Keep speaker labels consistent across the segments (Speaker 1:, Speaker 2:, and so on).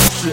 Speaker 1: 是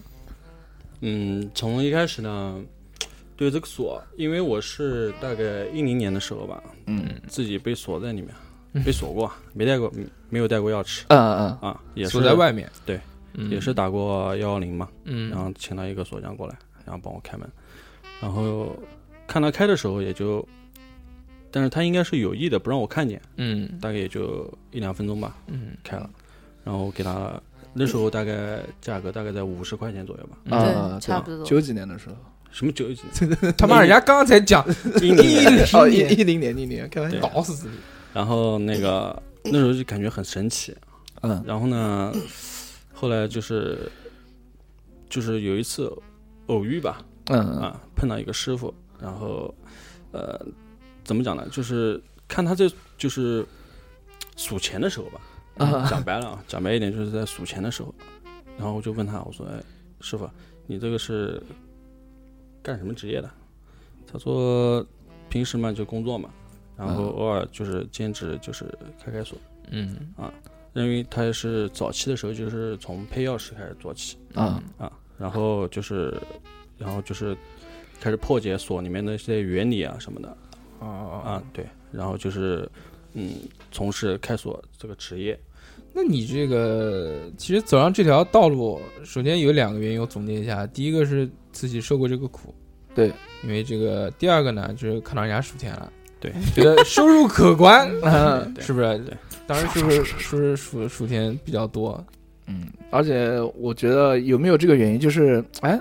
Speaker 2: 嗯，从一开始呢，对这个锁，因为我是大概一零年的时候吧，
Speaker 3: 嗯
Speaker 2: 自己被锁在里面，
Speaker 1: 嗯
Speaker 2: 被锁过，没带过，没有带过钥匙
Speaker 3: 嗯嗯
Speaker 2: 啊，也
Speaker 1: 锁
Speaker 2: 是
Speaker 1: 在，外面，
Speaker 2: 对
Speaker 1: 嗯，
Speaker 2: 也是打过幺幺零嘛，然
Speaker 1: 嗯
Speaker 2: 后请到一个锁匠过来，然后帮我开门，然后看他开的时候也就，但是他应该是有意的不让我看见，
Speaker 1: 嗯
Speaker 2: 大概也就一两分钟吧，
Speaker 1: 嗯
Speaker 2: 开了，然后给他那时候大概价格大概在五十块钱左右吧，
Speaker 3: 嗯啊，
Speaker 4: 对
Speaker 3: 对
Speaker 4: 差不多
Speaker 3: 九几年的时候，
Speaker 2: 什么九几
Speaker 1: 他妈人家刚才讲
Speaker 2: 一零年，
Speaker 3: 哦一一零年一零年， 开玩笑
Speaker 2: 对，
Speaker 1: 搞死自己，
Speaker 2: 然后那个那时候就感觉很神奇，
Speaker 3: 嗯
Speaker 2: 然后呢，后来就是就是有一次偶遇吧，
Speaker 3: 嗯嗯
Speaker 2: 啊，碰到一个师傅，然后呃，怎么讲呢？就是看他这就是数钱的时候吧，
Speaker 3: 啊
Speaker 2: 讲白了啊，讲白一点就是在数钱的时候，然后我就问他，我说：“哎，师傅，你这个是干什么职业的？”他说：“平时嘛就工作嘛，然后
Speaker 3: 嗯
Speaker 2: 偶尔就是兼职，就是开开锁。
Speaker 1: 嗯
Speaker 2: 因为他是早期的时候就是从配钥匙开始做起，
Speaker 1: 嗯
Speaker 3: 啊
Speaker 2: 啊，然后就是，然后就是开始破解锁里面的一些原理啊什么的
Speaker 1: 哦哦
Speaker 2: 啊，对，然后就是嗯，从事开锁这个职业，
Speaker 1: 那你这个其实走上这条道路，首先有两个原因，我总结一下。第一个是自己受过这个苦，
Speaker 3: 对，
Speaker 1: 因为这个；第二个呢，就是看到人家数钱了，
Speaker 2: 对，
Speaker 1: 觉得收入可观，
Speaker 3: 嗯
Speaker 1: 是不是？
Speaker 2: 对，
Speaker 1: 当时是不是是不是数数钱比较多？
Speaker 3: 嗯，而且我觉得有没有这个原因，就是哎，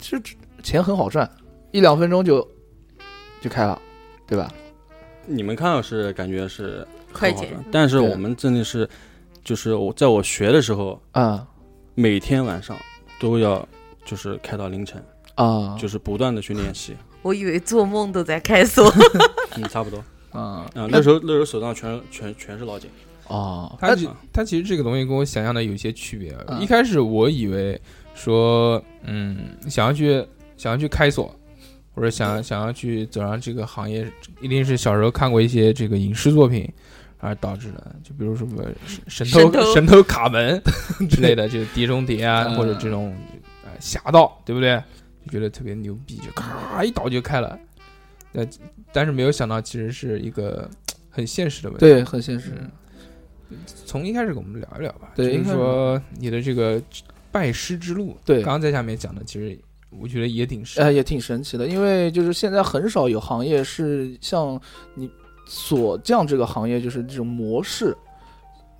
Speaker 3: 其实钱很好赚，一两分钟就就开了，对吧？
Speaker 2: 你们看到是感觉是
Speaker 4: 快
Speaker 2: 很好
Speaker 4: 捷
Speaker 2: 赚，但是
Speaker 3: 对
Speaker 2: 我们真的是，就是我在我学的时候，
Speaker 3: 啊
Speaker 2: 每天晚上都要就是开到凌晨，
Speaker 3: 啊，
Speaker 2: 就是不断的去练习，
Speaker 4: 我以为做梦都在开锁。
Speaker 2: 嗯，差不多
Speaker 3: 啊
Speaker 2: 啊，那时候那时候手上全全全是老茧，
Speaker 3: 哦，
Speaker 1: 它其它其实这个东西跟我想象的有些区别。
Speaker 3: 嗯
Speaker 1: 一开始我以为说，嗯，想要去想要去开锁，或者想想要去走上这个行业，一定是小时候看过一些这个影视作品而导致的。就比如什么神神
Speaker 4: 神
Speaker 1: 偷
Speaker 4: 偷
Speaker 1: 神偷卡 门之类的，就是碟中谍啊，
Speaker 3: 嗯
Speaker 1: 或者这种呃侠盗，对不对？就觉得特别牛逼，就咔一倒就开了。但但是没有想到，其实是一个很现实的问题。
Speaker 3: 对，很现
Speaker 1: 嗯
Speaker 3: 实。
Speaker 1: 从一开始给我们聊一聊吧，
Speaker 3: 对
Speaker 1: 就
Speaker 3: 一
Speaker 1: 是
Speaker 3: 开始
Speaker 1: 说你的这个拜师之路，
Speaker 3: 对
Speaker 1: 刚刚在下面讲的，其实我觉得也挺深，
Speaker 3: 呃，也挺神奇的，因为就是现在很少有行业是像你锁匠这个行业，就是这种模式，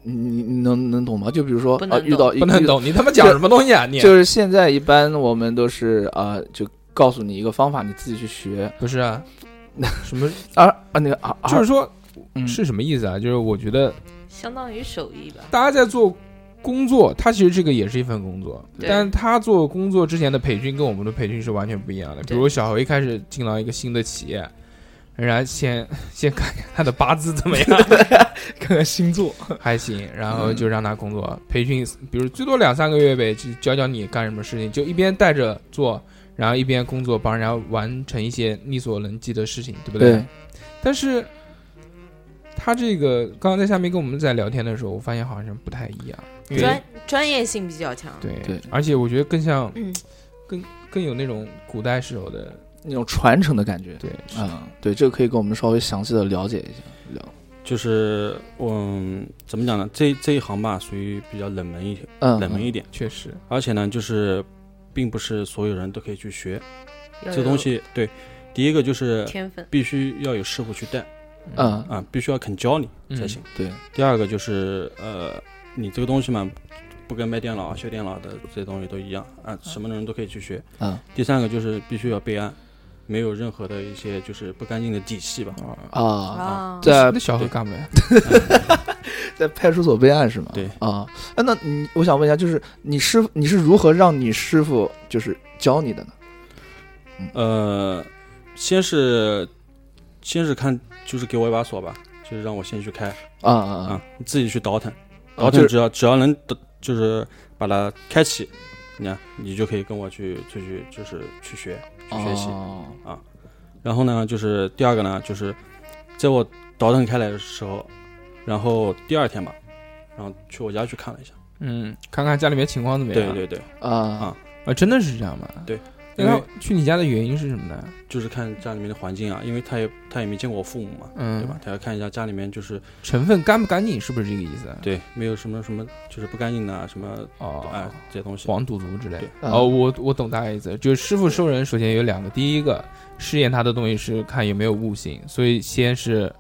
Speaker 3: 你你你能能懂吗？就比如说
Speaker 4: 不能
Speaker 3: 啊，遇
Speaker 4: 懂
Speaker 3: 到
Speaker 1: 不能，懂，你他妈讲什么东西啊你
Speaker 3: 遇？就是现在一般我们都是啊、就告诉你一个方法，你自己去学。
Speaker 1: 不是 啊，什么
Speaker 3: 而啊那个啊，
Speaker 1: 就是说
Speaker 3: 嗯
Speaker 1: 是什么意思啊？就是我觉得
Speaker 4: 相当于手艺吧。
Speaker 1: 大家在做工作，他其实这个也是一份工作，
Speaker 4: 对
Speaker 1: 但他做工作之前的培训跟我们的培训是完全不一样的。比
Speaker 4: 对
Speaker 1: 如小侯一开始进到一个新的企业，然后先先看看他的八字怎么样，
Speaker 3: 看看星座，
Speaker 1: 还行，然后就让他工作、培训，比如最多两三个月呗，就教教你干什么事情，就一边带着做，然后一边工作，帮人家完成一些力所能及的事情，对不
Speaker 3: 对，
Speaker 1: 但是他这个刚刚在下面跟我们在聊天的时候，我发现好像不太一样，因为
Speaker 4: 专 专业性比较强。
Speaker 1: 对
Speaker 3: 对
Speaker 1: 而且我觉得更像
Speaker 4: 嗯，
Speaker 1: 更更有那种古代时候的
Speaker 3: 那种传承的感觉。
Speaker 1: 对
Speaker 3: 嗯，对，这个可以跟我们稍微详细的了解一下。聊，
Speaker 2: 就是嗯，怎么讲呢？这这一行吧，属于比较冷门一些，
Speaker 3: 嗯，
Speaker 2: 冷门一点，
Speaker 1: 确实，
Speaker 2: 而且呢，就是并不是所有人都可以去学
Speaker 4: 要
Speaker 2: 这
Speaker 4: 有
Speaker 2: 东西。对，第一个就是
Speaker 4: 天分。
Speaker 2: 必须要有师傅去带
Speaker 3: 嗯，
Speaker 2: 啊，必须要肯教你
Speaker 1: 嗯
Speaker 2: 才行。
Speaker 3: 对，
Speaker 2: 第二个就是呃，你这个东西嘛，不跟卖电脑啊、
Speaker 4: 嗯
Speaker 2: 修电脑的这些东西都一样啊，什么人都可以去学。
Speaker 3: 嗯
Speaker 2: 第三个就是必须要备案，没有任何的一些就是不干净的底细
Speaker 4: 嗯
Speaker 2: 吧。
Speaker 1: 啊，
Speaker 3: 啊，
Speaker 4: 啊，
Speaker 3: 在
Speaker 1: 那小何干不了，
Speaker 3: 在派出所备案是吗？
Speaker 2: 对
Speaker 3: 啊，哎，那你我想问一下，就是你师傅你是如何让你师傅就是教你的呢？
Speaker 2: 呃，先是先是看，就是给我一把锁吧，就是让我先去开
Speaker 3: 啊啊啊
Speaker 2: 啊，你自己去倒腾，
Speaker 3: 啊！
Speaker 2: 倒
Speaker 3: 就
Speaker 2: 腾
Speaker 3: 是
Speaker 2: 只要只要能得就是把它开启，你看你就可以跟我去去去就是去学去学习。
Speaker 3: 哦
Speaker 2: 然后呢，就是第二个呢，就是在我倒腾开来的时候，然后第二天吧，然后去我家去看了一下。
Speaker 1: 嗯，看看家里面情况怎么
Speaker 2: 对
Speaker 1: 样。
Speaker 2: 对对，
Speaker 3: 啊
Speaker 1: 啊，真的是这样吗？
Speaker 2: 对。
Speaker 1: 那
Speaker 2: 因
Speaker 1: 他
Speaker 2: 为
Speaker 1: 去你家的原因是什么呢？
Speaker 2: 就是看家里面的环境啊，因为他也他也没见过我父母嘛，
Speaker 1: 嗯，
Speaker 2: 对吧？？他要看一下家里面就是
Speaker 1: 成分干不干净，是不是这个意思啊？
Speaker 2: 对没有什么什么就是不干净的啊什么
Speaker 1: 哦，
Speaker 2: 哎这些东西。
Speaker 1: 黄赌毒之类的
Speaker 2: 对。
Speaker 3: 嗯
Speaker 1: 哦，我我懂大概意思，就是师傅收人，首先有两个，第一个试验他的东西是看有没有悟性，所以先是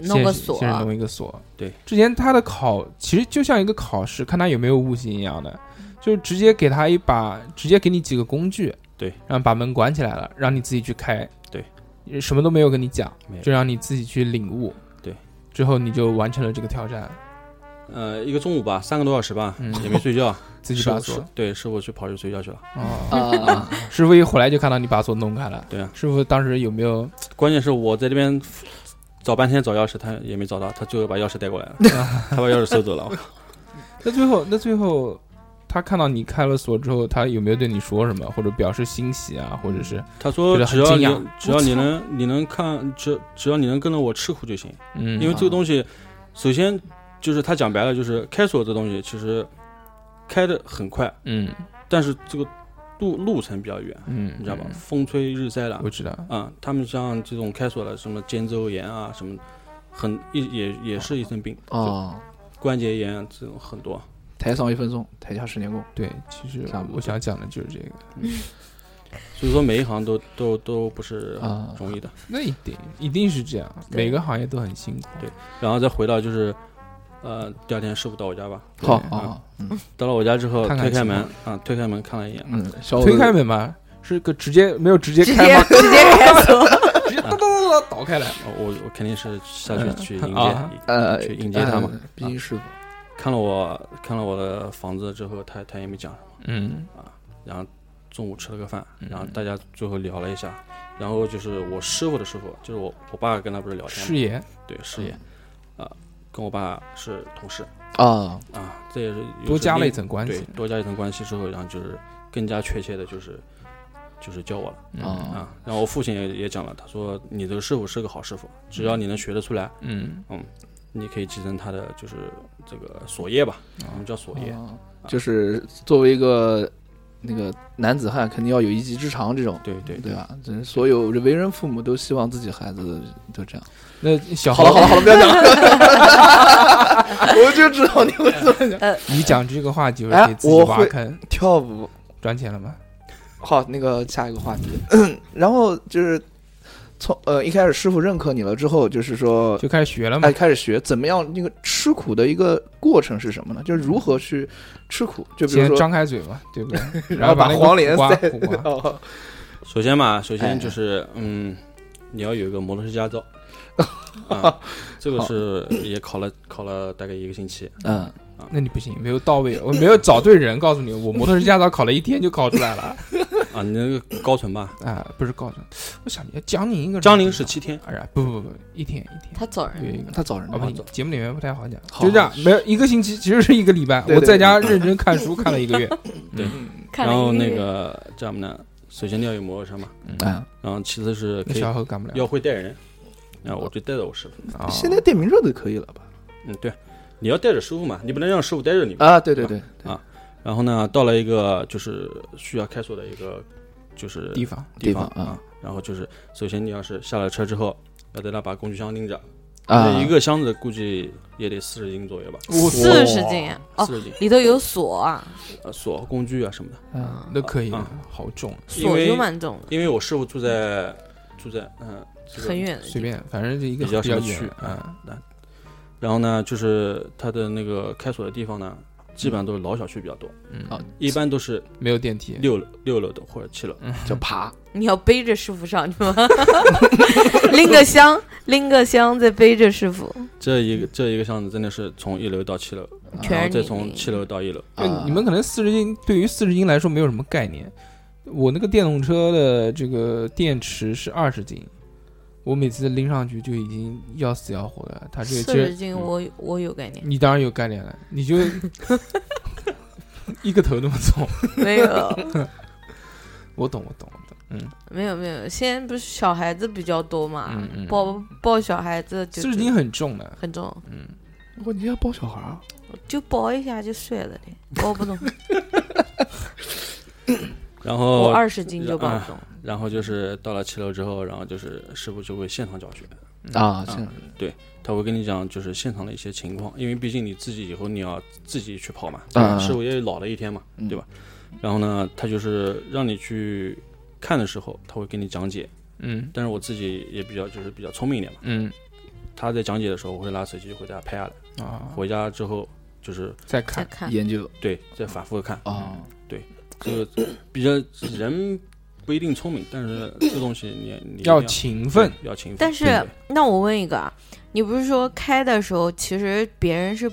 Speaker 4: 弄
Speaker 1: 先
Speaker 4: 个
Speaker 1: 是
Speaker 4: 锁
Speaker 1: 先，是弄一个锁。
Speaker 2: 对，
Speaker 1: 之前他的考其实就像一个考试，看他有没有悟性一样的，就是直接给他一把，直接给你几个工具，
Speaker 2: 对，
Speaker 1: 然后把门关起来了，让你自己去开，
Speaker 2: 对，
Speaker 1: 什么都没有跟你讲
Speaker 2: 没，有
Speaker 1: 就让你自己去领悟，
Speaker 2: 对，
Speaker 1: 之后你就完成了这个挑战，
Speaker 2: 呃，一个中午吧，三个多小时吧，
Speaker 1: 嗯
Speaker 2: 也没睡觉，
Speaker 1: 自己
Speaker 2: 师
Speaker 1: 把
Speaker 2: 傅
Speaker 1: 锁
Speaker 2: 是。对，师傅去跑去睡觉去了。
Speaker 1: 哦，
Speaker 3: 啊！
Speaker 1: 师傅一回来就看到你把锁弄开了，
Speaker 2: 对啊，
Speaker 1: 师傅当时有没有？
Speaker 2: 关键是我在这边找半天找钥匙，他也没找到，他最后把钥匙带 过来了，他把钥匙收走了。
Speaker 1: 那最后，那最后，他看到你开了锁之后，他有没有对你说什么，或者表示欣喜啊，或者是
Speaker 2: 他说
Speaker 1: 觉得很
Speaker 2: 只要
Speaker 1: 惊
Speaker 2: 你
Speaker 1: 讶
Speaker 2: 只要你能你能看，只只要你能跟着我吃苦就行。
Speaker 1: 嗯，
Speaker 2: 因为这个
Speaker 3: 啊
Speaker 2: 东西，首先就是他讲白了，就是开锁这东西其实开的很快，
Speaker 1: 嗯
Speaker 2: 但是这个路路程比较远，
Speaker 1: 嗯，
Speaker 2: 你知道吧？
Speaker 1: 嗯？
Speaker 2: 风吹日晒了
Speaker 1: 我，知道，
Speaker 2: 啊，他们像这种开锁的，什么肩周炎啊，什么很一也也是一身病，
Speaker 3: 哦，
Speaker 2: 关节炎啊这种很多。
Speaker 3: 台上一分钟，台下十年功。
Speaker 1: 对，其实
Speaker 3: 差不多
Speaker 1: 我想讲的就是这个，
Speaker 2: 所以说每一行都都都不是
Speaker 3: 啊
Speaker 2: 容易的。
Speaker 1: 那一定一定是这样，
Speaker 4: 对
Speaker 1: 每个行业都很辛苦，
Speaker 2: 对然后再回到就是，呃，第二天师傅到我家吧，
Speaker 1: 对
Speaker 3: 好
Speaker 1: 嗯
Speaker 3: 啊，嗯
Speaker 2: 到了我家之后
Speaker 1: 看看
Speaker 2: 推开
Speaker 1: 情
Speaker 2: 门
Speaker 1: 况
Speaker 2: 啊，推开门看了一眼，
Speaker 3: 嗯，小伙
Speaker 1: 推
Speaker 3: 子
Speaker 1: 开门嘛，是个直接没有直接
Speaker 4: 直
Speaker 1: 开
Speaker 4: 接
Speaker 1: 吗？
Speaker 4: 直接开锁，
Speaker 1: 直接咚咚咚咚倒开来，
Speaker 2: 哦我我肯定是下去
Speaker 1: 嗯
Speaker 2: 去迎
Speaker 1: 啊
Speaker 2: 接。
Speaker 3: 呃
Speaker 2: 去迎接他嘛
Speaker 3: 呃毕竟师傅
Speaker 2: 看了我看了我的房子之后，他他也没讲什么。
Speaker 1: 嗯
Speaker 2: 然后中午吃了个饭，
Speaker 1: 嗯
Speaker 2: 然后大家最后聊了一下，然后就是我师傅的师傅，就是我我爸跟他不是聊天
Speaker 1: 视
Speaker 2: 吗？
Speaker 1: 野，
Speaker 2: 对师
Speaker 1: 嗯
Speaker 2: 爷，啊，跟我爸是同事
Speaker 3: 啊
Speaker 2: 啊，这也是
Speaker 1: 多加了一
Speaker 2: 层
Speaker 1: 层关
Speaker 2: 对
Speaker 1: 系，
Speaker 2: 多加一层关系之后，然后就是更加确切的就是就是教我了
Speaker 1: 嗯
Speaker 3: 啊
Speaker 2: 啊。然后我父亲也也讲了，他说你这个师傅是个好师傅，只要你能学得出来，
Speaker 1: 嗯，
Speaker 2: 你可以继承他的就是这个锁业吧，我们叫锁业。
Speaker 3: 啊就是作为一个那个男子汉，肯定要有一技之长这种。
Speaker 2: 对对
Speaker 3: 对啊吧？这所有为人父母都希望自己孩子都这样。
Speaker 1: 那小
Speaker 3: 好了好
Speaker 1: 何
Speaker 3: 了，好了，不要讲了， 我就知道你会这么讲。
Speaker 1: 你讲这个话就是
Speaker 3: 哎
Speaker 1: 给自己
Speaker 3: 我
Speaker 1: 挖
Speaker 3: 会
Speaker 1: 坑，
Speaker 3: 跳舞
Speaker 1: 赚钱了吗？
Speaker 3: 好，那个下一个话题， 然后就是从呃一开始师傅认可你了之后，就是说
Speaker 1: 就开始学了嘛
Speaker 3: 哎，开始学怎么样那个吃苦的一个过程是什么呢？就是如何去吃苦，就比如
Speaker 1: 先
Speaker 3: 说
Speaker 1: 张开嘴嘛，对不 对？
Speaker 3: 然后
Speaker 1: 把
Speaker 3: 把
Speaker 1: 那个啊
Speaker 3: 黄连
Speaker 1: 苦瓜
Speaker 3: 塞
Speaker 1: 苦瓜
Speaker 3: 哦
Speaker 2: 首先嘛，首
Speaker 3: 哎
Speaker 2: 先就是嗯，你要有一个摩托车驾照，啊，这个是也考了考了大概一个星期，
Speaker 3: 嗯
Speaker 1: 那你不行，没有到位，我没有找对人。告诉你，我摩托车驾照考了一天就考出来 了。
Speaker 2: 啊，你那个高淳吧，
Speaker 1: 啊，不是告诉你，我想你江宁一个人
Speaker 2: 张宁是七天，
Speaker 1: 哎呀，不不不，一天一天
Speaker 4: 他走
Speaker 1: 约
Speaker 4: 人，
Speaker 1: 一个。
Speaker 3: 他找人
Speaker 1: 哦
Speaker 3: 吗
Speaker 1: 不，节目里面不太好讲，
Speaker 3: 好
Speaker 1: 就这样，没有一个星期，其实是一个礼拜。
Speaker 3: 对
Speaker 1: 我
Speaker 3: 对
Speaker 1: 在家认真看书看了一 个月，
Speaker 4: 看
Speaker 2: 然
Speaker 4: 了
Speaker 2: 后
Speaker 4: 一
Speaker 2: 那
Speaker 4: 月
Speaker 2: 个这样呢，首先你要有摩托车嘛，
Speaker 3: 啊，
Speaker 2: 然后其次是
Speaker 1: 那
Speaker 2: 可以
Speaker 1: 小何干不了
Speaker 2: 要。会带人，啊，我就带着我师傅，
Speaker 1: 哦
Speaker 3: 现在电瓶车都可以了吧？
Speaker 2: 嗯，对，你要带着师傅嘛，你不能让师傅带着你嘛。
Speaker 3: 啊，对对对，
Speaker 2: 啊然后呢，到了一个就是需要开锁的一个就是
Speaker 1: 地方，
Speaker 2: 地方
Speaker 3: 地方啊，
Speaker 2: 然后就是首先你要是下了车之后，要在那把工具箱拎着。
Speaker 3: 啊
Speaker 2: 那一个箱子估计也得四十斤左右吧，
Speaker 4: 四十斤啊哦，
Speaker 2: 四十斤，
Speaker 4: 里头有锁啊，
Speaker 2: 呃，锁、工具啊什么的。
Speaker 3: 啊
Speaker 1: 嗯那可以的
Speaker 2: 啊，
Speaker 1: 好重，
Speaker 4: 锁
Speaker 2: 因为
Speaker 4: 就蛮重的，
Speaker 2: 因为我师傅住在住在嗯、这个
Speaker 4: 很，远的地
Speaker 1: 随便，反正就一个
Speaker 2: 比较什么
Speaker 1: 远
Speaker 2: 区
Speaker 1: 啊。
Speaker 2: 然后呢，就是他的那个开锁的地方呢，基本上都是老小区比较多，
Speaker 1: 嗯
Speaker 3: 啊
Speaker 2: 一般都是
Speaker 1: 没有电梯，
Speaker 2: 六楼六楼的或者七楼。
Speaker 1: 嗯
Speaker 3: 叫爬，
Speaker 4: 你要背着师傅上去吗？拎个箱，拎个箱再背着师傅，
Speaker 2: 这一个这一个箱子真的是从一楼到七楼，然
Speaker 4: 全
Speaker 2: 后
Speaker 4: 是
Speaker 2: 再
Speaker 4: 你
Speaker 2: 从七楼到一楼。
Speaker 3: 啊
Speaker 1: 对，呃你们可能四十斤对于四十斤来说没有什么概念。我那个电动车的这个电池是二十斤，我每次拎上去就已经要死要活的。它这个其
Speaker 4: 四十
Speaker 1: 实
Speaker 4: 斤，
Speaker 2: 嗯
Speaker 4: 我我有概念，
Speaker 1: 你当然有概念了，你就一个头那么重。
Speaker 4: 没有。
Speaker 1: 我懂，我懂，我懂。嗯，
Speaker 4: 没有没有，现在不是小孩子比较多嘛，
Speaker 1: 嗯嗯
Speaker 4: 抱抱小孩子就
Speaker 1: 四十斤很重的。
Speaker 4: 很重，
Speaker 1: 嗯，
Speaker 3: 我你要抱小孩啊？
Speaker 4: 就抱一下就摔了嘞，抱不动。
Speaker 2: 然
Speaker 4: 我
Speaker 1: 哦
Speaker 2: 后
Speaker 4: 二十斤就抱
Speaker 1: 嗯
Speaker 4: 不动，
Speaker 2: 然后就是到了七楼之后，然后就是师傅就会现场教学，
Speaker 3: 啊，这样
Speaker 2: 他会跟你讲就是现场的一些情况，因为毕竟你自己以后你要自己去跑嘛，
Speaker 3: 啊
Speaker 2: 师傅也老了一天嘛，
Speaker 3: 嗯
Speaker 2: 对吧？然后呢，他就是让你去看的时候，他会给你讲解，
Speaker 1: 嗯
Speaker 2: 但是我自己也比较就是比较聪明一点嘛，
Speaker 1: 嗯
Speaker 2: 他在讲解的时候，我会拿手机回家拍下来，
Speaker 1: 啊，
Speaker 2: 回家之后就是
Speaker 1: 再
Speaker 4: 再
Speaker 1: 看，
Speaker 4: 看
Speaker 3: 研究
Speaker 2: 对再反复的看，
Speaker 3: 啊，
Speaker 2: 这个比较人不一定聪明，但是这东西你你一定
Speaker 1: 要勤奋。
Speaker 2: 对要勤奋，
Speaker 4: 但是那我问一个啊，你不是说开的时候其实别人是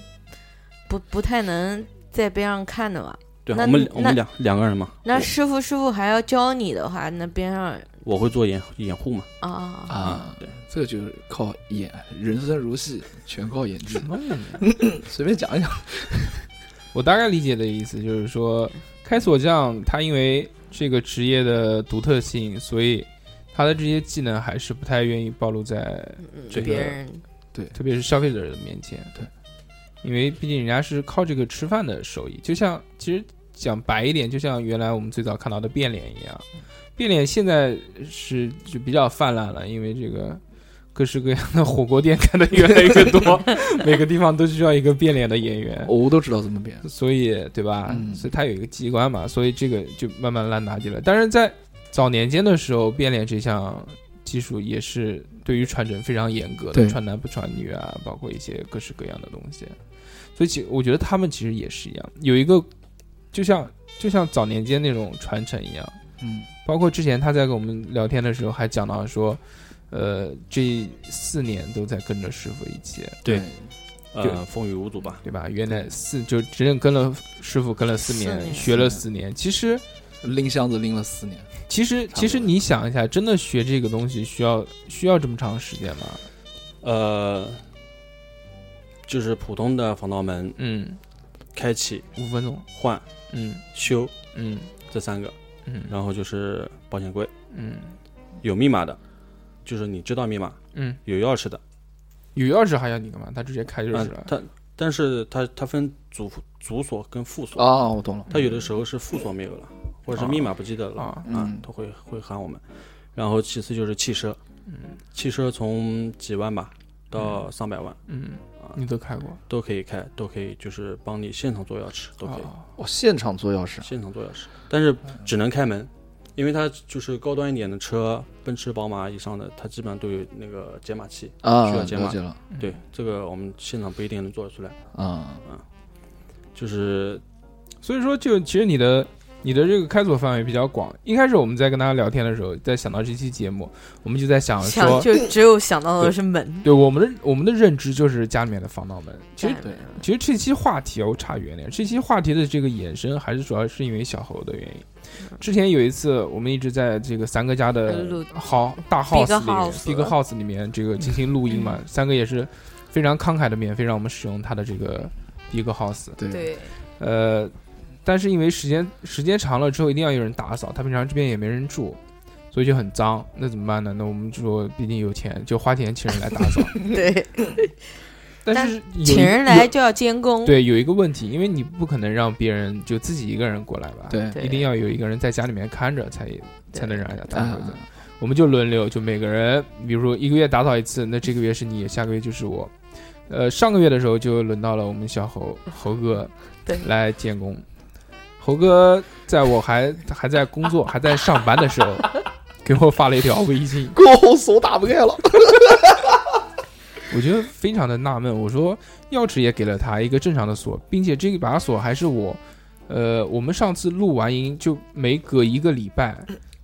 Speaker 4: 不不太能在边上看的嘛？
Speaker 2: 对
Speaker 4: 那
Speaker 2: 我们
Speaker 4: 那
Speaker 2: 我们两两个人嘛，
Speaker 4: 那师傅师傅还要教你的话，那边上
Speaker 2: 我会做掩掩护嘛，嗯
Speaker 4: 啊啊啊
Speaker 3: 啊，
Speaker 2: 对，
Speaker 3: 这就是靠演，人生如戏，全靠演技
Speaker 1: 什。么玩意儿
Speaker 3: 随便讲一讲，
Speaker 1: 我大概理解的意思就是说，开锁匠他因为这个职业的独特性，所以他的这些技能还是不太愿意暴露在，
Speaker 4: 嗯
Speaker 1: 这个
Speaker 4: 别人
Speaker 1: 特别是消费者的面前。
Speaker 3: 对，
Speaker 1: 因为毕竟人家是靠这个吃饭的手艺，就像其实讲白一点，就像原来我们最早看到的变脸一样，变脸现在是就比较泛滥了，因为这个。各式各样的火锅店开的越来越多，每个地方都需要一个变脸的演员。
Speaker 3: 我都知道怎么变。
Speaker 1: 所以对吧？
Speaker 3: 嗯
Speaker 1: 所以它有一个机关嘛，所以这个就慢慢烂大街了。但是在早年间的时候，变脸这项技术也是对于传承非常严格的，
Speaker 3: 对
Speaker 1: 传男不传女啊，包括一些各式各样的东西。所以其我觉得他们其实也是一样，有一个就像就像早年间那种传承一样，
Speaker 3: 嗯，
Speaker 1: 包括之前他在跟我们聊天的时候还讲到说，呃，这四年都在跟着师傅一起，
Speaker 2: 对
Speaker 3: 对，
Speaker 1: 对
Speaker 2: 呃，风雨无阻吧，
Speaker 1: 对吧？原来四就整整跟了师傅跟了四年，
Speaker 4: 四年
Speaker 1: 学了四年。其实
Speaker 3: 拎箱子拎了四年，
Speaker 1: 其实
Speaker 2: 不多
Speaker 1: 其实你想一下，真的学这个东西需要需要这么长时间吗？
Speaker 2: 呃，就是普通的防盗门
Speaker 1: 嗯，
Speaker 2: 开启、
Speaker 1: 五分钟。
Speaker 2: 换、
Speaker 1: 嗯
Speaker 2: 修
Speaker 1: 嗯
Speaker 2: 这三个，
Speaker 1: 嗯，
Speaker 2: 然后就是保险柜，
Speaker 1: 嗯
Speaker 2: 有密码的，就是你知道密码，
Speaker 1: 嗯，
Speaker 2: 有钥匙的，
Speaker 1: 有钥匙还要你干嘛？他直接开就是
Speaker 2: 嗯、
Speaker 1: 了。
Speaker 2: 它但是它它分主主锁跟副锁，
Speaker 3: 哦，我懂了。
Speaker 2: 它有的时候是副锁没有了，或者是密码不记得了，
Speaker 1: 啊，
Speaker 2: 啊
Speaker 3: 嗯，
Speaker 2: 它会会喊我们。然后其次就是汽车，
Speaker 1: 嗯
Speaker 2: 汽车从几万吧到上百万
Speaker 1: 嗯，你都开过，
Speaker 2: 都可以开，都可以就是帮你现场做钥匙都可以。
Speaker 1: 哦嗯
Speaker 3: 我现场做钥匙，
Speaker 2: 现场做钥匙，但是只能开门，因为它就是高端一点的车，奔驰、宝马以上的，它基本上都有那个解码器。
Speaker 3: 啊，
Speaker 2: 需要
Speaker 3: 了
Speaker 2: 解
Speaker 3: 解
Speaker 2: 码
Speaker 3: 了
Speaker 1: 嗯
Speaker 2: 对，这个我们现场不一定能做得出来。
Speaker 3: 啊，
Speaker 2: 就是
Speaker 1: 所以说，就其实你的你的这个开锁范围比较广。一开始我们在跟大家聊天的时候，在想到这期节目，我们就在想说，
Speaker 4: 想就只有想到的是门，
Speaker 1: 对我们的我们的认知就是家里面的防盗门。其实
Speaker 4: 家里面
Speaker 1: 其实这期话题啊，我差远点，这期话题的这个衍生还是主要是因为小猴的原因。之前有一次，我们一直在这个三个家的
Speaker 4: 嗯录
Speaker 1: 好大
Speaker 4: Big
Speaker 1: house 里面
Speaker 4: house 嗯
Speaker 1: ，big house 里面这个进行录音嘛，三个也是非常慷慨的免费让我们使用他的这个 big house。
Speaker 3: 对，
Speaker 4: 对，
Speaker 1: 呃，但是因为时间时间长了之后，一定要有人打扫，他平常这边也没人住，所以就很脏。那怎么办呢？那我们就说，毕竟有钱，就花钱请人来打 扫。
Speaker 4: 对，
Speaker 1: 但是有一
Speaker 4: 请人
Speaker 1: 有
Speaker 4: 来就要监工，
Speaker 1: 对，有一个问题，因为你不可能让别人就自己一个人过来吧？，
Speaker 3: 对，
Speaker 4: 对
Speaker 1: 一定要有一个人在家里面看着才才能让人家打扫
Speaker 3: 啊
Speaker 1: 一下。我们就轮流，就每个人，比如说一个月打扫一次，那这个月是你，下个月就是我。呃，上个月的时候就轮到了我们小猴猴哥
Speaker 4: 对
Speaker 1: 来建工。猴哥在我还还在工作还在上班的时 候，给我发了一条微信，
Speaker 3: 哥，我手打不开了。
Speaker 1: 我觉得非常的纳闷。我说钥匙也给了他一个正常的锁，并且这把锁还是我，呃，我们上次录完音就没隔一个礼拜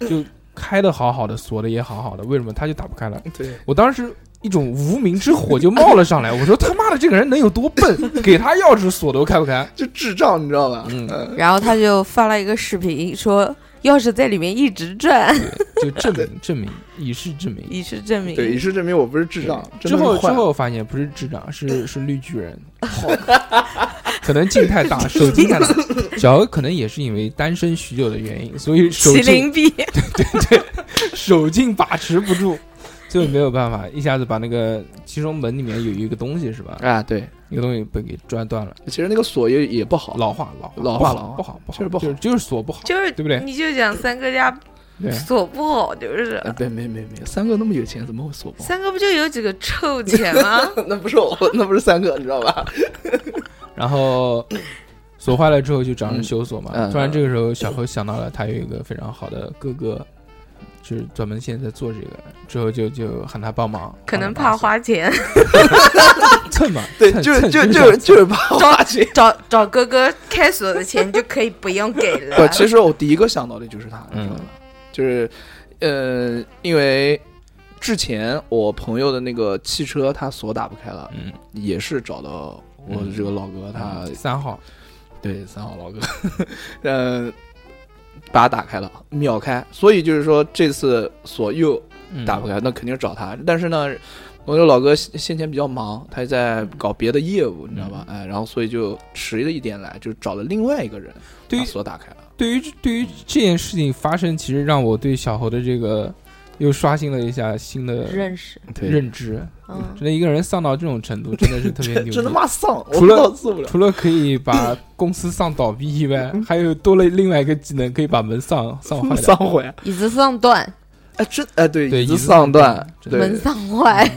Speaker 1: 就开的好好的，锁的也好好的，为什么他就打不开了？
Speaker 3: 对，
Speaker 1: 我当时一种无名之火就冒了上来，我说他妈的这个人能有多笨？给他钥匙锁都开不开。
Speaker 3: 就智障，你知道吧？
Speaker 1: 嗯
Speaker 3: 嗯，
Speaker 4: 然后他就发了一个视频，说钥匙在里面一直转，
Speaker 1: 就证明证明以示证明。
Speaker 4: 以示证明。
Speaker 3: 对，以示证明我不是智障。真
Speaker 1: 之
Speaker 3: 的是
Speaker 1: 后之
Speaker 3: 坏
Speaker 1: 后发现不是智障，是是绿巨人， 可能劲太大，手劲 太大。小何可能也是因为单身许久的原因，所以手
Speaker 4: 麒
Speaker 1: 劲
Speaker 4: 麟臂，
Speaker 1: 手劲把持不住，就没有办法一下子把那个其中门里面有一个东西是吧？
Speaker 3: 啊，对，
Speaker 1: 一个东西被给抓断了。
Speaker 3: 其实那个锁也也不好，
Speaker 1: 老话老
Speaker 3: 老
Speaker 1: 话
Speaker 3: 话
Speaker 1: 不好
Speaker 3: 老话
Speaker 1: 不好不好，
Speaker 3: 就是不好
Speaker 1: 就是就是锁不好，
Speaker 4: 就是
Speaker 1: 对不对
Speaker 4: 你就讲三哥家
Speaker 1: 对。嗯
Speaker 4: 锁不好，就是
Speaker 3: 哎，别没没没，三哥那么有钱，怎么会锁不好？
Speaker 4: 三哥不就有几个臭钱吗？
Speaker 3: 那不是我，那不是三哥，你知道 吧？
Speaker 1: 然后锁坏了之后就找人修锁嘛。
Speaker 3: 嗯嗯
Speaker 1: 突然这个时候，小何想到了他有一个非常好的哥哥，就是专门现在做这个，之后就就喊他帮忙，
Speaker 4: 可能怕
Speaker 1: 花
Speaker 4: 花钱，
Speaker 1: 蹭嘛，
Speaker 3: 对，
Speaker 1: 蹭
Speaker 3: 就是
Speaker 1: 蹭就
Speaker 3: 就
Speaker 1: 是
Speaker 3: 就
Speaker 1: 想
Speaker 3: 就是怕花钱。
Speaker 4: 找找哥哥开锁的钱就可以不用给
Speaker 3: 不，
Speaker 4: 了。
Speaker 3: 其实我第一个想到的就是他，你知道吧
Speaker 1: 嗯？
Speaker 3: 就是，呃，因为之前我朋友的那个汽车他锁打不开了，
Speaker 1: 嗯，
Speaker 3: 也是找到我的这个老哥，他
Speaker 1: 三号
Speaker 3: 对三好老哥，嗯，把它打开了，秒开。所以就是说这次锁又
Speaker 1: 嗯
Speaker 3: 打不，开，那肯定找他。但是呢，我有老哥先先前比较忙，他在搞别的业务，你知道吧？哎，然后所以就迟了一点来，就找了另外一个人，
Speaker 1: 对
Speaker 3: 把锁打开了。
Speaker 1: 对于对于这件事情发生，其实让我对小侯的这个又刷新了一下新的
Speaker 4: 认识，
Speaker 1: 认知。
Speaker 4: 嗯，
Speaker 1: 真的一个人丧到这种程度，真的是特别牛逼，
Speaker 3: 真他妈丧，我
Speaker 1: 除了
Speaker 3: 操受不了。
Speaker 1: 除了可以把公司丧倒闭以外，
Speaker 4: 嗯
Speaker 1: 还有多了另外一个技能，可以把门 丧丧 坏掉。
Speaker 3: 丧毁，
Speaker 4: 椅子上断，
Speaker 3: 哎，真哎，对，
Speaker 1: 对
Speaker 3: 椅
Speaker 1: 椅
Speaker 3: 子
Speaker 1: 子
Speaker 3: 丧断，
Speaker 1: 真
Speaker 3: 对，
Speaker 4: 门上坏，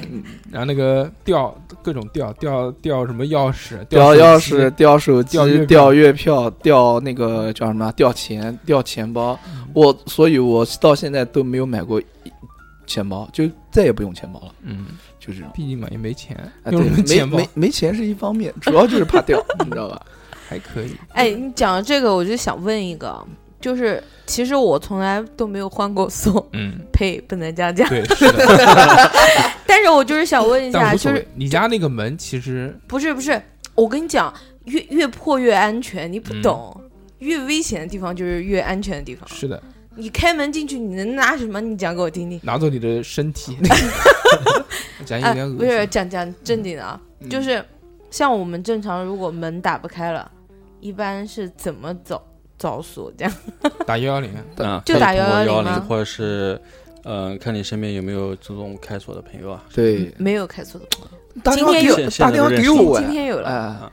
Speaker 1: 然后那个掉各种掉掉掉什么钥匙，
Speaker 3: 掉
Speaker 1: 手
Speaker 3: 钥
Speaker 1: 机
Speaker 3: 匙、，掉手机
Speaker 1: 掉月、票
Speaker 3: 掉月票、掉那个叫什么？掉钱、掉钱包。我，所以我到现在都没有买过一钱包，就再也不用钱包了，
Speaker 1: 嗯，
Speaker 3: 就这种。
Speaker 1: 毕竟嘛也没钱，
Speaker 4: 啊
Speaker 3: 哎，
Speaker 1: 用
Speaker 3: 对
Speaker 1: 什么，钱
Speaker 3: 没
Speaker 1: 包
Speaker 3: 没没钱是一方面，主要就是怕掉，你知道吧？
Speaker 1: 还可以。
Speaker 4: 哎，你讲到这个，我就想问一个，就是其实我从来都没有换过锁，
Speaker 1: 嗯，
Speaker 4: 呸，不能这样讲。
Speaker 1: 对， 是的，
Speaker 4: 但是我就是想问一下，
Speaker 1: 但无
Speaker 4: 就
Speaker 1: 所
Speaker 4: 是
Speaker 1: 谓。你家那个门其实
Speaker 4: 不是不是，我跟你讲，越越破越安全，你不
Speaker 1: 嗯
Speaker 4: 懂。越危险的地方就是越安全的地方。
Speaker 1: 是的，
Speaker 4: 你开门进去，你能拿什么？你讲给我听听。
Speaker 1: 拿走你的身 体，讲有
Speaker 4: 啊
Speaker 1: 点，
Speaker 4: 不
Speaker 1: 哎恶
Speaker 4: 是
Speaker 1: 心。
Speaker 4: 讲讲正经的啊，就是像我们正常，如果门打不开了，一般是怎么找找锁？这样
Speaker 1: 打幺幺零，
Speaker 2: 啊，
Speaker 4: 就打
Speaker 2: 幺
Speaker 4: 110
Speaker 2: 零
Speaker 4: 吗，
Speaker 2: 或者是，嗯，看你身边有没有这种开锁的朋友啊。
Speaker 3: 对，
Speaker 4: 没有开锁的，
Speaker 3: 打电话
Speaker 4: 今天
Speaker 3: 嗯给
Speaker 2: 有
Speaker 3: 我，打电话给
Speaker 2: 现
Speaker 3: 我，
Speaker 4: 今天有了，
Speaker 3: 哎，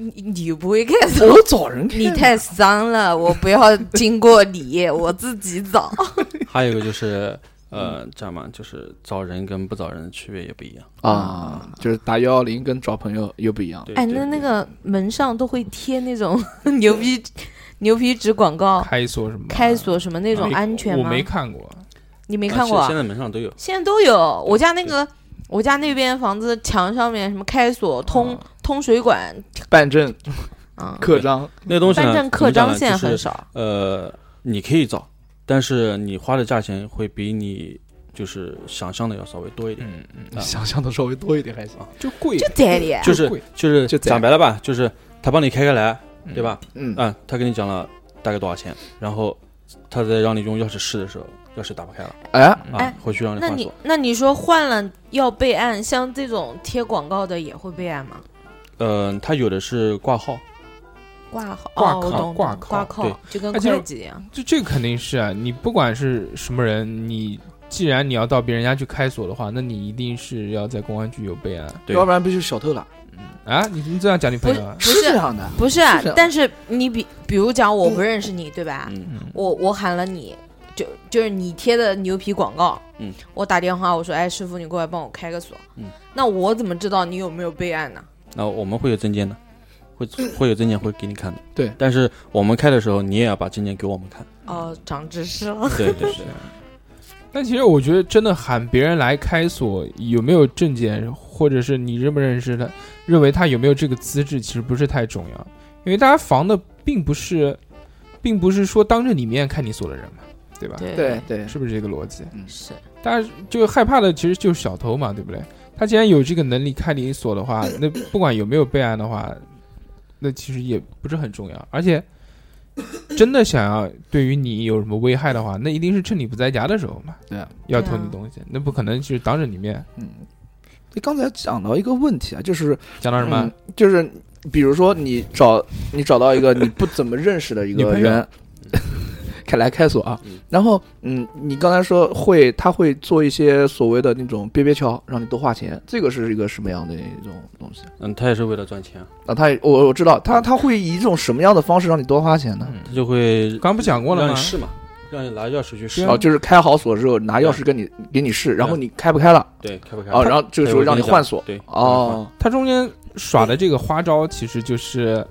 Speaker 4: 你你又不会开
Speaker 3: 哎
Speaker 4: 锁，
Speaker 3: 我找人开
Speaker 4: 你太脏了，我不要经过你，我自己找。
Speaker 2: 还有一个就是，呃，这样嘛，就是找人跟不找人的区别也不一样。
Speaker 3: 啊，就是打幺幺零跟找朋友又不一样。
Speaker 2: 对
Speaker 4: 哎，
Speaker 2: 对
Speaker 4: 那那
Speaker 2: 对
Speaker 4: 个门上都会贴那种 牛逼牛皮纸广告，
Speaker 1: 开锁什么？
Speaker 4: 哦开锁什么那种
Speaker 1: 没
Speaker 4: 安全
Speaker 1: 我
Speaker 4: 吗？
Speaker 1: 没看过，
Speaker 4: 你没
Speaker 2: 啊
Speaker 4: 看
Speaker 2: 现
Speaker 4: 过啊
Speaker 2: 现？在门上都有。
Speaker 4: 现在都有，我家那个我家那边房子墙上面什么开锁通、
Speaker 1: 啊
Speaker 4: 通水管
Speaker 3: 办证、
Speaker 4: 啊，
Speaker 3: 刻章，
Speaker 2: 那个东西呢
Speaker 4: 办证刻章现在
Speaker 2: 怎么讲呢
Speaker 4: 很少。
Speaker 2: 就是呃，你可以找，但是你花的价钱会比你就是想象的要稍微多一点。
Speaker 1: 嗯嗯，
Speaker 2: 啊
Speaker 3: 想象的稍微多一点还行。
Speaker 1: 就贵，
Speaker 4: 就这里，
Speaker 2: 就是
Speaker 1: 贵
Speaker 2: 就是
Speaker 3: 就这
Speaker 2: 讲
Speaker 3: 样
Speaker 2: 白了吧，就是他帮你开开来，对吧？
Speaker 3: 嗯，
Speaker 2: 啊，他跟你讲了大概多少钱，然后他在让你用钥匙试的时候，钥匙打不开了
Speaker 3: 哎，
Speaker 2: 啊
Speaker 4: 哎，
Speaker 2: 回去让你
Speaker 4: 那
Speaker 2: 换
Speaker 4: 你
Speaker 2: 锁。
Speaker 4: 那你说换了要备案，像这种贴广告的也会备案吗？
Speaker 2: 嗯，他有的是挂号，
Speaker 4: 挂号，
Speaker 1: 挂
Speaker 4: 哦、我
Speaker 1: 靠
Speaker 4: 懂
Speaker 1: 挂
Speaker 4: 懂
Speaker 1: 靠
Speaker 4: 挂靠
Speaker 2: 对，
Speaker 4: 就跟
Speaker 1: 而且
Speaker 4: 会计一样。
Speaker 1: 这这个肯定是啊，你不管是什么人，你既然你要到别人家去开锁的话，那你一定是要在公安局有备案
Speaker 2: 对
Speaker 3: 要不然不就是小偷了？
Speaker 1: 啊！你怎么这样讲你朋友啊？
Speaker 4: 是
Speaker 3: 是这样的，
Speaker 4: 不是啊
Speaker 3: 是这，样
Speaker 4: 但是你比比如讲，我不认识你，对吧？
Speaker 2: 嗯，
Speaker 1: 嗯
Speaker 4: 我我喊了你，就就是你贴的牛皮广告，
Speaker 2: 嗯，
Speaker 4: 我打电话我说，哎，师傅，你过来帮我开个锁，
Speaker 2: 嗯，
Speaker 4: 那我怎么知道你有没有备案呢？
Speaker 2: 那我们会有证件的，会会有证件会给你看的。
Speaker 3: 对
Speaker 2: 但是我们开的时候，你也要把证件给我们看。
Speaker 4: 哦，长知识了，
Speaker 2: 对对对，
Speaker 1: 但其实我觉得，真的喊别人来开锁，有没有证件，或者是你认不认识他，认为他有没有这个资质，其实不是太重要，因为大家防的并不是，并不是说当着你面看你锁的人嘛，对吧？
Speaker 4: 对
Speaker 3: 对对，
Speaker 1: 是不是这个逻辑？
Speaker 4: 是
Speaker 1: 大家就害怕的其实就是小偷嘛，对不对？他既然有这个能力开你锁的 话，那不管有没有备案的话，那其实也不是很重要。而且，真的想要对于你有什么危害的话，那一定是趁你不在家的时候嘛，
Speaker 3: 对啊
Speaker 1: 要偷你东西，那不可能就是当着你面
Speaker 3: 对，刚才讲到一个问题啊，就是
Speaker 1: 讲到什么
Speaker 3: 嗯，就是比如说你找你找到一个你不怎么认识的一
Speaker 1: 女
Speaker 3: 个
Speaker 1: 朋友
Speaker 3: 人， 开来开锁啊，然后嗯，你刚才说会他会做一些所谓的那种憋憋桥，让你多花钱，这个是一个什么样的一种东西？
Speaker 2: 嗯，他也是为了赚钱，
Speaker 3: 啊，他也我我知道他他会以一种什么样的方式让你多花钱呢？
Speaker 1: 嗯
Speaker 2: 他就会
Speaker 1: 刚不讲过了
Speaker 2: 让
Speaker 1: 吗
Speaker 2: 你？试嘛，让你拿钥匙去试
Speaker 1: 对啊
Speaker 3: 哦，就是开好锁之后拿钥匙跟你给你试，然后你开不开了，
Speaker 2: 对，开不开？
Speaker 3: 哦，然后这个时候让你换锁，
Speaker 2: 对，
Speaker 3: 哦，
Speaker 1: 他中间耍的这个花招，其实就是，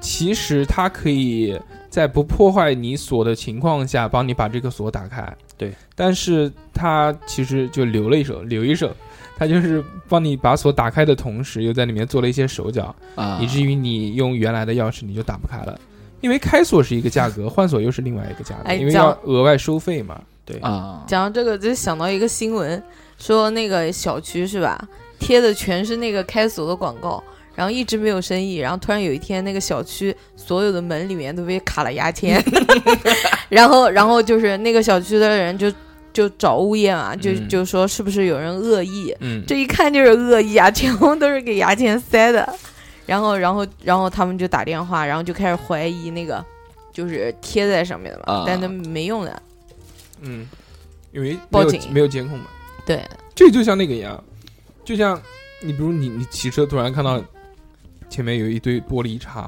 Speaker 1: 其实他可以在不破坏你锁的情况下，帮你把这个锁打开。
Speaker 2: 对，
Speaker 1: 但是他其实就留了一手，留一手，他就是帮你把锁打开的同时，又在里面做了一些手脚，
Speaker 3: 啊，
Speaker 1: 以至于你用原来的钥匙你就打不开了。因为开锁是一个价格，换锁又是另外一个价格，
Speaker 4: 哎
Speaker 1: 因为
Speaker 4: 讲
Speaker 1: 要额外收费嘛。
Speaker 2: 对
Speaker 3: 啊，
Speaker 4: 讲到这个，就想到一个新闻，说那个小区是吧，贴的全是那个开锁的广告，然后一直没有生意，然后突然有一天，那个小区所有的门里面都被卡了牙签， 然后，然后就是那个小区的人就就找物业嘛，就、
Speaker 1: 嗯
Speaker 4: 就说是不是有人恶意，
Speaker 1: 嗯，
Speaker 4: 这一看就是恶意啊，全部都是给牙签塞的。然后，然后，然后他们就打电话，然后就开始怀疑那个就是贴在上面的嘛，
Speaker 3: 啊
Speaker 4: 但那没用的。
Speaker 1: 嗯，因为没有
Speaker 4: 报警
Speaker 1: 没有监控嘛。
Speaker 4: 对，
Speaker 1: 这就像那个一样，就像你，比如你你骑车突然看到前面有一堆玻璃碴，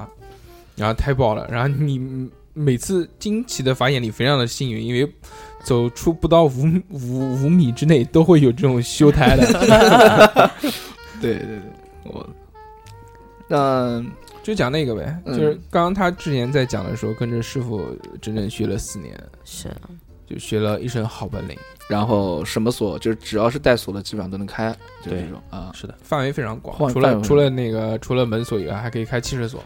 Speaker 1: 然后太爆了，然后你每次惊奇的发现你非常的幸运，因为走出不到五五五米之内都会有这种修胎 的，
Speaker 3: 对对对，我，嗯
Speaker 1: 就讲那个呗，就
Speaker 3: 嗯
Speaker 1: 是刚刚他之前在讲的时候，跟着师傅整整学了四年，
Speaker 4: 是
Speaker 1: 就学了一身好本领，
Speaker 3: 然后什么锁，就是只要是带锁的，基本上都能开，就是
Speaker 2: 对
Speaker 3: 这种啊。
Speaker 2: 是的，
Speaker 1: 范围非常广，
Speaker 3: 换
Speaker 1: 除
Speaker 3: 范
Speaker 1: 了
Speaker 3: 围
Speaker 1: 除了那个除了门锁以外，还可以开汽车锁，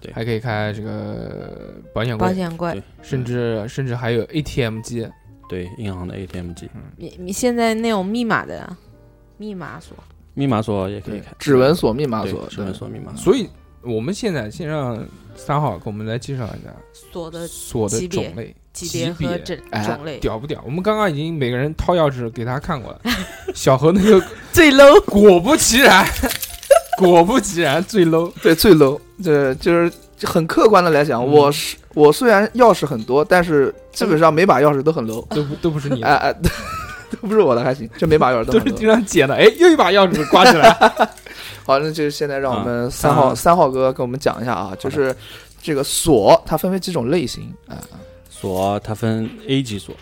Speaker 2: 对
Speaker 1: 还可以开这个保险
Speaker 4: 保
Speaker 1: 柜，
Speaker 4: 险柜
Speaker 2: 对。
Speaker 1: 甚至甚至还有 ATM 机，
Speaker 2: 对，银行的 ATM 机，
Speaker 3: 嗯
Speaker 4: 你你现在那种密码的密码锁，
Speaker 2: 密码锁也可以
Speaker 3: 对
Speaker 2: 开，，
Speaker 3: 指纹锁、密码
Speaker 2: 对
Speaker 3: 锁，
Speaker 2: 指纹锁、密码锁，
Speaker 1: 所以我们现在先让三号给我们来介绍一下
Speaker 4: 锁的
Speaker 1: 锁的
Speaker 4: 级别
Speaker 1: 种类、
Speaker 4: 级
Speaker 1: 级
Speaker 4: 别和
Speaker 1: 别，
Speaker 4: 种
Speaker 3: 哎
Speaker 4: 种类
Speaker 1: 屌不屌？我们刚刚已经每个人掏钥匙给他看 过了，小何那个
Speaker 4: 最 low。
Speaker 1: 果不其然，果不其然最 low，
Speaker 3: 对，最 low，这就是很客观的来讲，
Speaker 1: 嗯
Speaker 3: 我是我虽然钥匙很多，但是基本上每把钥匙都很 low，
Speaker 1: 都不都不是你
Speaker 3: 哎
Speaker 1: 的，
Speaker 3: 哎， 都不是我的还行，就每把钥
Speaker 1: 嗯
Speaker 3: 匙
Speaker 1: 都
Speaker 3: 都
Speaker 1: 是
Speaker 3: 很
Speaker 1: 经
Speaker 3: low。
Speaker 1: 常捡的。哎，又一把钥匙挂起来，
Speaker 3: 好，那就现在让我们三
Speaker 1: 啊
Speaker 3: 号三号哥给我们讲一下啊，就是这个锁它分为几种类型啊？
Speaker 2: 锁它分 A 级锁、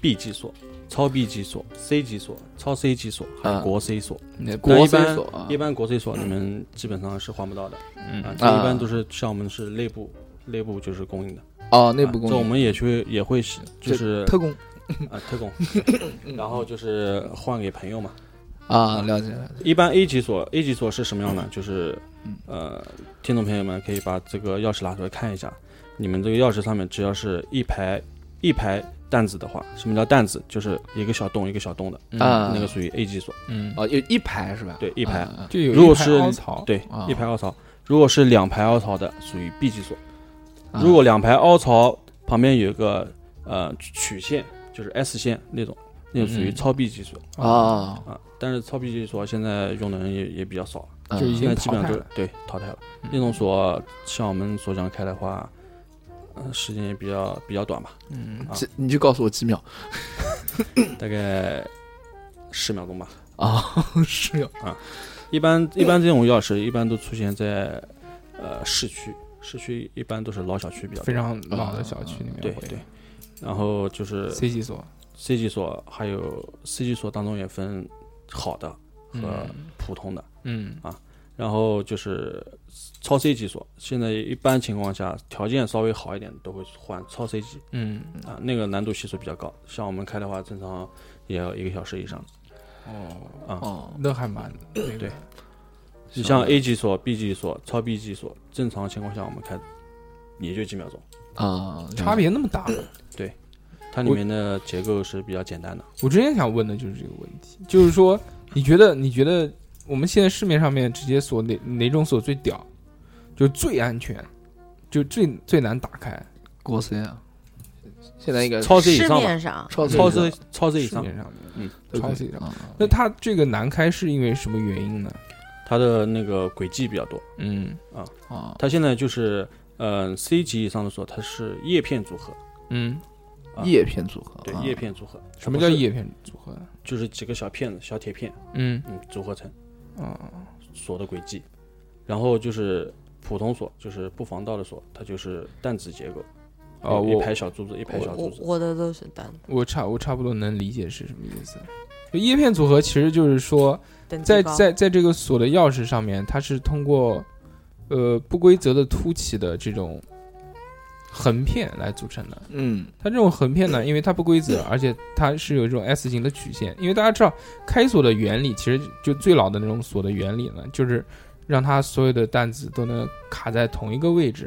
Speaker 2: B 级锁、超 B 级锁、C 级锁、超 C 级锁和
Speaker 3: 嗯
Speaker 2: 国 C 锁。
Speaker 3: 国
Speaker 2: 一
Speaker 3: 际
Speaker 2: 般
Speaker 3: 锁啊
Speaker 2: 一般国 C 锁你们基本上是换不到的
Speaker 1: 嗯
Speaker 2: 啊，这一般都是像我们是内部内部就是供应的，
Speaker 3: 哦，内部供
Speaker 2: 啊这我
Speaker 3: 应
Speaker 2: 们也去也会是就是
Speaker 3: 特嗯供
Speaker 2: 啊特供， 然后就是换给朋友嘛。
Speaker 3: 啊，了解了解，
Speaker 2: 一般 A 级锁 A 级锁是什么样呢？就是
Speaker 3: 嗯
Speaker 2: 呃，听众朋友们可以把这个钥匙拿出来看一下，你们这个钥匙上面只要是一排一排弹子的话，什么叫弹子？就是一个小洞一个小洞的，
Speaker 3: 啊
Speaker 2: 那个属于 A 级锁。
Speaker 1: 嗯，
Speaker 3: 哦，有一排是吧？
Speaker 2: 对一排
Speaker 3: 啊啊啊
Speaker 1: 就有
Speaker 2: 如果
Speaker 1: 一排
Speaker 2: 是
Speaker 1: 凹槽，
Speaker 2: 对
Speaker 3: 啊，
Speaker 2: 一排凹槽。如果是两排凹槽的，属于 B 级锁。
Speaker 3: 啊
Speaker 2: 如果两排凹槽旁边有一个呃曲线，就是 S 线那种，那种属于
Speaker 1: 嗯
Speaker 2: 超 B 级锁
Speaker 3: 啊，
Speaker 2: 啊。但是超 B 级锁现在用的人也也比较少了，
Speaker 1: 就已
Speaker 3: 嗯
Speaker 1: 经
Speaker 2: 现在基本上
Speaker 1: 淘汰
Speaker 2: 就
Speaker 1: 了嗯
Speaker 2: 对淘汰了。那种锁像我们所讲开的话，呃，时间也比较比较短吧，
Speaker 1: 嗯，
Speaker 2: 啊
Speaker 3: 几你就告诉我几秒
Speaker 2: 大概十秒钟吧。
Speaker 3: 啊， 十秒
Speaker 2: 一般一般这种钥匙一般都出现在呃市区，市区一般都是老小区比较多
Speaker 1: 非常老的小区里面
Speaker 2: 啊对
Speaker 1: 会
Speaker 2: 对。然后就是
Speaker 1: ，C 级锁
Speaker 2: C 级锁，还有 C 级锁当中也分好的和
Speaker 1: 嗯
Speaker 2: 普通的。
Speaker 1: 嗯，
Speaker 2: 然后就是超 C 级锁，现在一般情况下条件稍微好一点都会换超 C 级
Speaker 1: 嗯，
Speaker 2: 啊，那个难度系数比较高，像我们开的话，正常也要一个小时以上。
Speaker 3: 哦，
Speaker 1: 那还蛮那个
Speaker 2: 对你像 A 级锁、B 级锁、超 B 级锁，正常情况下我们开也就几秒钟，
Speaker 3: 啊，
Speaker 1: 差别那么大吗。
Speaker 2: 它里面的结构是比较简单的。
Speaker 1: 我之前想问的就是这个问题，就是说，你觉得你觉得我们现在市面上面直接锁哪哪种锁最屌，就最安全，就最最难打开？
Speaker 3: 国 C 啊，现在应该
Speaker 2: 超 C 以
Speaker 4: 市
Speaker 2: 上吧，
Speaker 4: 面上
Speaker 3: 哦超
Speaker 2: 超 C
Speaker 3: 市
Speaker 2: 超 C 以
Speaker 1: 市
Speaker 2: 上，
Speaker 1: 面上面，
Speaker 2: 嗯，
Speaker 3: 都可
Speaker 1: 超
Speaker 3: 以
Speaker 1: 市以上。
Speaker 3: 啊
Speaker 1: 那它这个难开是因为什么原因呢？
Speaker 2: 它的那个轨迹比较多。
Speaker 1: 嗯
Speaker 3: 啊，
Speaker 2: 它现在就是嗯、呃 C 级以上的锁，它是叶片组合，
Speaker 1: 嗯，
Speaker 2: 啊
Speaker 3: 叶片组合，
Speaker 2: 对
Speaker 3: 啊，
Speaker 2: 叶片组合。
Speaker 1: 什么叫
Speaker 2: 它不是？
Speaker 1: 叶片组合？
Speaker 2: 就是几个小片子、小铁片，
Speaker 1: 嗯
Speaker 2: 嗯，组合成
Speaker 1: 啊
Speaker 2: 锁的轨迹。然后就是普通锁，就是不防盗的锁，它就是弹子结构，
Speaker 1: 哦，
Speaker 2: 一
Speaker 1: 我
Speaker 2: 排小珠子，一排小
Speaker 4: 我
Speaker 2: 珠
Speaker 4: 我
Speaker 2: 子。
Speaker 4: 我的都是单的
Speaker 1: 我差我差不多能理解是什么意思。就叶片组合其实就是说，
Speaker 4: 等级
Speaker 1: 在
Speaker 4: 高
Speaker 1: 在在这个锁的钥匙上面，它是通过呃不规则的凸起的这种横片来组成的。
Speaker 3: 嗯，
Speaker 1: 它这种横片呢，因为它不规则，而且它是有这种 S 型的曲线。因为大家知道开锁的原理，其实就最老的那种锁的原理呢，就是让它所有的弹子都能卡在同一个位置，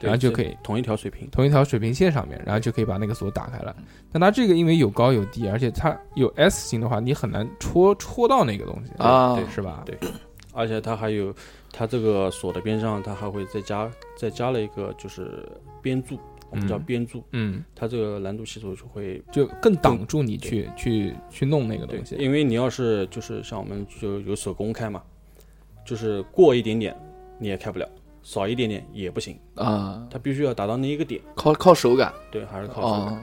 Speaker 2: 对
Speaker 1: 然后就是可以
Speaker 2: 同一条水平。
Speaker 1: 同一条水平线上面，然后就可以把那个锁打开了。但它这个因为有高有低，而且它有 S 型的话，你很难戳戳到那个东西
Speaker 3: 啊
Speaker 2: 对
Speaker 1: 是吧？
Speaker 2: 对而且它还有，它这个锁的边上，它还会再加再加了一个就是边柱，我们叫
Speaker 1: 嗯
Speaker 2: 边柱，
Speaker 1: 嗯，
Speaker 2: 它这个难度系数就会
Speaker 1: 就更挡住你去去去弄那个
Speaker 2: 对
Speaker 1: 东，西。
Speaker 2: 因为你要是就是像我们就有手工开嘛，就是过一点点你也开不了，少一点点也不行，
Speaker 3: 啊，
Speaker 2: 它必须要达到那一个点，
Speaker 3: 靠靠手感，
Speaker 2: 对，还是靠手感。
Speaker 1: 哦
Speaker 3: 啊，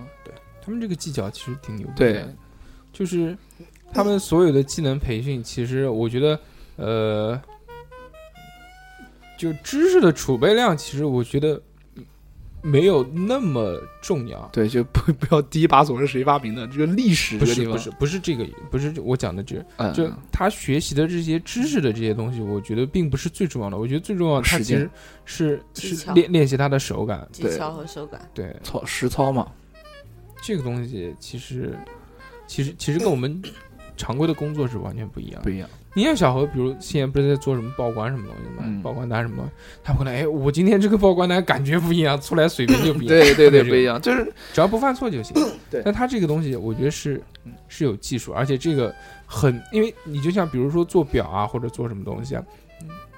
Speaker 1: 他们这个技巧其实挺牛逼
Speaker 3: 对
Speaker 1: 的，，就是他们所有的技能培训，其实我觉得，呃，就知识的储备量，其实我觉得没有那么重要。
Speaker 3: 对，就不不要第一把总是谁发明的，这个历史
Speaker 1: 不
Speaker 3: 这个
Speaker 1: 是
Speaker 3: 地方
Speaker 1: 不是，不是这个，不是我讲的这，
Speaker 3: 嗯
Speaker 1: 就他学习的这些知识的这些东西，我觉得并不是最重要的。我觉得最重要的，他
Speaker 3: 实
Speaker 1: 其实
Speaker 3: 践
Speaker 1: 是
Speaker 4: 技
Speaker 1: 是
Speaker 4: 巧
Speaker 1: 练练习他的手感。
Speaker 4: 技
Speaker 3: 对
Speaker 4: 巧和手感，
Speaker 1: 对，
Speaker 3: 操实操嘛，
Speaker 1: 这个东西其实其实 其实跟我们常规的工作是完全不一样
Speaker 3: 不
Speaker 1: 的。
Speaker 3: 一样，
Speaker 1: 你像小何，比如现在不是在做什么报关什么东西吗
Speaker 3: 嗯？
Speaker 1: 报关单什么东西，他回来，哎，我今天这个报关单感觉不一样，出来水平 就不一样。
Speaker 3: 对对对，
Speaker 1: 这 个
Speaker 3: 不一样，就是
Speaker 1: 只要不犯错就行。
Speaker 3: 对嗯
Speaker 1: 但他这个东西，我觉得是是有技术，而且这个很，因为你就像比如说做表啊，或者做什么东西啊，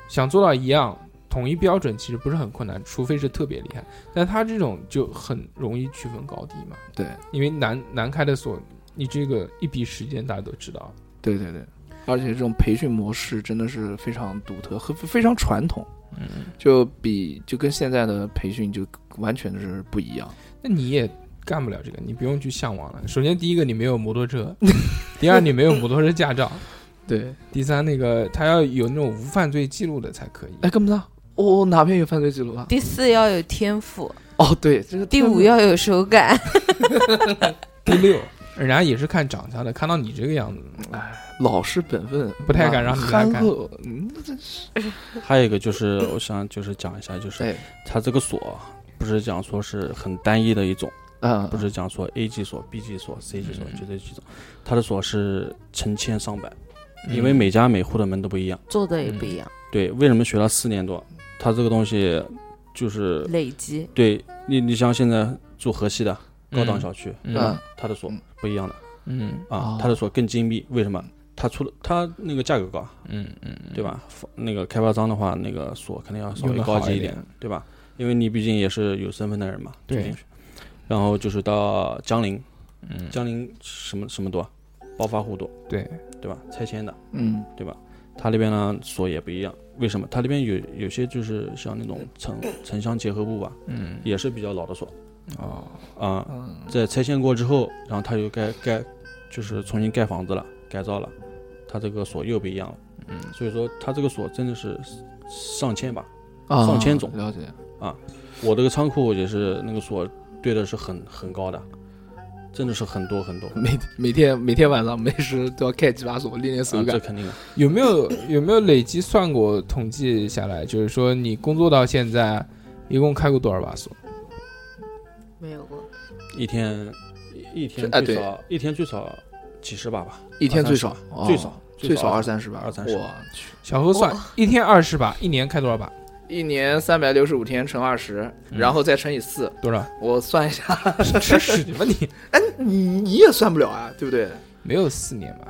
Speaker 1: 想做到一样统一标准，其实不是很困难，除非是特别厉害。但他这种就很容易区分高低嘛，
Speaker 3: 对
Speaker 1: 因为难难开的锁，你这个一比时间大家都知道。
Speaker 3: 对对对，而且这种培训模式真的是非常独特和非常传统，嗯，就比就跟现在的培训就完全是不一样，
Speaker 1: 那你也干不了这个，你不用去向往了。首先，第一个你没有摩托车， 第二你没有摩托车驾照，
Speaker 3: 对，
Speaker 1: 第三那个他要有那种无犯罪记录的才可以。
Speaker 3: 哎，干嘛呢？我、哪边有犯罪记录啊？
Speaker 4: 第四要有天赋，
Speaker 3: 哦，对，这个
Speaker 4: 第五要有手感，
Speaker 1: 第六，人家也是看长相的，看到你这个样子，
Speaker 3: 老实本分，
Speaker 1: 不太敢让你来
Speaker 3: 憨
Speaker 1: 干
Speaker 3: 厚，嗯，这
Speaker 2: 还有一个就是，我想就是讲一下，就是
Speaker 3: 哎，
Speaker 2: 它这个锁不是讲说是很单一的一种，
Speaker 3: 啊，
Speaker 2: 不是讲说 A 级锁、B 级锁、C 级锁
Speaker 1: 嗯
Speaker 2: 就这几种，它的锁是成千上百，
Speaker 1: 嗯
Speaker 2: 嗯因为每家每户的门都不一样。
Speaker 4: 做的也不一样，
Speaker 2: 对，为什么学了四年多？它这个东西就是
Speaker 4: 累积
Speaker 2: 对你，你像现在住河西的高档小区，
Speaker 1: 嗯
Speaker 3: 啊，
Speaker 2: 它的锁
Speaker 3: 嗯
Speaker 2: 不一样的
Speaker 1: 嗯
Speaker 2: 啊
Speaker 3: 哦，
Speaker 2: 它的锁更精密，为什么？它出了它那个价格高，
Speaker 1: 嗯嗯，
Speaker 2: 对吧？那个开发商的话，那个锁肯定要稍
Speaker 1: 用
Speaker 2: 微
Speaker 1: 得
Speaker 2: 高
Speaker 1: 好
Speaker 2: 级
Speaker 1: 一
Speaker 2: 一点
Speaker 1: 点，
Speaker 2: 对吧？因为你毕竟也是有身份的人嘛，住
Speaker 1: 对
Speaker 2: 进去。然后就是到江陵，
Speaker 1: 嗯，
Speaker 2: 江陵什么什么多啊，暴发户多，
Speaker 1: 对，
Speaker 2: 对吧？拆迁的，
Speaker 3: 嗯，
Speaker 2: 对吧？它那边呢锁也不一样，为什么？它那边有有些就是像那种城城乡结合部吧，
Speaker 1: 嗯
Speaker 2: 也是比较老的锁
Speaker 1: 哦，
Speaker 2: 啊、
Speaker 3: 嗯
Speaker 2: 在拆迁过之后，然后他又盖盖，就是重新盖房子了，改造了，他这个锁又不一样了。
Speaker 1: 嗯，
Speaker 2: 所以说他这个锁真的是上千把。
Speaker 3: 啊，
Speaker 2: 上千种
Speaker 3: 了解，
Speaker 2: 我这个仓库也是那个锁对的是很很高的，真的是很多啊很多。
Speaker 3: 每每天每天晚上没事都要开几把锁练练手
Speaker 2: 啊，这。
Speaker 3: 感
Speaker 2: 肯定的。
Speaker 1: 有没有有没有累积算过统计下来，就是说你工作到现在一共开过多少把锁？
Speaker 4: 没有过，
Speaker 2: 一天一一天
Speaker 3: 这哎
Speaker 2: 最少一天最少几十把吧，
Speaker 3: 一天最
Speaker 2: 少
Speaker 3: 少，
Speaker 2: 啊最
Speaker 3: 哦
Speaker 2: 少
Speaker 3: 最少二
Speaker 2: 十。
Speaker 3: 三十把，
Speaker 2: 二三十
Speaker 3: 我去，
Speaker 1: 小何算一天二十把，一年开多少把？
Speaker 3: 一年三百六十五天乘二十，然后再乘以四，
Speaker 1: 多少？
Speaker 3: 我算一下，
Speaker 1: 吃屎吧你！
Speaker 3: 哎， 你你也算不了啊，对不对？
Speaker 1: 没有四年吧？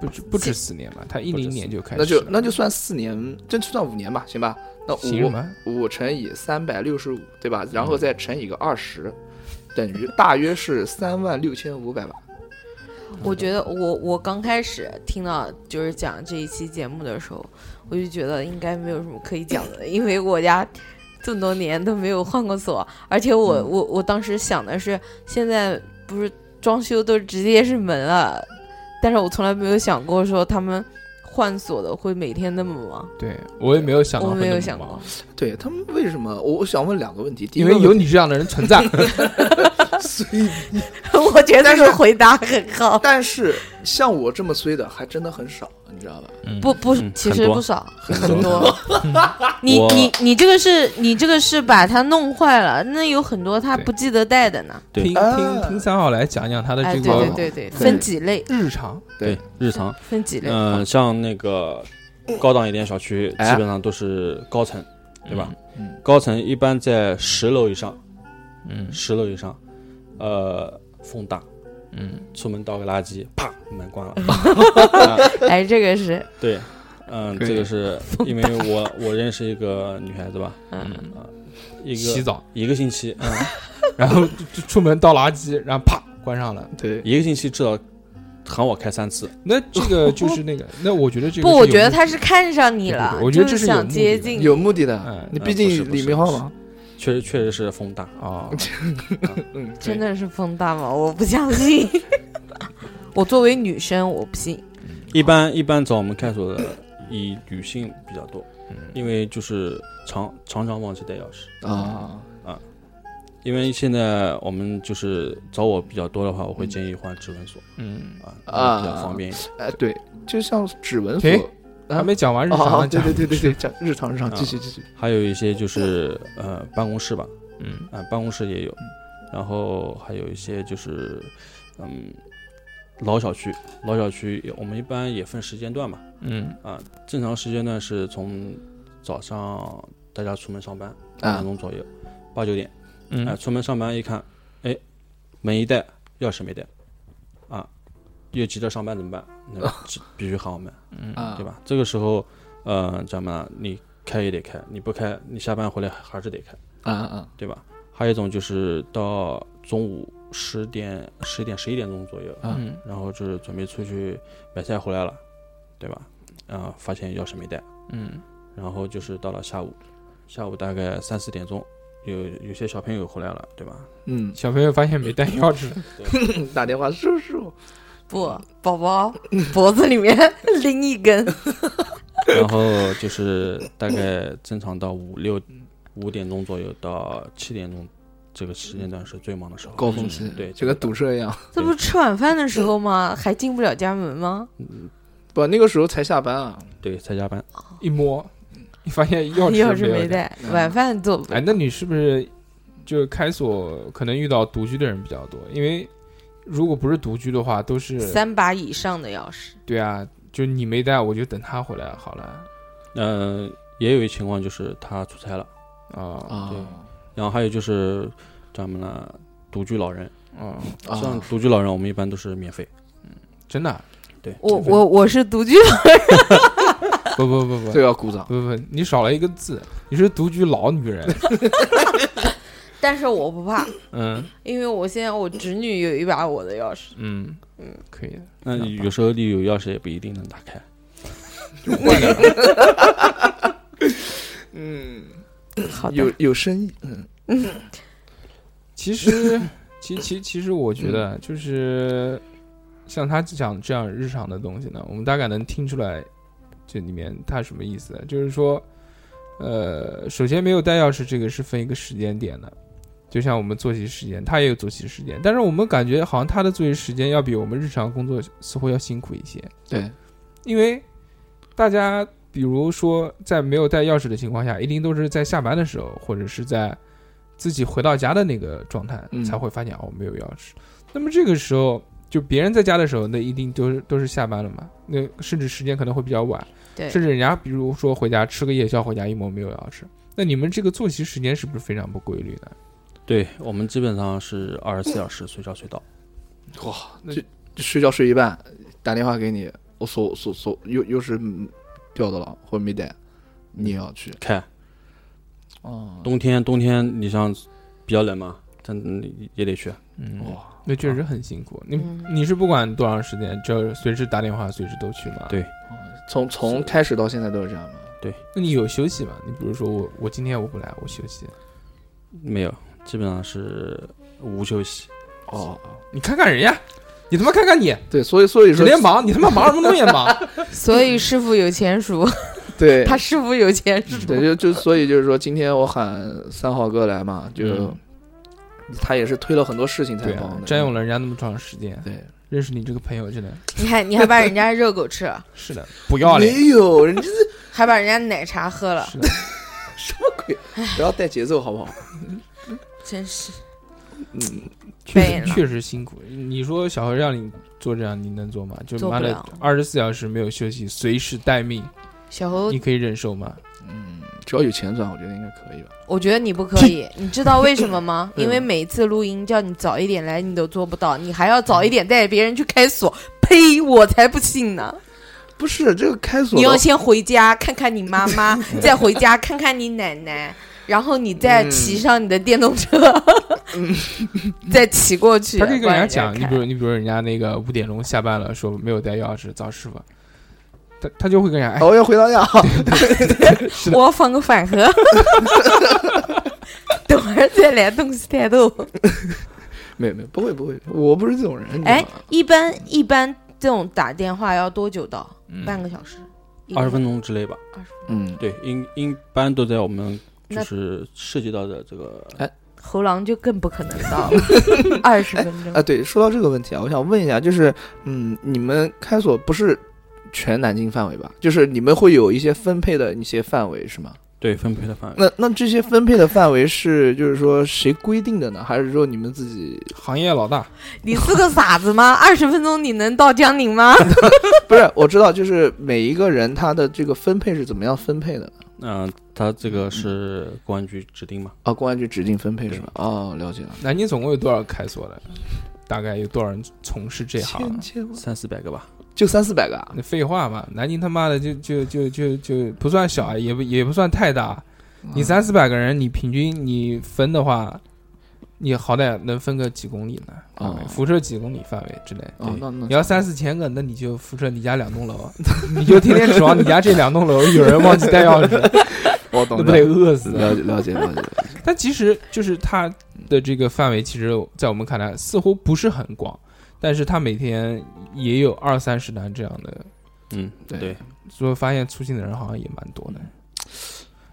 Speaker 1: 不止不止四年吧？他一
Speaker 2: 不止
Speaker 1: 零
Speaker 2: 四
Speaker 1: 年就开始
Speaker 3: 那
Speaker 1: 了，
Speaker 3: 就那就算四年，争取算五年吧，行吧？那
Speaker 1: 行什
Speaker 3: 五
Speaker 1: 么？
Speaker 3: 五乘以三百六十五，对吧？然后再乘以个二十，等于大约是三万六千五百把。
Speaker 4: 我觉得我我刚开始听到就是讲这一期节目的时候，我就觉得应该没有什么可以讲的，因为我家这么多年都没有换过锁，而且我、
Speaker 3: 嗯
Speaker 4: 我我当时想的是，现在不是装修都直接是门了，但是我从来没有想过说他们换锁的会每天那么忙，
Speaker 1: 对我也没有想到，
Speaker 4: 我没有想过，，
Speaker 3: 对他们为什么？我我想问两个问题，第一
Speaker 1: 因
Speaker 3: 个
Speaker 1: 为有
Speaker 3: 问
Speaker 1: 你这样的人存在。
Speaker 4: 我觉得这
Speaker 3: 但是
Speaker 4: 个回答很好，
Speaker 3: 但是像我这么衰的还真的很少，你知道吧？
Speaker 4: 不不
Speaker 2: 嗯，
Speaker 4: 其
Speaker 2: 很
Speaker 4: 实
Speaker 2: 多
Speaker 4: 不少，
Speaker 2: 很 多。
Speaker 1: 嗯
Speaker 4: 你
Speaker 2: 我
Speaker 4: 你你这个是你这个是把它弄坏了，那有很多他
Speaker 1: 对
Speaker 4: 不记得带的呢。
Speaker 2: 对
Speaker 1: 听听听三号来讲讲他的
Speaker 4: 哎，
Speaker 1: 这
Speaker 4: 对
Speaker 1: 个
Speaker 3: 光
Speaker 4: 对对对，
Speaker 3: 对
Speaker 4: 分几类，
Speaker 1: 日常，
Speaker 2: 对，日常，
Speaker 4: 分几类。
Speaker 2: 嗯、像那个高档一点小区，
Speaker 3: 哎
Speaker 2: 基本上都是高层，对吧？
Speaker 3: 嗯，
Speaker 2: 高层一般在十楼以上，
Speaker 1: 嗯
Speaker 2: 十楼以上，呃，风大，
Speaker 1: 嗯，
Speaker 2: 出门倒个垃圾，啪，门关了。
Speaker 4: 哎，这个是，
Speaker 2: 对，嗯、
Speaker 1: 可以
Speaker 2: 这个是因为我我认识一个女孩子吧，啊
Speaker 4: 嗯，
Speaker 2: 一
Speaker 1: 洗
Speaker 2: 个
Speaker 1: 澡，
Speaker 2: 一个星期，嗯
Speaker 1: 然后就就出门倒垃圾，然后啪关上了。
Speaker 3: 对，
Speaker 2: 一个星期至少喊我开三次，那
Speaker 1: 这个 就是那个，那我觉得这个
Speaker 4: 不，
Speaker 1: 是
Speaker 4: 我
Speaker 1: 有
Speaker 4: 觉得
Speaker 1: 目
Speaker 4: 他是看上你了
Speaker 1: 对对，对我觉得
Speaker 4: 就
Speaker 1: 这是有
Speaker 4: 想
Speaker 1: 目的
Speaker 4: 接
Speaker 1: 的
Speaker 4: 近你。
Speaker 3: 有目的的
Speaker 1: 嗯。
Speaker 3: 你
Speaker 2: 嗯
Speaker 3: 毕
Speaker 2: 不
Speaker 3: 竟
Speaker 2: 是不
Speaker 3: 李
Speaker 2: 是
Speaker 3: 明浩
Speaker 2: 不是
Speaker 3: 嘛，
Speaker 2: 确实确实是风大。
Speaker 1: 哦，
Speaker 3: 嗯，
Speaker 4: 真的是风大吗？我不相信。 我作为女生，我不信。
Speaker 2: 一般一般找我们开锁的以女性比较多，
Speaker 1: 嗯
Speaker 2: 因为就是常常常忘记带钥匙。
Speaker 3: 啊，
Speaker 2: 因为现在我们就是找我比较多的话，我会建议换指纹锁
Speaker 1: 嗯，
Speaker 2: 啊，
Speaker 3: 啊
Speaker 2: 比较方便一点。
Speaker 3: 哎，对，就像指纹锁
Speaker 1: 停，还没讲完日常
Speaker 3: 哦
Speaker 1: 呢，
Speaker 3: 对
Speaker 1: 讲
Speaker 3: 对对对对，讲日常日常，
Speaker 2: 啊
Speaker 3: 继续继续。
Speaker 2: 还有一些就是呃办公室吧，
Speaker 1: 嗯
Speaker 2: 啊、办公室也有，
Speaker 3: 嗯
Speaker 2: 然后还有一些就是嗯老小区，老小区也我们一般也分时间段嘛，
Speaker 1: 嗯
Speaker 2: 正常时间段是从早上大家出门上班八点
Speaker 3: 啊，
Speaker 2: 钟左右，八九点。哎、
Speaker 1: 嗯，
Speaker 2: 出门上班一看，哎，门一带，钥匙没带，啊，又急着上班怎么办？那只必须喊我们，
Speaker 3: 啊
Speaker 2: 对？吧？这个时候，呃，咱们啊你开也得开，你不开，你下班回来还是得开，
Speaker 3: 啊啊，
Speaker 2: 对吧？还有一种就是到中午十点、十点、十一点钟左右，
Speaker 3: 啊
Speaker 1: 嗯
Speaker 2: 然后就是准备出去买菜回来了，对吧？啊、发现钥匙没带，
Speaker 1: 嗯
Speaker 2: 然后就是到了下午，下午大概三四点钟，有有些小朋友回来了，对吧？
Speaker 3: 嗯，
Speaker 1: 小朋友发现没带钥匙，
Speaker 3: 打电话叔叔，
Speaker 4: 不，宝宝脖子里面 拎一根，
Speaker 2: 然后就是大概正常到五六五点钟左右到七点钟这个时间段是最忙的时候，嗯
Speaker 3: 高峰期，
Speaker 2: 对，
Speaker 3: 就跟堵车一样。
Speaker 4: 这不是吃晚饭的时候吗？还进不了家门吗？
Speaker 3: 不，那个时候才下班啊。
Speaker 2: 对才加班，
Speaker 1: 一摸，你发现钥
Speaker 4: 钥
Speaker 1: 匙
Speaker 4: 匙
Speaker 1: 没
Speaker 4: 没
Speaker 1: 有带。
Speaker 4: 带，晚饭做不
Speaker 1: 哎，那你是不是就是开锁可能遇到独居的人比较多？因为如果不是独居的话，都是
Speaker 4: 三把以上的钥匙。
Speaker 1: 对啊，就你没带，我就等他回来好了。
Speaker 2: 嗯、也有一情况就是他出差了，
Speaker 1: 啊
Speaker 3: 啊
Speaker 2: 然后还有就是咱们呢独居老人，
Speaker 1: 啊，
Speaker 2: 像
Speaker 3: 啊，
Speaker 2: 独居老人我们一般都是免费，
Speaker 1: 真的啊？
Speaker 4: 我我我是独居老
Speaker 1: 不不 不不
Speaker 3: 这个要鼓掌。
Speaker 1: 不不，你少了一个字，你是独居老女人。
Speaker 4: 但是我不怕，
Speaker 1: 嗯
Speaker 4: 因为我现在我侄女有一把我的钥匙，
Speaker 1: 嗯嗯，可以的。
Speaker 2: 那
Speaker 1: 那
Speaker 2: 有时候你有钥匙也不一定能打开，
Speaker 3: 嗯，
Speaker 4: 好
Speaker 3: 有
Speaker 4: 的，
Speaker 3: 有生意。嗯
Speaker 1: 其实其其其实我觉得就是像他讲这样日常的东西呢，我们大概能听出来这里面他什么意思，就是说，呃，首先没有带钥匙这个是分一个时间点的，就像我们作息时间，他也有作息时间，但是我们感觉好像他的作息时间要比我们日常工作似乎要辛苦一些，
Speaker 3: 对，
Speaker 1: 因为大家比如说在没有带钥匙的情况下，一定都是在下班的时候，或者是在自己回到家的那个状态，
Speaker 3: 嗯
Speaker 1: 才会发现哦没有钥匙。那么这个时候，就别人在家的时候，那一定都是都是下班了嘛，那甚至时间可能会比较晚，
Speaker 4: 对
Speaker 1: 甚至人家比如说回家吃个夜宵，回家一摸没有钥匙。那你们这个作息时间是不是非常不规律呢？
Speaker 2: 对我们基本上是二十四小时随叫随到，
Speaker 3: 哇，
Speaker 1: 那
Speaker 3: 就就睡觉睡一半，打电话给你，我手手手又又是嗯掉的了，或者没带，你也要去。
Speaker 2: 开
Speaker 3: 哦，
Speaker 2: 冬天冬天你像比较冷嘛，真也得去。
Speaker 1: 嗯，
Speaker 3: 哇，
Speaker 1: 那确实很辛苦。你
Speaker 4: 嗯
Speaker 1: 你是不管多长时间，只要随时打电话，随时都去吗？
Speaker 2: 对
Speaker 3: 从从开始到现在都是这样吗？
Speaker 1: 那你有休息吗？你比如说我，我今天我不来，我休息。
Speaker 2: 没有，基本上是无休息。
Speaker 3: 哦，
Speaker 1: 你看看人家，你他妈看看你，
Speaker 3: 对，所以所以
Speaker 1: 整
Speaker 3: 说
Speaker 1: 天忙，你他妈忙什么东西忙？
Speaker 4: 所以师傅有钱数，
Speaker 3: 对
Speaker 4: 他师傅有钱数，
Speaker 3: 对，就就所以就是说，今天我喊三号哥来嘛，就、
Speaker 1: 嗯
Speaker 3: 他也是推了很多事情才
Speaker 1: 对
Speaker 3: 帮
Speaker 1: 啊
Speaker 3: 的，，
Speaker 1: 占用了人家那么长时间，
Speaker 3: 对，
Speaker 1: 认识你这个朋友真的
Speaker 4: 你还你还把人家热狗吃 了，
Speaker 1: 是的，不要脸，
Speaker 3: 没有人家是
Speaker 4: 还把人家奶茶喝了，
Speaker 1: 是的，
Speaker 3: 什么鬼？不要带节奏好不 好？
Speaker 4: 真是
Speaker 1: 确
Speaker 4: 背
Speaker 1: 实
Speaker 4: 了
Speaker 1: 确实辛苦。你说小何让你做这样，你能做吗？就
Speaker 4: 做不
Speaker 1: 妈的
Speaker 4: 了
Speaker 1: 二十四小时没有休息，随时待命，
Speaker 4: 小猴
Speaker 1: 你，可以忍受吗？
Speaker 3: 嗯，只要有钱赚，我觉得应该可以吧。
Speaker 4: 我觉得你不可以，你知道为什么吗？
Speaker 3: 嗯
Speaker 4: 因为每次录音叫你早一点来，你都做不到，你还要早一点带别人去开锁，呸，我才不信呢！
Speaker 3: 不是这个开锁
Speaker 4: 你要
Speaker 3: 的，
Speaker 4: 先回家看看你妈 妈，再回家看看你奶奶，然后你再
Speaker 3: 嗯
Speaker 4: 骑上你的电动车，
Speaker 2: 嗯
Speaker 4: 再骑过去。
Speaker 1: 他可以跟
Speaker 4: 帮
Speaker 1: 人家讲，
Speaker 4: 人
Speaker 1: 你
Speaker 4: 开
Speaker 1: 比如你比如人家那个五点钟下班了，说没有带钥匙找师傅，他他就会跟人家哎
Speaker 3: 哦，我要回到家。
Speaker 4: 我要放个饭盒， 等会儿再来东西太多。
Speaker 3: 没有没有，不会不 会，我不是这种人。
Speaker 2: 嗯
Speaker 3: 你知道
Speaker 4: 哎
Speaker 3: 吗，
Speaker 4: 一般一般这种打电话要多久到？
Speaker 1: 嗯
Speaker 4: 半个小时，一个
Speaker 2: 二十分钟之内吧。
Speaker 3: 嗯，
Speaker 2: 对，一一般都在我们
Speaker 4: 那
Speaker 2: 就是涉及到的这个
Speaker 4: 猴狼就更不可能 到了，二十分
Speaker 3: 啊，
Speaker 2: 呃
Speaker 4: 钟。
Speaker 3: 对，说到这个问题啊，我想问一下，就是嗯，你们开锁不是全南京范围吧？就是你们会有一些分配的一些范围是吗？
Speaker 2: 对分配的范围。
Speaker 3: 那那这些分配的范围是就是说谁规定的呢？还是说你们自己？
Speaker 1: 行业老大，
Speaker 4: 你是个傻子吗？二十分钟你能到江宁 吗？
Speaker 3: 不是，我知道，就是每一个人他的这个分配是怎么样分配的呢？
Speaker 2: 嗯、他这个是公安局指定嘛？
Speaker 3: 啊，公安局指定分配是吧？哦，了解了。
Speaker 1: 南京总共有多少开锁的？大概有多少人从事这行
Speaker 3: 千？千万
Speaker 2: 三四百个吧。
Speaker 3: 就三四百个啊？
Speaker 1: 那废话嘛，南京他妈的就就就就就不算小，啊也不也不算太大。
Speaker 3: 嗯
Speaker 1: 你三四百个人，你平均你分的话，你好歹能分个几公里呢？
Speaker 3: 哦
Speaker 1: 辐射几公里范围之内。
Speaker 3: 哦，那那
Speaker 1: 你要三四千个，那你就辐射你家两栋楼， 你就天天指望你家这两栋楼有人忘记带钥匙，
Speaker 3: 我 懂
Speaker 1: 那不
Speaker 3: 了
Speaker 1: 得饿死？啊
Speaker 3: 了解了解了解。
Speaker 1: 但其实就是它的这个范围，其实在我们看来似乎不是很广，但是它每天也有二三十单这样的，
Speaker 2: 嗯，
Speaker 3: 对
Speaker 2: 对，
Speaker 1: 所以发现粗心的人好像也蛮多的。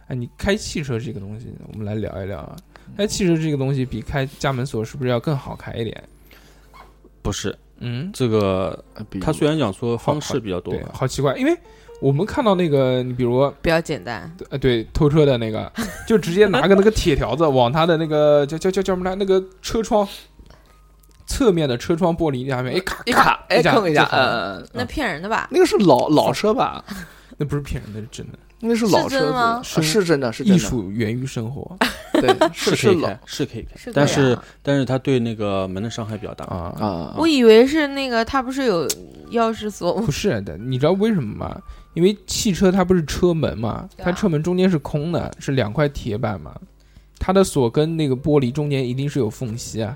Speaker 1: 哎，你开汽车这个东西，我们来聊一聊啊。开汽车这个东西比开家门锁是不是要更好开一点？
Speaker 2: 不是
Speaker 1: 嗯，
Speaker 2: 这个，
Speaker 3: 啊比如
Speaker 2: 他虽然讲说方式比较多啊
Speaker 1: 对，，好奇怪，因为我们看到那个，你比如
Speaker 4: 比较简单，
Speaker 1: 呃，对，偷车的那个，就直接拿个那个铁条子往他的那个叫叫叫叫什么来，那个车窗侧面的车窗玻璃下面，哎咔
Speaker 3: 一卡哎
Speaker 1: 下
Speaker 3: 碰一下，
Speaker 1: 就好了
Speaker 3: 嗯，嗯嗯
Speaker 2: 啊
Speaker 4: 那骗人的吧？
Speaker 3: 那个是老老车吧？
Speaker 1: 那不是骗人的，是真的。
Speaker 3: 那是老
Speaker 4: 是
Speaker 3: 车
Speaker 4: 真的
Speaker 3: 子，
Speaker 4: 吗
Speaker 3: 啊是真的，是真
Speaker 1: 艺
Speaker 3: 的，
Speaker 1: 术源于生 活
Speaker 3: 对，
Speaker 2: 是
Speaker 3: 是
Speaker 2: 可
Speaker 3: 是
Speaker 2: 以
Speaker 3: 老
Speaker 2: 开，是可以开，
Speaker 4: 是
Speaker 2: 但
Speaker 4: 可以
Speaker 2: 是
Speaker 4: 啊
Speaker 2: 但是他对那个门的伤害比较大。
Speaker 1: 啊，
Speaker 3: 啊，
Speaker 4: 我以为是那个他不是有钥匙锁吗
Speaker 1: 不是的，你知道为什么吗？因为汽车它不是车门嘛，
Speaker 4: 对啊
Speaker 1: 它车门中间是空的，是两块铁板嘛，它的锁跟那个玻璃中间一定是有缝隙啊。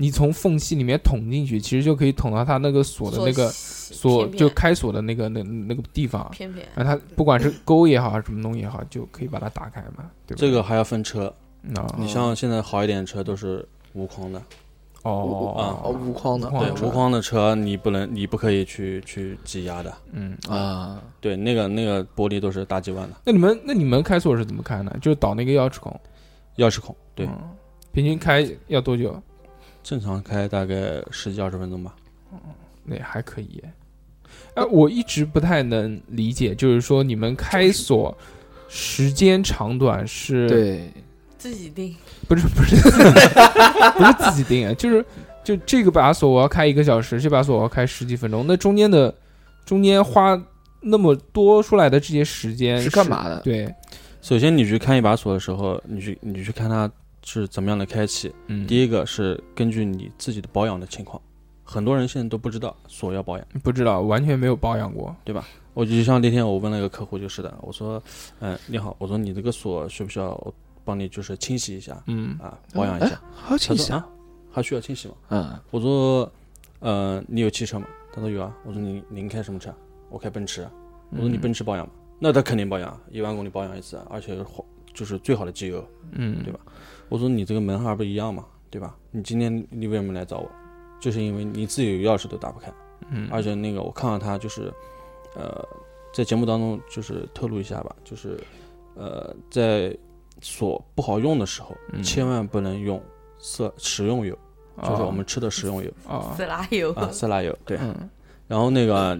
Speaker 1: 你从缝隙里面捅进去，其实就可以捅到它那个锁的那个锁，
Speaker 4: 偏偏
Speaker 1: 就开锁的那个那那个地方。
Speaker 4: 偏偏
Speaker 1: 啊，它不管是钩也好，还是什么东西也好，就可以把它打开嘛，对吧？
Speaker 2: 这个还要分车，
Speaker 1: 嗯啊、
Speaker 2: 你像现在好一点的车都是无框的，
Speaker 1: 哦
Speaker 2: 啊
Speaker 3: 啊无框的
Speaker 1: 无框
Speaker 2: 对
Speaker 1: 的，车
Speaker 2: 无框的车你不能，你不可以去去挤压的，
Speaker 1: 嗯，
Speaker 3: 啊，
Speaker 2: 对，那个那个玻璃都是大几万的
Speaker 1: 那你们那你们开锁是怎么开呢？就是倒那个钥匙孔，
Speaker 2: 钥匙孔，对，
Speaker 1: 嗯平均开要多久？
Speaker 2: 正常开大概十几二十分钟吧。
Speaker 1: 那也还可以。哎，我一直不太能理解，就是说你们开锁时间长短是，
Speaker 3: 对，
Speaker 4: 自己定。
Speaker 1: 不是不是自己 不是自己定啊，就是就这个把锁我要开一个小时，这把锁我要开十几分钟，那中间的中间花那么多出来的这些时间
Speaker 3: 是干？嘛的？
Speaker 1: 对，
Speaker 2: 首先，你去看一把锁的时候，你去你去看它是怎么样的开启。
Speaker 1: 嗯，
Speaker 2: 第一个是根据你自己的保养的情况，很多人现在都不知道锁要保养。
Speaker 1: 不知道，完全没有保养过。
Speaker 2: 我就像那天我问了一个客户，就是的，我说，嗯、你好，我说你这个锁需不需要我帮你就是清洗一下
Speaker 1: 嗯，
Speaker 2: 啊，保养一下？
Speaker 3: 还要
Speaker 2: 他
Speaker 3: 清洗
Speaker 2: 说
Speaker 3: 啊
Speaker 2: 啊，还需要清洗吗？
Speaker 3: 嗯，
Speaker 2: 我说，呃，你有汽车吗？他说有啊。我说您您开什么车啊？我开奔驰啊。
Speaker 1: 嗯
Speaker 2: 我说你奔驰保养吗？那他肯定保养啊，一万公里保养一次啊，而且是花就是最好的机油。
Speaker 1: 嗯，
Speaker 2: 对吧我说你这个门号不一样嘛，对吧？你今天你为什么来找我？就是因为你自己有钥匙都打不开，
Speaker 1: 嗯，
Speaker 2: 而且那个我看到他就是，呃，在节目当中就是透露一下吧，就是，呃，在锁不好用的时候，
Speaker 1: 嗯
Speaker 2: 千万不能用色食用油，
Speaker 1: 哦
Speaker 2: 就是我们吃的食用油、
Speaker 1: 啊，
Speaker 4: 色拉油，
Speaker 2: 啊，色拉油，对。
Speaker 1: 嗯，
Speaker 2: 然后那个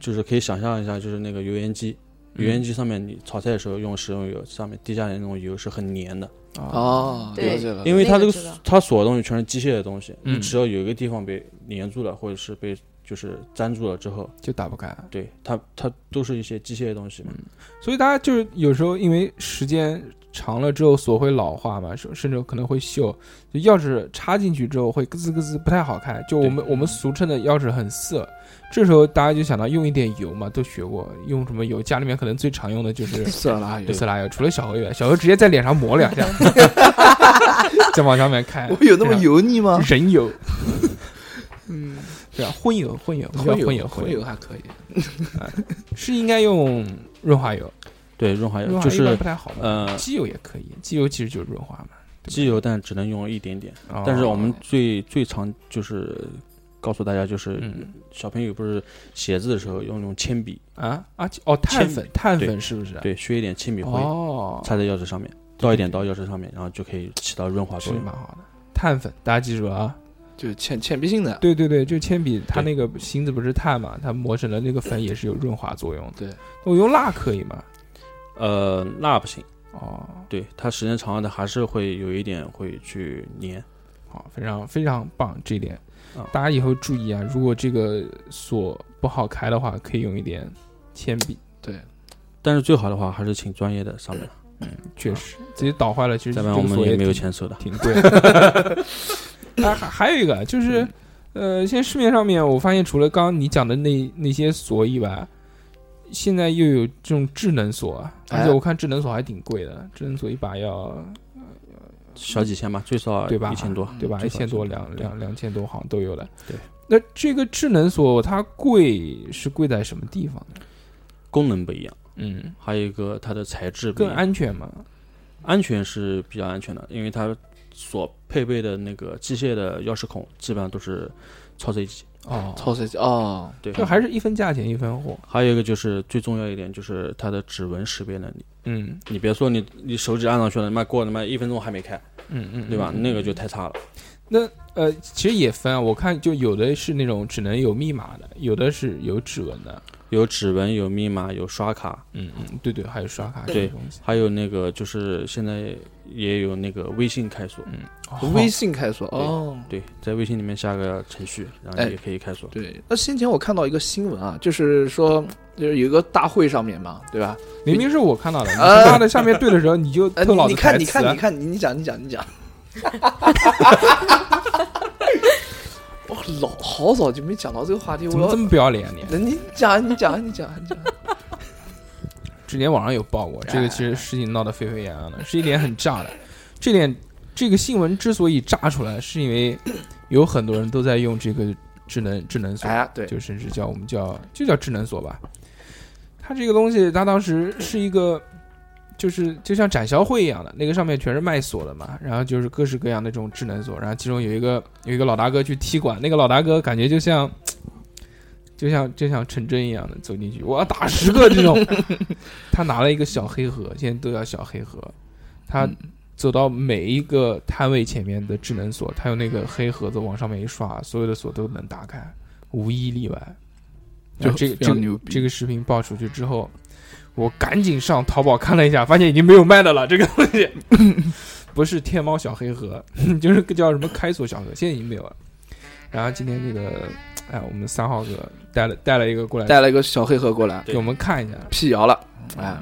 Speaker 2: 就是可以想象一下，就是那个油烟机，油
Speaker 1: 嗯
Speaker 2: 烟机上面你炒菜的时候用食用油，上面滴下来那种油是很粘的，
Speaker 1: 嗯
Speaker 3: 哦，
Speaker 4: 对
Speaker 3: 了解了，
Speaker 2: 因为它
Speaker 4: 那
Speaker 2: 这
Speaker 4: 个
Speaker 2: 个
Speaker 4: 知道
Speaker 2: 它锁的东西全是机械的东西，
Speaker 1: 嗯
Speaker 2: 你只要有一个地方被粘住了，或者是被就是粘住了之后，
Speaker 1: 就打不开。
Speaker 2: 对它它都是一些机械的东西嘛。
Speaker 1: 所以大家就是有时候因为时间长了之后锁会老化嘛，甚甚至可能会锈，就钥匙插进去之后会咯吱咯吱不太好开，就我们我们俗称的钥匙很涩。这时候大家就想到用一点油嘛，都学过用什么油，家里面可能最常用的就是
Speaker 3: 色拉油
Speaker 1: 色拉油，除了小何以外，小何直接在脸上抹 两下，再往上面开，
Speaker 3: 我有那么油腻吗？
Speaker 1: 人油，嗯，对啊，荤油荤油叫荤油
Speaker 3: 混
Speaker 1: 油
Speaker 3: 油还可以，
Speaker 1: 是应该用润滑油，
Speaker 2: 对，润滑
Speaker 1: 润
Speaker 2: 油
Speaker 1: 滑
Speaker 2: 就
Speaker 1: 油一般
Speaker 2: 是
Speaker 1: 不太好吧
Speaker 2: 呃
Speaker 1: 机油也可以，机油其实就是润滑嘛。对
Speaker 2: 机油，但只能用一点点。
Speaker 1: 哦
Speaker 2: 但是我们最最常就是告诉大家，就是
Speaker 1: 嗯
Speaker 2: 小朋友不是写字的时候用那种铅笔，
Speaker 1: 啊啊哦，碳
Speaker 2: 铅
Speaker 1: 粉碳
Speaker 2: 对
Speaker 1: 粉是不是？，
Speaker 2: 对，削一点铅笔灰
Speaker 1: 哦，
Speaker 2: 擦在钥匙上面，倒一点到钥匙上面，然后就可以起到润滑
Speaker 1: 是
Speaker 2: 作用。
Speaker 1: 蛮好的。碳粉，大家记住了啊！
Speaker 3: 就是浅浅必性的，
Speaker 1: 对对对，就铅笔，它那个芯子不是碳嘛，它磨成了那个粉也是有润滑作用的。
Speaker 3: 对，
Speaker 1: 我用蜡可以吗？
Speaker 2: 呃，蜡不行，
Speaker 1: 哦，
Speaker 2: 对它时间长了，它还是会有一点会去粘。
Speaker 1: 好，非常非常棒，这一点
Speaker 2: 啊
Speaker 1: 大家以后注意啊！如果这个锁不好开的话，可以用一点铅笔，
Speaker 3: 对，
Speaker 2: 但是最好的话还是请专业的上门，
Speaker 1: 确实自己捣坏了，其实
Speaker 2: 嗯再
Speaker 1: 这
Speaker 2: 不
Speaker 1: 个
Speaker 2: 然我们
Speaker 1: 锁
Speaker 2: 也没有
Speaker 1: 挺
Speaker 2: 钱收的。
Speaker 1: 挺 贵的。还哎还还有一个就是，呃，现在市面上面我发现，除了刚刚你讲的那那些锁以外，现在又有这种智能锁啊，
Speaker 3: 哎
Speaker 1: 而且我看智能锁还挺贵的，智能锁一把要
Speaker 2: 小几千吧，最少
Speaker 1: 对吧
Speaker 2: 一千多，
Speaker 1: 对吧？
Speaker 2: 最
Speaker 1: 一
Speaker 2: 少
Speaker 1: 千多、
Speaker 2: 1,000
Speaker 1: 两
Speaker 2: 对
Speaker 1: 两两千多好像都有的。
Speaker 2: 对，
Speaker 1: 那这个智能锁它贵是贵在什么地方呢？
Speaker 2: 功能不一样，
Speaker 1: 嗯，
Speaker 2: 还有一个它的材质不一
Speaker 1: 更
Speaker 2: 样。
Speaker 1: 安全嘛？
Speaker 2: 安全是比较安全的，因为它所配备的那个机械的钥匙孔基本上都是超 C 级。
Speaker 1: 哦，
Speaker 3: 超水机哦，
Speaker 2: 对，
Speaker 1: 就还是一分价钱一分货。
Speaker 2: 还有一个就是最重要一点就是它的指纹识别能力。
Speaker 1: 嗯
Speaker 2: 你别说你你手指按上去了，他妈过他妈一分钟还没开，
Speaker 1: 嗯嗯，
Speaker 2: 对吧？
Speaker 1: 嗯
Speaker 2: 那个就太差了。
Speaker 1: 那呃，其实也分啊，我看就有的是那种只能有密码的，有的是有指纹的。
Speaker 2: 有指纹，有密码，有刷卡，
Speaker 1: 嗯嗯，对对，还有刷卡这
Speaker 2: 对
Speaker 1: 种东西。
Speaker 2: 还有那个就是现在也有那个微信开锁，
Speaker 3: 嗯
Speaker 1: 哦
Speaker 3: 微信开锁哦。
Speaker 2: 对，在微信里面下个程序，然后
Speaker 3: 哎
Speaker 2: 也可以开锁。
Speaker 3: 对，那先前我看到一个新闻啊，就是说，就是有一个大会上面嘛，对吧？
Speaker 1: 明明是我看到的，你
Speaker 3: 呃
Speaker 1: 他妈的下面对的时候你就
Speaker 3: 哎，
Speaker 1: 偷老
Speaker 3: 你
Speaker 1: 子
Speaker 3: 看，
Speaker 1: 台
Speaker 3: 你
Speaker 1: 词
Speaker 3: 看，
Speaker 1: 啊
Speaker 3: 你。看，你你讲，你讲，你讲。 我老好早就没讲到这个话题，
Speaker 1: 怎
Speaker 3: 我
Speaker 1: 么
Speaker 3: 要
Speaker 1: 这么不要脸啊你？
Speaker 3: 那你讲，你讲，你讲，你讲。
Speaker 1: 之前网上有报过，这个
Speaker 3: 哎
Speaker 1: 其实事情闹得沸沸扬扬的，是一点很炸的。这点这个新闻之所以炸出来，是因为有很多人都在用这个智能智能锁。
Speaker 3: 哎，对，
Speaker 1: 就甚至叫我们叫就叫智能锁吧。它这个东西，它当时是一个，就是就像展销会一样的，那个上面全是卖锁的嘛，然后就是各式各样的这种智能锁，然后其中有一个有一个老大哥去踢馆，那个老大哥感觉就像。就像就像陈真一样的走进去，我要打 十个这种。他拿了一个小黑盒，现在都叫小黑盒。他
Speaker 3: 嗯
Speaker 1: 走到每一个摊位前面的智能锁，它有那个黑盒子往上面一刷，所有的锁都能打开，无一例外。就这个
Speaker 3: 非
Speaker 1: 这
Speaker 3: 常
Speaker 1: 个
Speaker 3: 牛逼
Speaker 1: 这个视频爆出去之后，我赶紧上淘宝看了一下， 发现已经没有卖的了。这个东西不是天猫小黑盒， 就是个叫什么开锁小盒，现在已经没有了。然后今天这个，哎，我们三号哥带了带了一个过来，
Speaker 3: 带了一个小黑盒过来，
Speaker 1: 给我们看一下。
Speaker 3: 辟谣了，哎，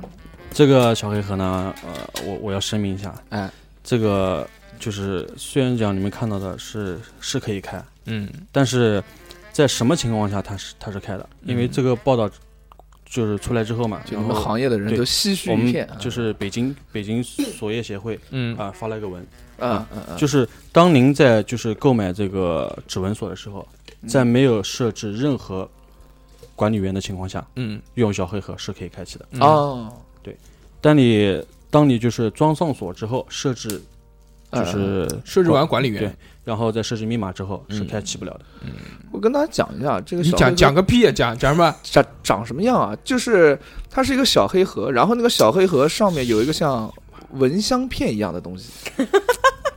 Speaker 2: 这个小黑盒呢，呃，我我要声明一下，
Speaker 3: 哎，
Speaker 2: 这个就是虽然讲你们看到的是是可以开，
Speaker 1: 嗯，
Speaker 2: 但是在什么情况下它是它是开的？因为
Speaker 1: 嗯
Speaker 2: 这个报道就是出来之后嘛，
Speaker 3: 就
Speaker 2: 然
Speaker 3: 你
Speaker 2: 后
Speaker 3: 们行业的人
Speaker 2: 对
Speaker 3: 都唏嘘
Speaker 2: 我
Speaker 3: 一片啊
Speaker 2: 们，就是北京北京 锁业协会
Speaker 1: 嗯
Speaker 2: 啊、发了一个文，
Speaker 3: 啊，嗯嗯
Speaker 2: 就是当您在就是购买这个指纹锁的时候，
Speaker 3: 嗯
Speaker 2: 在没有设置任何管理员的情况下，
Speaker 1: 嗯
Speaker 2: 用小黑盒是可以开启的。
Speaker 1: 嗯
Speaker 3: 哦，
Speaker 2: 但你当你就是装上锁之后，设置就
Speaker 3: 嗯
Speaker 2: 是
Speaker 1: 设置完管理
Speaker 2: 对
Speaker 1: 员，，
Speaker 2: 然后再设置密码之后
Speaker 1: 嗯
Speaker 2: 是开启不了的。
Speaker 3: 我跟大家嗯讲一下这个
Speaker 1: 你
Speaker 3: 小
Speaker 1: 讲
Speaker 3: 黑盒
Speaker 1: 讲个屁啊！讲讲什么？
Speaker 3: 长长什么样啊？就是它是一个小黑盒，然后那个小黑盒上面有一个像蚊香片一样的东西，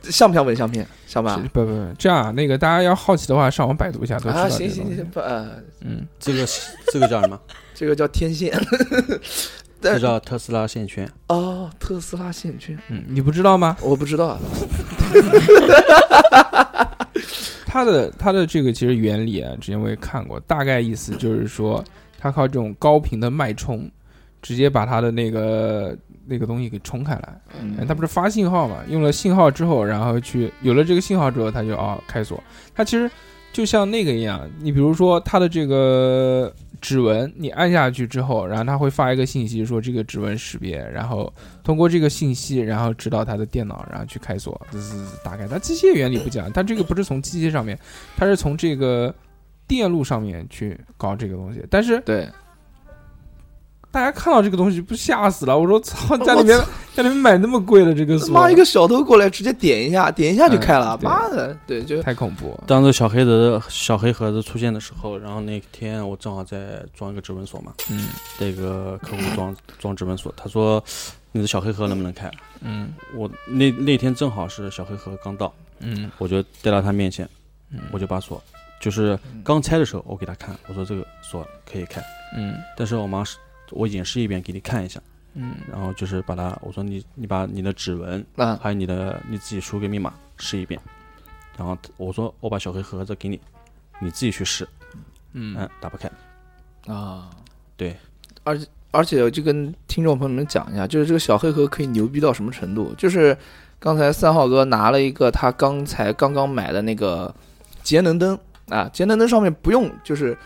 Speaker 3: 像不像蚊香片？像吧？
Speaker 1: 不不不，这样啊那个大家要好奇的话，上网百度一下都知道
Speaker 3: 啊，
Speaker 1: 这
Speaker 3: 行
Speaker 1: 个
Speaker 3: 行
Speaker 1: 东西
Speaker 3: 行行，不，呃，
Speaker 1: 嗯，
Speaker 2: 这个这个叫什么？
Speaker 3: 这个叫天线， 但
Speaker 2: 这
Speaker 3: 是
Speaker 2: 叫特斯拉线圈。
Speaker 3: 哦，特斯拉线圈，
Speaker 1: 嗯，你不知道吗？
Speaker 3: 我不知道啊，
Speaker 1: 它的它的这个其实原理啊，之前我也看过，大概意思就是说，它靠这种高频的脉冲，直接把它的那个那个东西给冲开来。
Speaker 3: 嗯
Speaker 1: 哎它不是发信号嘛？用了信号之后，然后去有了这个信号之后，它就哦开锁。它其实就像那个一样，你比如说它的这个指纹，你按下去之后，然后它会发一个信息说这个指纹识别，然后通过这个信息，然后指导它的电脑，然后去开锁，滋滋滋打开。它机械原理不讲，它这个不是从机械上面，它是从这个电路上面去搞这个东西。但是
Speaker 3: 对，
Speaker 1: 大家看到这个东西不吓死了？我说 操，家里
Speaker 3: 我
Speaker 1: 面家里面买那么贵的这个
Speaker 3: 他
Speaker 1: 锁，
Speaker 3: 妈一个小偷过来直接点一下，点一下就
Speaker 1: 嗯
Speaker 3: 开了，
Speaker 1: 对
Speaker 3: 妈的，对，就
Speaker 1: 太恐怖。
Speaker 2: 当这小黑的小黑盒子出现的时候，然后那天我正好在装一个指纹锁嘛，
Speaker 1: 嗯
Speaker 2: 这个客户装装指纹锁，他说你的小黑盒能不能开？
Speaker 1: 嗯
Speaker 2: 我那那天正好是小黑盒刚到，
Speaker 1: 嗯
Speaker 2: 我就带到他面前，
Speaker 1: 嗯
Speaker 2: 我就把锁，就是
Speaker 3: 嗯
Speaker 2: 刚拆的时候我给他看，我说这个锁可以开，
Speaker 1: 嗯
Speaker 2: 但是我马上我演示一遍给你看一下，
Speaker 1: 嗯
Speaker 2: 然后就是把它，我说你你把你的指纹
Speaker 3: 啊，
Speaker 2: 还有你的你自己输入个密码试一遍，然后我说我把小黑盒子给你，你自己去试，
Speaker 1: 嗯
Speaker 2: 嗯，打不开，
Speaker 3: 啊，
Speaker 2: 对，
Speaker 3: 而且而且我就跟听众朋友们讲一下，就是这个小黑盒可以牛逼到什么程度？就是刚才三号哥拿了一个他刚才刚刚买的那个节能灯啊，节能灯上面不用就是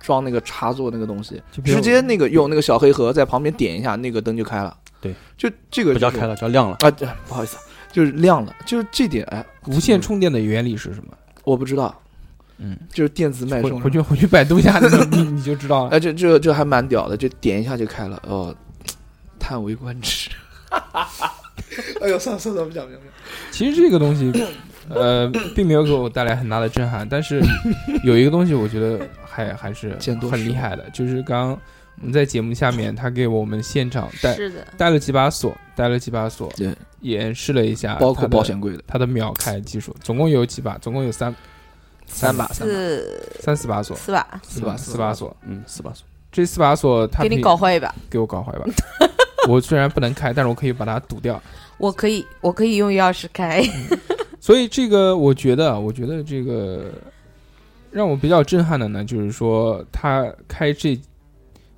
Speaker 3: 装那个插座那个东西，
Speaker 1: 就不用
Speaker 3: 直接那个用那个小黑盒在旁边点一下，那个灯就开了。
Speaker 2: 对，
Speaker 3: 就这个
Speaker 2: 不叫
Speaker 3: 就是
Speaker 2: 开了，叫亮了。
Speaker 3: 啊，对不好意思，就是亮了，就是这点哎，
Speaker 1: 无线充电的原理是什么？
Speaker 3: 我不知道，
Speaker 1: 嗯，
Speaker 3: 就是电子脉
Speaker 1: 回
Speaker 3: 冲
Speaker 1: 回。去回去百度一下，你你你就知道了。
Speaker 3: 哎，这这这还蛮屌的，就点一下就开了，哦，叹为观止。 哎呦，算了算了，不讲不讲不讲。
Speaker 1: 其实这个东西，呃，并没有给我带来很大的震撼，但是有一个东西我觉得还还是
Speaker 3: 见多
Speaker 1: 很
Speaker 3: 识
Speaker 1: 厉
Speaker 3: 广
Speaker 1: 害的，就是刚刚我们在节目下面，他给我们现场带
Speaker 4: 是的，
Speaker 1: 带了几把锁，带了几把锁，
Speaker 3: 对，
Speaker 1: 演示了一下，
Speaker 3: 包括保险柜的
Speaker 1: 它的秒开技术，总共有几把？总共有三
Speaker 3: 三把三把，
Speaker 4: 四
Speaker 1: 三四把锁，
Speaker 4: 四把，
Speaker 3: 四把
Speaker 1: 四
Speaker 3: 四
Speaker 1: 把
Speaker 3: 把
Speaker 1: 锁。
Speaker 2: 嗯，四把锁。
Speaker 1: 这四把锁，它
Speaker 4: 给你
Speaker 1: 可以
Speaker 4: 搞坏一把。
Speaker 1: 给我搞坏吧。 我虽然不能开，但是我可以把它堵掉。
Speaker 4: 我可以，我可以用钥匙开。
Speaker 1: 所以这个，我觉得啊，我觉得这个让我比较震撼的呢，就是说他开这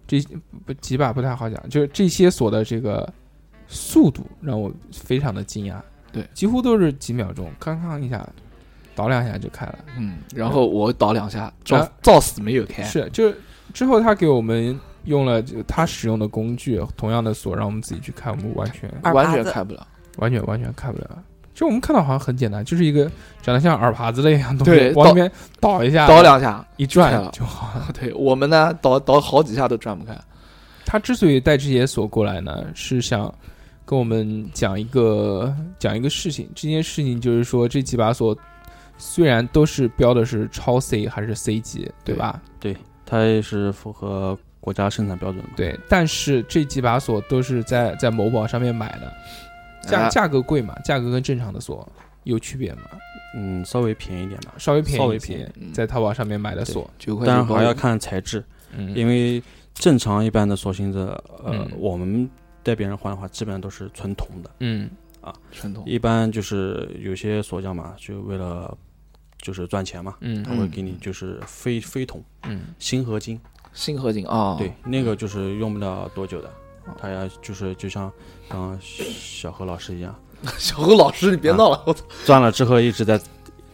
Speaker 1: 这不几把不太好讲，就是这些锁的这个速度让我非常的惊讶。
Speaker 3: 对
Speaker 1: 几乎都是几秒钟，刚刚一下倒两下就开了。
Speaker 3: 嗯，然后我倒两下，
Speaker 1: 啊
Speaker 3: 照照死没有开。
Speaker 1: 是，就是之后他给我们用了就他使用的工具，同样的锁，让我们自己去看，我们完全
Speaker 4: 耳
Speaker 3: 完
Speaker 4: 耙
Speaker 3: 全
Speaker 4: 子
Speaker 3: 开不了，
Speaker 1: 完全完全看不了。就我们看到好像很简单，就是一个长得像耳耙子的一样东西，
Speaker 3: 对
Speaker 1: 往
Speaker 3: 倒
Speaker 1: 里面倒一下，
Speaker 3: 倒两下，
Speaker 1: 一
Speaker 3: 开
Speaker 1: 转
Speaker 3: 了
Speaker 1: 就好了。
Speaker 3: 对啊我们呢，倒倒好几下都转不开。
Speaker 1: 他之所以带这些锁过来呢，是想跟我们讲一个讲一个事情。这件事情就是说，这几把锁虽然都是标的是超 C 还是 C 级，对
Speaker 3: 对
Speaker 1: 吧？
Speaker 2: 它也是符合国家生产标准嘛？
Speaker 1: 对，但是这几把锁都是在在某宝上面买的，价
Speaker 3: 哎
Speaker 1: 价格贵嘛，价格跟正常的锁有区别嘛，
Speaker 2: 嗯，稍微便宜一点吧，
Speaker 1: 稍微便
Speaker 2: 稍
Speaker 1: 宜
Speaker 2: 微
Speaker 1: 一
Speaker 2: 便宜
Speaker 1: 些
Speaker 3: 嗯，
Speaker 1: 在淘宝上面买的锁，
Speaker 3: 九块
Speaker 2: 当然
Speaker 3: 钱包
Speaker 2: 还要看材质，
Speaker 1: 嗯，
Speaker 2: 因为正常一般的锁芯子，呃，
Speaker 1: 嗯
Speaker 2: 我们带别人换的话，基本上都是纯铜的。
Speaker 1: 嗯
Speaker 3: 传统，
Speaker 2: 一般就是有些锁匠嘛，就为了就是赚钱嘛，
Speaker 1: 嗯
Speaker 2: 他会给你就是非非铜
Speaker 1: 嗯
Speaker 2: 锌合金，
Speaker 3: 锌合金
Speaker 1: 哦
Speaker 3: 啊，
Speaker 2: 对，，那个就是用不了多久的。他要就是就像像小何老师一样，
Speaker 3: 小何老师你别闹了，我操，
Speaker 2: 钻了之后一直在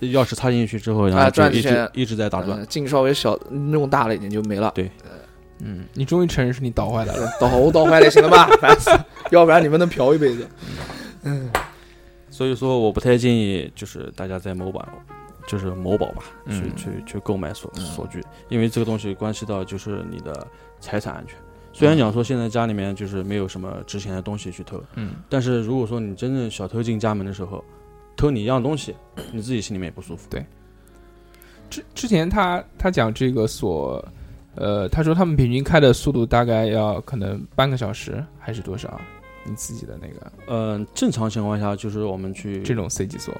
Speaker 2: 钥匙插进去之后，然
Speaker 3: 啊
Speaker 2: 后就
Speaker 3: 转
Speaker 2: 一直
Speaker 3: 圈
Speaker 2: 一直在打转
Speaker 3: 呃。劲稍微小，弄大了一点就没了。
Speaker 1: 嗯，你终于承认是你倒坏的了，
Speaker 3: 倒我倒坏了，行了吧？烦死了要不然你们能嫖一辈子。
Speaker 2: 所以说，我不太建议就是大家在某宝，就是某宝吧，
Speaker 1: 嗯
Speaker 2: 去去去购买锁锁具，因为这个东西关系到就是你的财产安全。虽然讲说现在家里面就是没有什么值钱的东西去偷，
Speaker 1: 嗯
Speaker 2: 但是如果说你真正小偷进家门的时候，偷你一样东西，你自己心里面也不舒服。
Speaker 1: 之之前他他讲这个锁，呃，他说他们平均开的速度大概要可能半个小时还是多少？你自己的那个
Speaker 2: 嗯、正常情况下就是我们去
Speaker 1: 这种 C 级锁，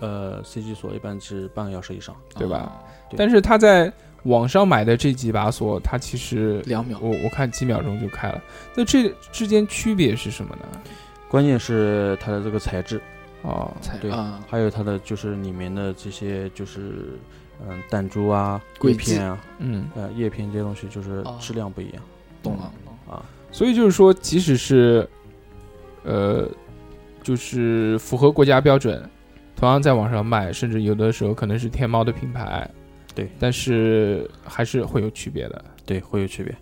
Speaker 2: 呃 CG 锁一般是半个小时以上，
Speaker 1: 对吧？
Speaker 2: 对
Speaker 1: 但是他在网上买的这几把锁，它其实
Speaker 3: 两秒
Speaker 1: 我我看几秒钟就开了。那这之间区别是什么呢？
Speaker 2: 关键是它的这个材质，
Speaker 1: 哦，
Speaker 3: 才
Speaker 2: 对
Speaker 3: 啊，
Speaker 2: 还有它的就是里面的这些就是嗯弹珠啊、
Speaker 3: 轨
Speaker 2: 硅
Speaker 3: 迹
Speaker 2: 片啊、
Speaker 1: 嗯，
Speaker 2: 呃叶片这些东西，就是
Speaker 3: 哦
Speaker 2: 质量不一样。
Speaker 3: 懂了。
Speaker 2: 啊，
Speaker 1: 所以就是说，即使是，呃，就是符合国家标准，同样在网上卖，甚至有的时候可能是天猫的品牌，
Speaker 2: 对，
Speaker 1: 但是还是会有区别的。
Speaker 2: 对，会有区别。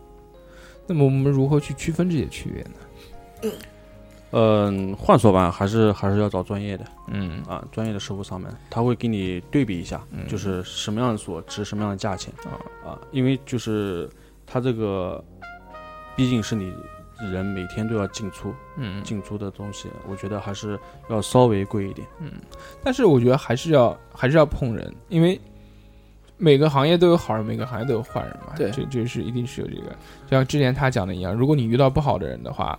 Speaker 1: 那么我们如何去区分这些区别呢？
Speaker 2: 嗯，换锁吧，还是还是要找专业的
Speaker 1: 嗯
Speaker 2: 啊，专业的师傅上门，他会给你对比一下，
Speaker 1: 嗯
Speaker 2: 就是什么样的锁值什么样的价钱
Speaker 1: 啊
Speaker 2: 啊，因为就是他这个毕竟是你人每天都要进出
Speaker 1: 嗯，
Speaker 2: 进出的东西，我觉得还是要稍微贵一点。
Speaker 1: 但是我觉得还是要还是要碰人，因为每个行业都有好人，每个行业都有坏人嘛。
Speaker 3: 对
Speaker 1: 这这是一定是有这个，就像之前他讲的一样，如果你遇到不好的人的话，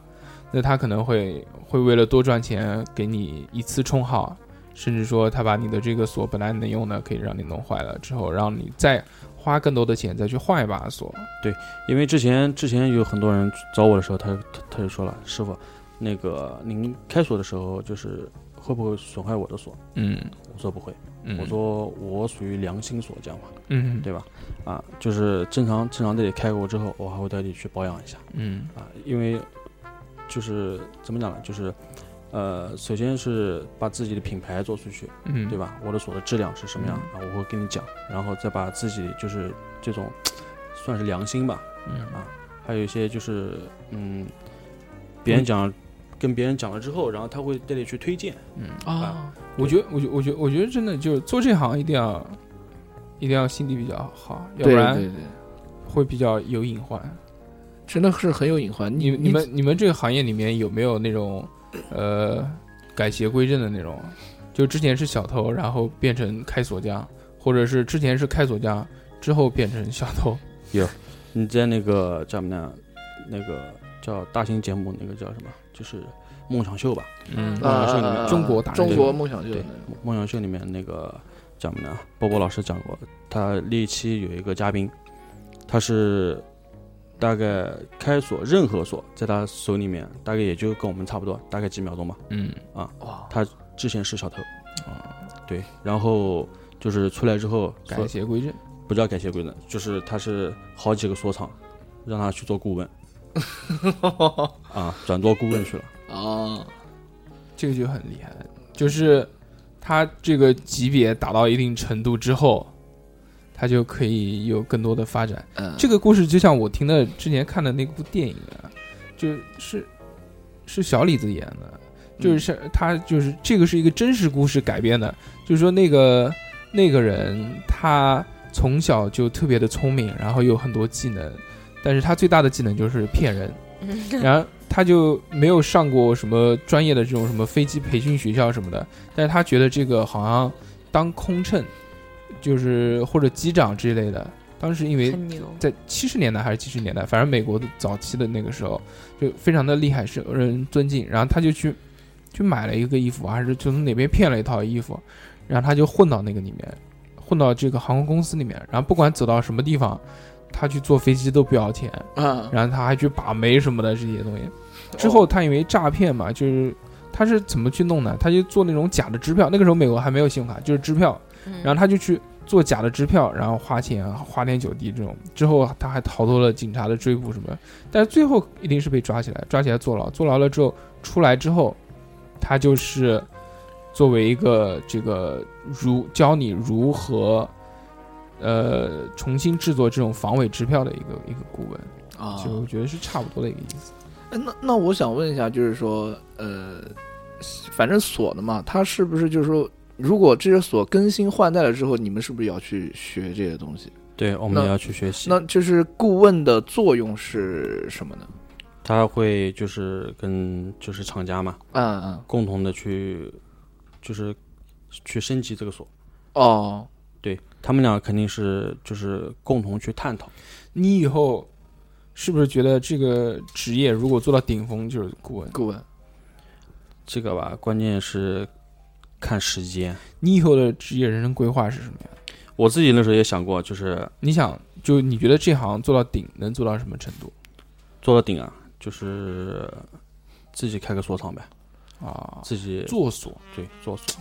Speaker 1: 那他可能会会为了多赚钱给你一次充好，甚至说他把你的这个锁本来能用的可以让你弄坏了之后，让你再花更多的钱再去换一把锁。
Speaker 2: 因为之前之前有很多人找我的时候，他他他就说了，师傅，那个您开锁的时候就是会不会损坏我的锁？
Speaker 1: 嗯
Speaker 2: 我说不会，
Speaker 1: 嗯
Speaker 2: 我说我属于良心锁匠嘛，
Speaker 1: 嗯
Speaker 2: 对吧？啊，就是正常正常这里开过之后，我还会带你去保养一下
Speaker 1: 嗯
Speaker 2: 啊，因为就是怎么讲呢，就是呃，首先是把自己的品牌做出去，
Speaker 1: 嗯，
Speaker 2: 对？吧？我的锁的质量是什么样、啊，我会跟你讲，然后再把自己就是这种算是良心吧，
Speaker 1: 嗯
Speaker 2: 啊，还有一些就是嗯，别人讲、跟别人讲了之后，然后他会带你去推荐，
Speaker 1: 嗯
Speaker 2: 啊，
Speaker 1: 我觉得，我觉，我觉，我觉得真的就是做这行一定要，一定要心地比较好，要不
Speaker 3: 对对
Speaker 1: 然
Speaker 3: 对，
Speaker 1: 会比较有隐患。
Speaker 3: 真的是很有隐患。
Speaker 1: 你
Speaker 3: 你
Speaker 1: 你们你们这个行业里面有没有那种，呃，改邪归正的那种？就之前是小偷，然后变成开锁匠，或者是之前是开锁匠，之后变成小偷。
Speaker 2: 你在那个叫什么呢？那个叫大型节目，那个叫什么？就是《梦想秀》吧，
Speaker 1: 嗯
Speaker 2: 啊
Speaker 3: 啊
Speaker 2: 是你们
Speaker 3: 啊
Speaker 1: 中国
Speaker 3: 啊
Speaker 1: 达人
Speaker 3: 中国梦想就
Speaker 2: 对，《梦梦想秀》里面那个叫什么呢？波波老师讲过，他那一期有一个嘉宾，他是大概开锁任何锁，在他手里面大概也就跟我们差不多，大概几秒钟吧。
Speaker 1: 嗯
Speaker 3: 哇，
Speaker 2: 之前是小偷，对，然后就是出来之后
Speaker 1: 改
Speaker 2: 说
Speaker 1: 邪归正。
Speaker 2: 不叫改邪归正，就是他是好几个锁厂让他去做顾问 啊，转做顾问去了。
Speaker 3: 啊，
Speaker 1: 这个就很厉害，就是他这个级别达到一定程度之后，他就可以有更多的发展。
Speaker 3: 嗯
Speaker 1: 这个故事就像我听的之前看的那部电影啊，就是是小李子演的，就是像他就是这个是一个真实故事改编的，就是说那个那个人他从小就特别的聪明，然后有很多技能，但是他最大的技能就是骗人。
Speaker 4: 嗯
Speaker 1: 然后他就没有上过什么专业的这种什么飞机培训学校什么的，但是他觉得这个好像当空乘，就是或者机长之类的。当时因为
Speaker 4: 很牛，
Speaker 1: 在七十年代还是七十年代，反正美国的早期的那个时候就非常的厉害，受人尊敬。然后他就去就买了一个衣服，还是就从哪边骗了一套衣服，然后他就混到那个里面，混到这个航空公司里面，然后不管走到什么地方，他去坐飞机都不要钱，
Speaker 3: 啊，
Speaker 1: 然后他还去把妹什么的这些东西。
Speaker 3: 哦
Speaker 1: 之后他因为诈骗嘛，就是他是怎么去弄的？他就做那种假的支票，那个时候美国还没有信用卡，就是支票，
Speaker 4: 嗯
Speaker 1: 然后他就去做假的支票，然后花钱花天酒地这种。之后他还逃脱了警察的追捕什么的，但是最后一定是被抓起来，抓起来坐牢，坐牢了之后出来之后，他就是作为一个这个如教你如何。呃，重新制作这种防伪支票的一个一个顾问，
Speaker 3: 啊，
Speaker 1: 就我觉得是差不多的一个意思。
Speaker 3: 哎那那我想问一下，就是说，呃，反正锁的嘛，它是不是就是说，如果这些锁更新换代了之后，你们是不是也要去学这些东西？
Speaker 2: 对，我们也要去学习。
Speaker 3: 那就是顾问的作用是什么呢？
Speaker 2: 他会就是跟就是厂家嘛，
Speaker 3: 嗯嗯，
Speaker 2: 共同的去就是去升级这个锁。
Speaker 3: 哦，
Speaker 2: 对他们俩肯定是就是共同去探讨。
Speaker 1: 你以后是不是觉得这个职业如果做到顶峰就是顾问？
Speaker 3: 顾问
Speaker 2: 这个吧，关键是看时间。
Speaker 1: 你以后的职业人生规划是什么呀？
Speaker 2: 我自己那时候也想过，就是
Speaker 1: 你想，就你觉得这行做到顶能做到什么程度
Speaker 2: 做到顶啊，就是自己开个锁厂呗，
Speaker 1: 啊？
Speaker 2: 自己
Speaker 1: 做锁，
Speaker 2: 对做锁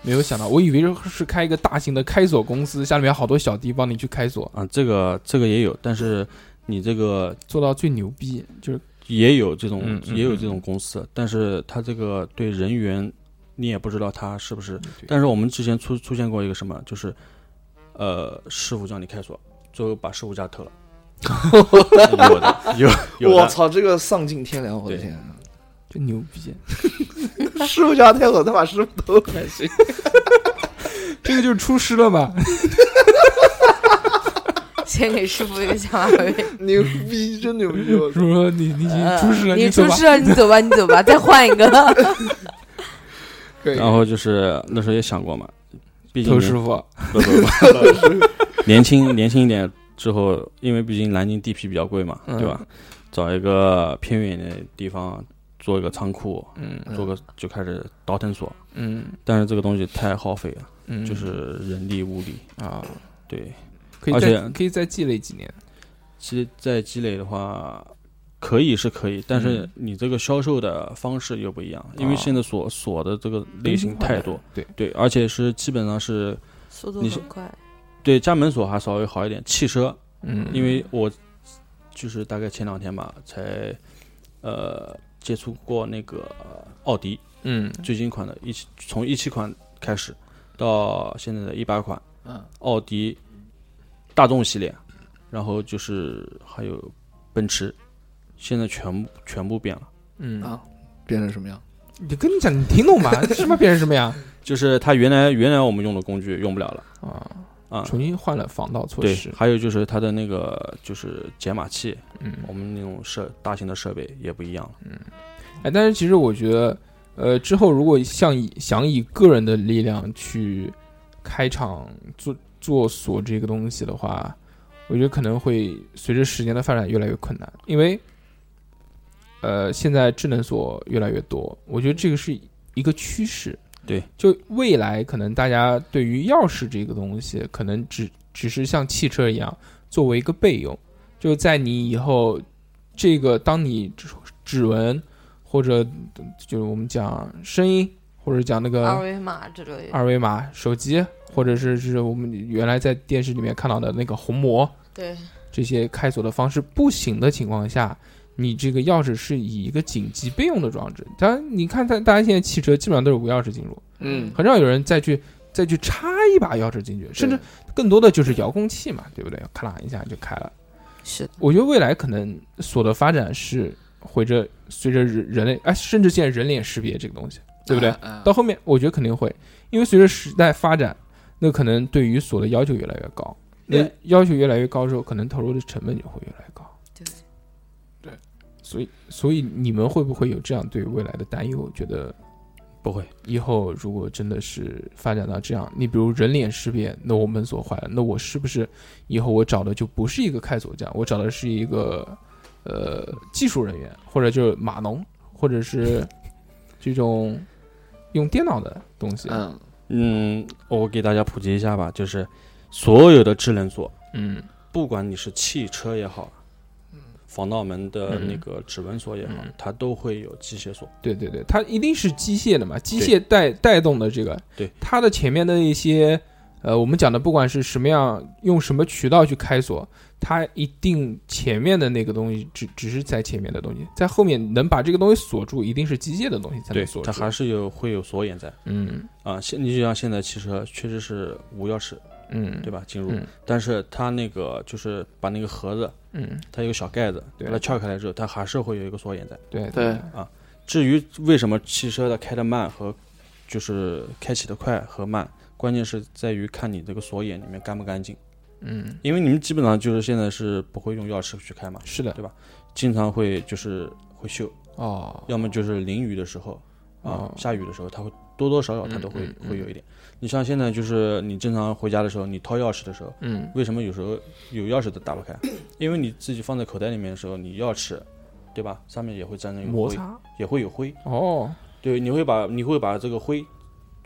Speaker 1: 没有想到，我以为是开一个大型的开锁公司，下面好多小弟帮你去开锁，
Speaker 2: 啊，这个这个也有，但是你这个
Speaker 1: 做到最牛逼就是
Speaker 2: 也有这种、
Speaker 1: 嗯嗯
Speaker 2: 也有
Speaker 1: 嗯
Speaker 2: 这种公司，但是他这个对人员你也不知道他是不是。
Speaker 1: 嗯对
Speaker 2: 但是我们之前出出现过一个什么，就是呃师傅叫你开锁，最后把师傅家偷了。有的有有的
Speaker 3: 我操，这个丧尽天良，我的
Speaker 2: 对
Speaker 3: 天！啊
Speaker 1: 就牛逼，
Speaker 3: 师傅家太好，他把师傅偷了还行。
Speaker 1: 这个就是出师了嘛？
Speaker 4: 先给师傅一个小马威。
Speaker 3: 牛逼，真牛 逼！我
Speaker 1: 是不是说你你已经
Speaker 4: 呃
Speaker 1: 出师了，
Speaker 4: 你
Speaker 1: 走
Speaker 4: 出
Speaker 1: 吧。
Speaker 4: 事了，你走吧，你走吧，再换一个。
Speaker 3: 可以
Speaker 2: 然后就是那时候也想过嘛，毕竟
Speaker 1: 头
Speaker 2: 年
Speaker 1: 师傅，
Speaker 2: 不不不， 年轻年轻一点之后，因为毕竟南京地皮比较贵嘛，
Speaker 1: 嗯
Speaker 2: 对吧？找一个偏远的地方做一个仓库，
Speaker 1: 嗯
Speaker 2: 做个就开始倒腾锁。
Speaker 1: 嗯
Speaker 2: 但是这个东西太耗费了，
Speaker 1: 嗯，
Speaker 2: 就是人力物力。
Speaker 1: 啊，
Speaker 2: 对，
Speaker 1: 可以
Speaker 2: 而
Speaker 1: 再
Speaker 2: 且
Speaker 1: 可以再积累几年，
Speaker 2: 其实再积累的话，可以是可以，但是你这个销售的方式又不一样，因为
Speaker 1: 哦
Speaker 2: 现在锁锁的这个类型太多，
Speaker 1: 对
Speaker 2: 对，而且是基本上是
Speaker 4: 速度
Speaker 2: 你
Speaker 4: 很快，
Speaker 2: 对家门锁还稍微好一点，汽车
Speaker 1: 嗯，
Speaker 2: 因为我就是大概前两天吧，才呃接触过那个奥迪
Speaker 1: 嗯
Speaker 2: 最新款的，一七从一七款开始到现在的一八款，
Speaker 3: 嗯，
Speaker 2: 奥迪、大众系列，然后就是还有奔驰，现在全部全部变了。
Speaker 1: 嗯
Speaker 3: 啊变成什么样？
Speaker 1: 你跟你讲，你听懂吗？ 什么变成什么呀？
Speaker 2: 就是它原来原来我们用的工具用不了了
Speaker 1: 啊，
Speaker 2: 啊，
Speaker 1: 重新换了防盗措
Speaker 2: 对
Speaker 1: 施，。
Speaker 2: 还有就是它的那个就是解码器，
Speaker 1: 嗯，
Speaker 2: 我们那种设大型的设备也不一样了。
Speaker 1: 哎，但是其实我觉得，呃，之后如果像以想以个人的力量去开厂做做锁这个东西的话，我觉得可能会随着时间的发展越来越困难，因为，呃，现在智能锁越来越多，我觉得这个是一个趋势。
Speaker 2: 对，
Speaker 1: 就未来可能大家对于钥匙这个东西，可能只只是像汽车一样作为一个备用，就在你以后这个当你指指纹或者就是我们讲声音，或者讲那个
Speaker 4: 二维码之类的。
Speaker 1: 二维码、手机，或者是是我们原来在电视里面看到的那个虹膜
Speaker 4: 对，
Speaker 1: 这些开锁的方式不行的情况下，你这个钥匙是以一个紧急备用的装置。当然，你看大大家现在汽车基本上都是无钥匙进入，
Speaker 3: 嗯，
Speaker 1: 很少有人再去再去插一把钥匙进去，甚至更多的就是遥控器嘛，对不对？咔啦一下就开了。
Speaker 4: 是的，
Speaker 1: 我觉得未来可能锁的发展是会着随着人人类，哎，甚至现在人脸识别这个东西，对不对？
Speaker 3: 嗯
Speaker 1: 到后面我觉得肯定会，因为随着时代发展，那可能对于锁的要求越来越高，那
Speaker 3: 对
Speaker 1: 要求越来越高之后，可能投入的成本就会越来越高。
Speaker 4: 对，
Speaker 1: 对，所以所以你们会不会有这样对未来的担忧？觉得
Speaker 2: 不会，
Speaker 1: 以后如果真的是发展到这样，你比如人脸识别，那我们所坏了，那我是不是以后我找的就不是一个开锁匠，我找的是一个呃技术人员，或者就是码农，或者是这种用电脑的东西。
Speaker 3: 嗯
Speaker 2: 嗯，我给大家普及一下吧，就是所有的智能锁，
Speaker 1: 嗯
Speaker 2: 不管你是汽车也好，防盗门的
Speaker 1: 嗯
Speaker 2: 那个指纹锁也好，
Speaker 1: 嗯
Speaker 2: 它都会有机械锁。
Speaker 1: 对对对，它一定是机械的嘛，机械带带动的这个，
Speaker 2: 对
Speaker 1: 它的前面的一些，呃，我们讲的不管是什么样，用什么渠道去开锁，它一定前面的那个东西只只是在前面的东西，在后面能把这个东西锁住，一定是机械的东西才能
Speaker 2: 对
Speaker 1: 锁，住。
Speaker 2: 它还是有会有锁眼在
Speaker 1: 嗯
Speaker 2: 啊。现你就像现在汽车确实是无钥匙，
Speaker 1: 嗯，
Speaker 2: 对
Speaker 1: 吧？
Speaker 2: 吧？进入，
Speaker 1: 嗯
Speaker 2: 但是它那个就是把那个盒子，
Speaker 1: 嗯，
Speaker 2: 它有个小盖子，
Speaker 1: 对
Speaker 2: 把它撬开来之后，它还是会有一个锁眼在。
Speaker 1: 对
Speaker 3: 对
Speaker 2: 至于为什么汽车的开的慢和就是开启的快和慢，关键是在于看你这个锁眼里面干不干净。
Speaker 1: 嗯，
Speaker 2: 因为你们基本上就是现在是不会用钥匙去开嘛，
Speaker 1: 是的
Speaker 2: 对经常会就是会锈，
Speaker 1: 哦，
Speaker 2: 要么就是淋雨的时候啊、
Speaker 1: 哦
Speaker 2: 下雨的时候，它会多多少少它
Speaker 1: 嗯
Speaker 2: 都会、
Speaker 1: 嗯嗯
Speaker 2: 会有一点。你像现在就是你正常回家的时候，你掏钥匙的时候，
Speaker 1: 嗯
Speaker 2: 为什么有时候有钥匙都打不开？ 因为你自己放在口袋里面的时候，你钥匙，对吧？上面也会沾那个
Speaker 1: 摩
Speaker 2: 灰，
Speaker 1: 擦
Speaker 2: 也会有灰。
Speaker 1: 哦，
Speaker 2: 对，你会把你会把这个灰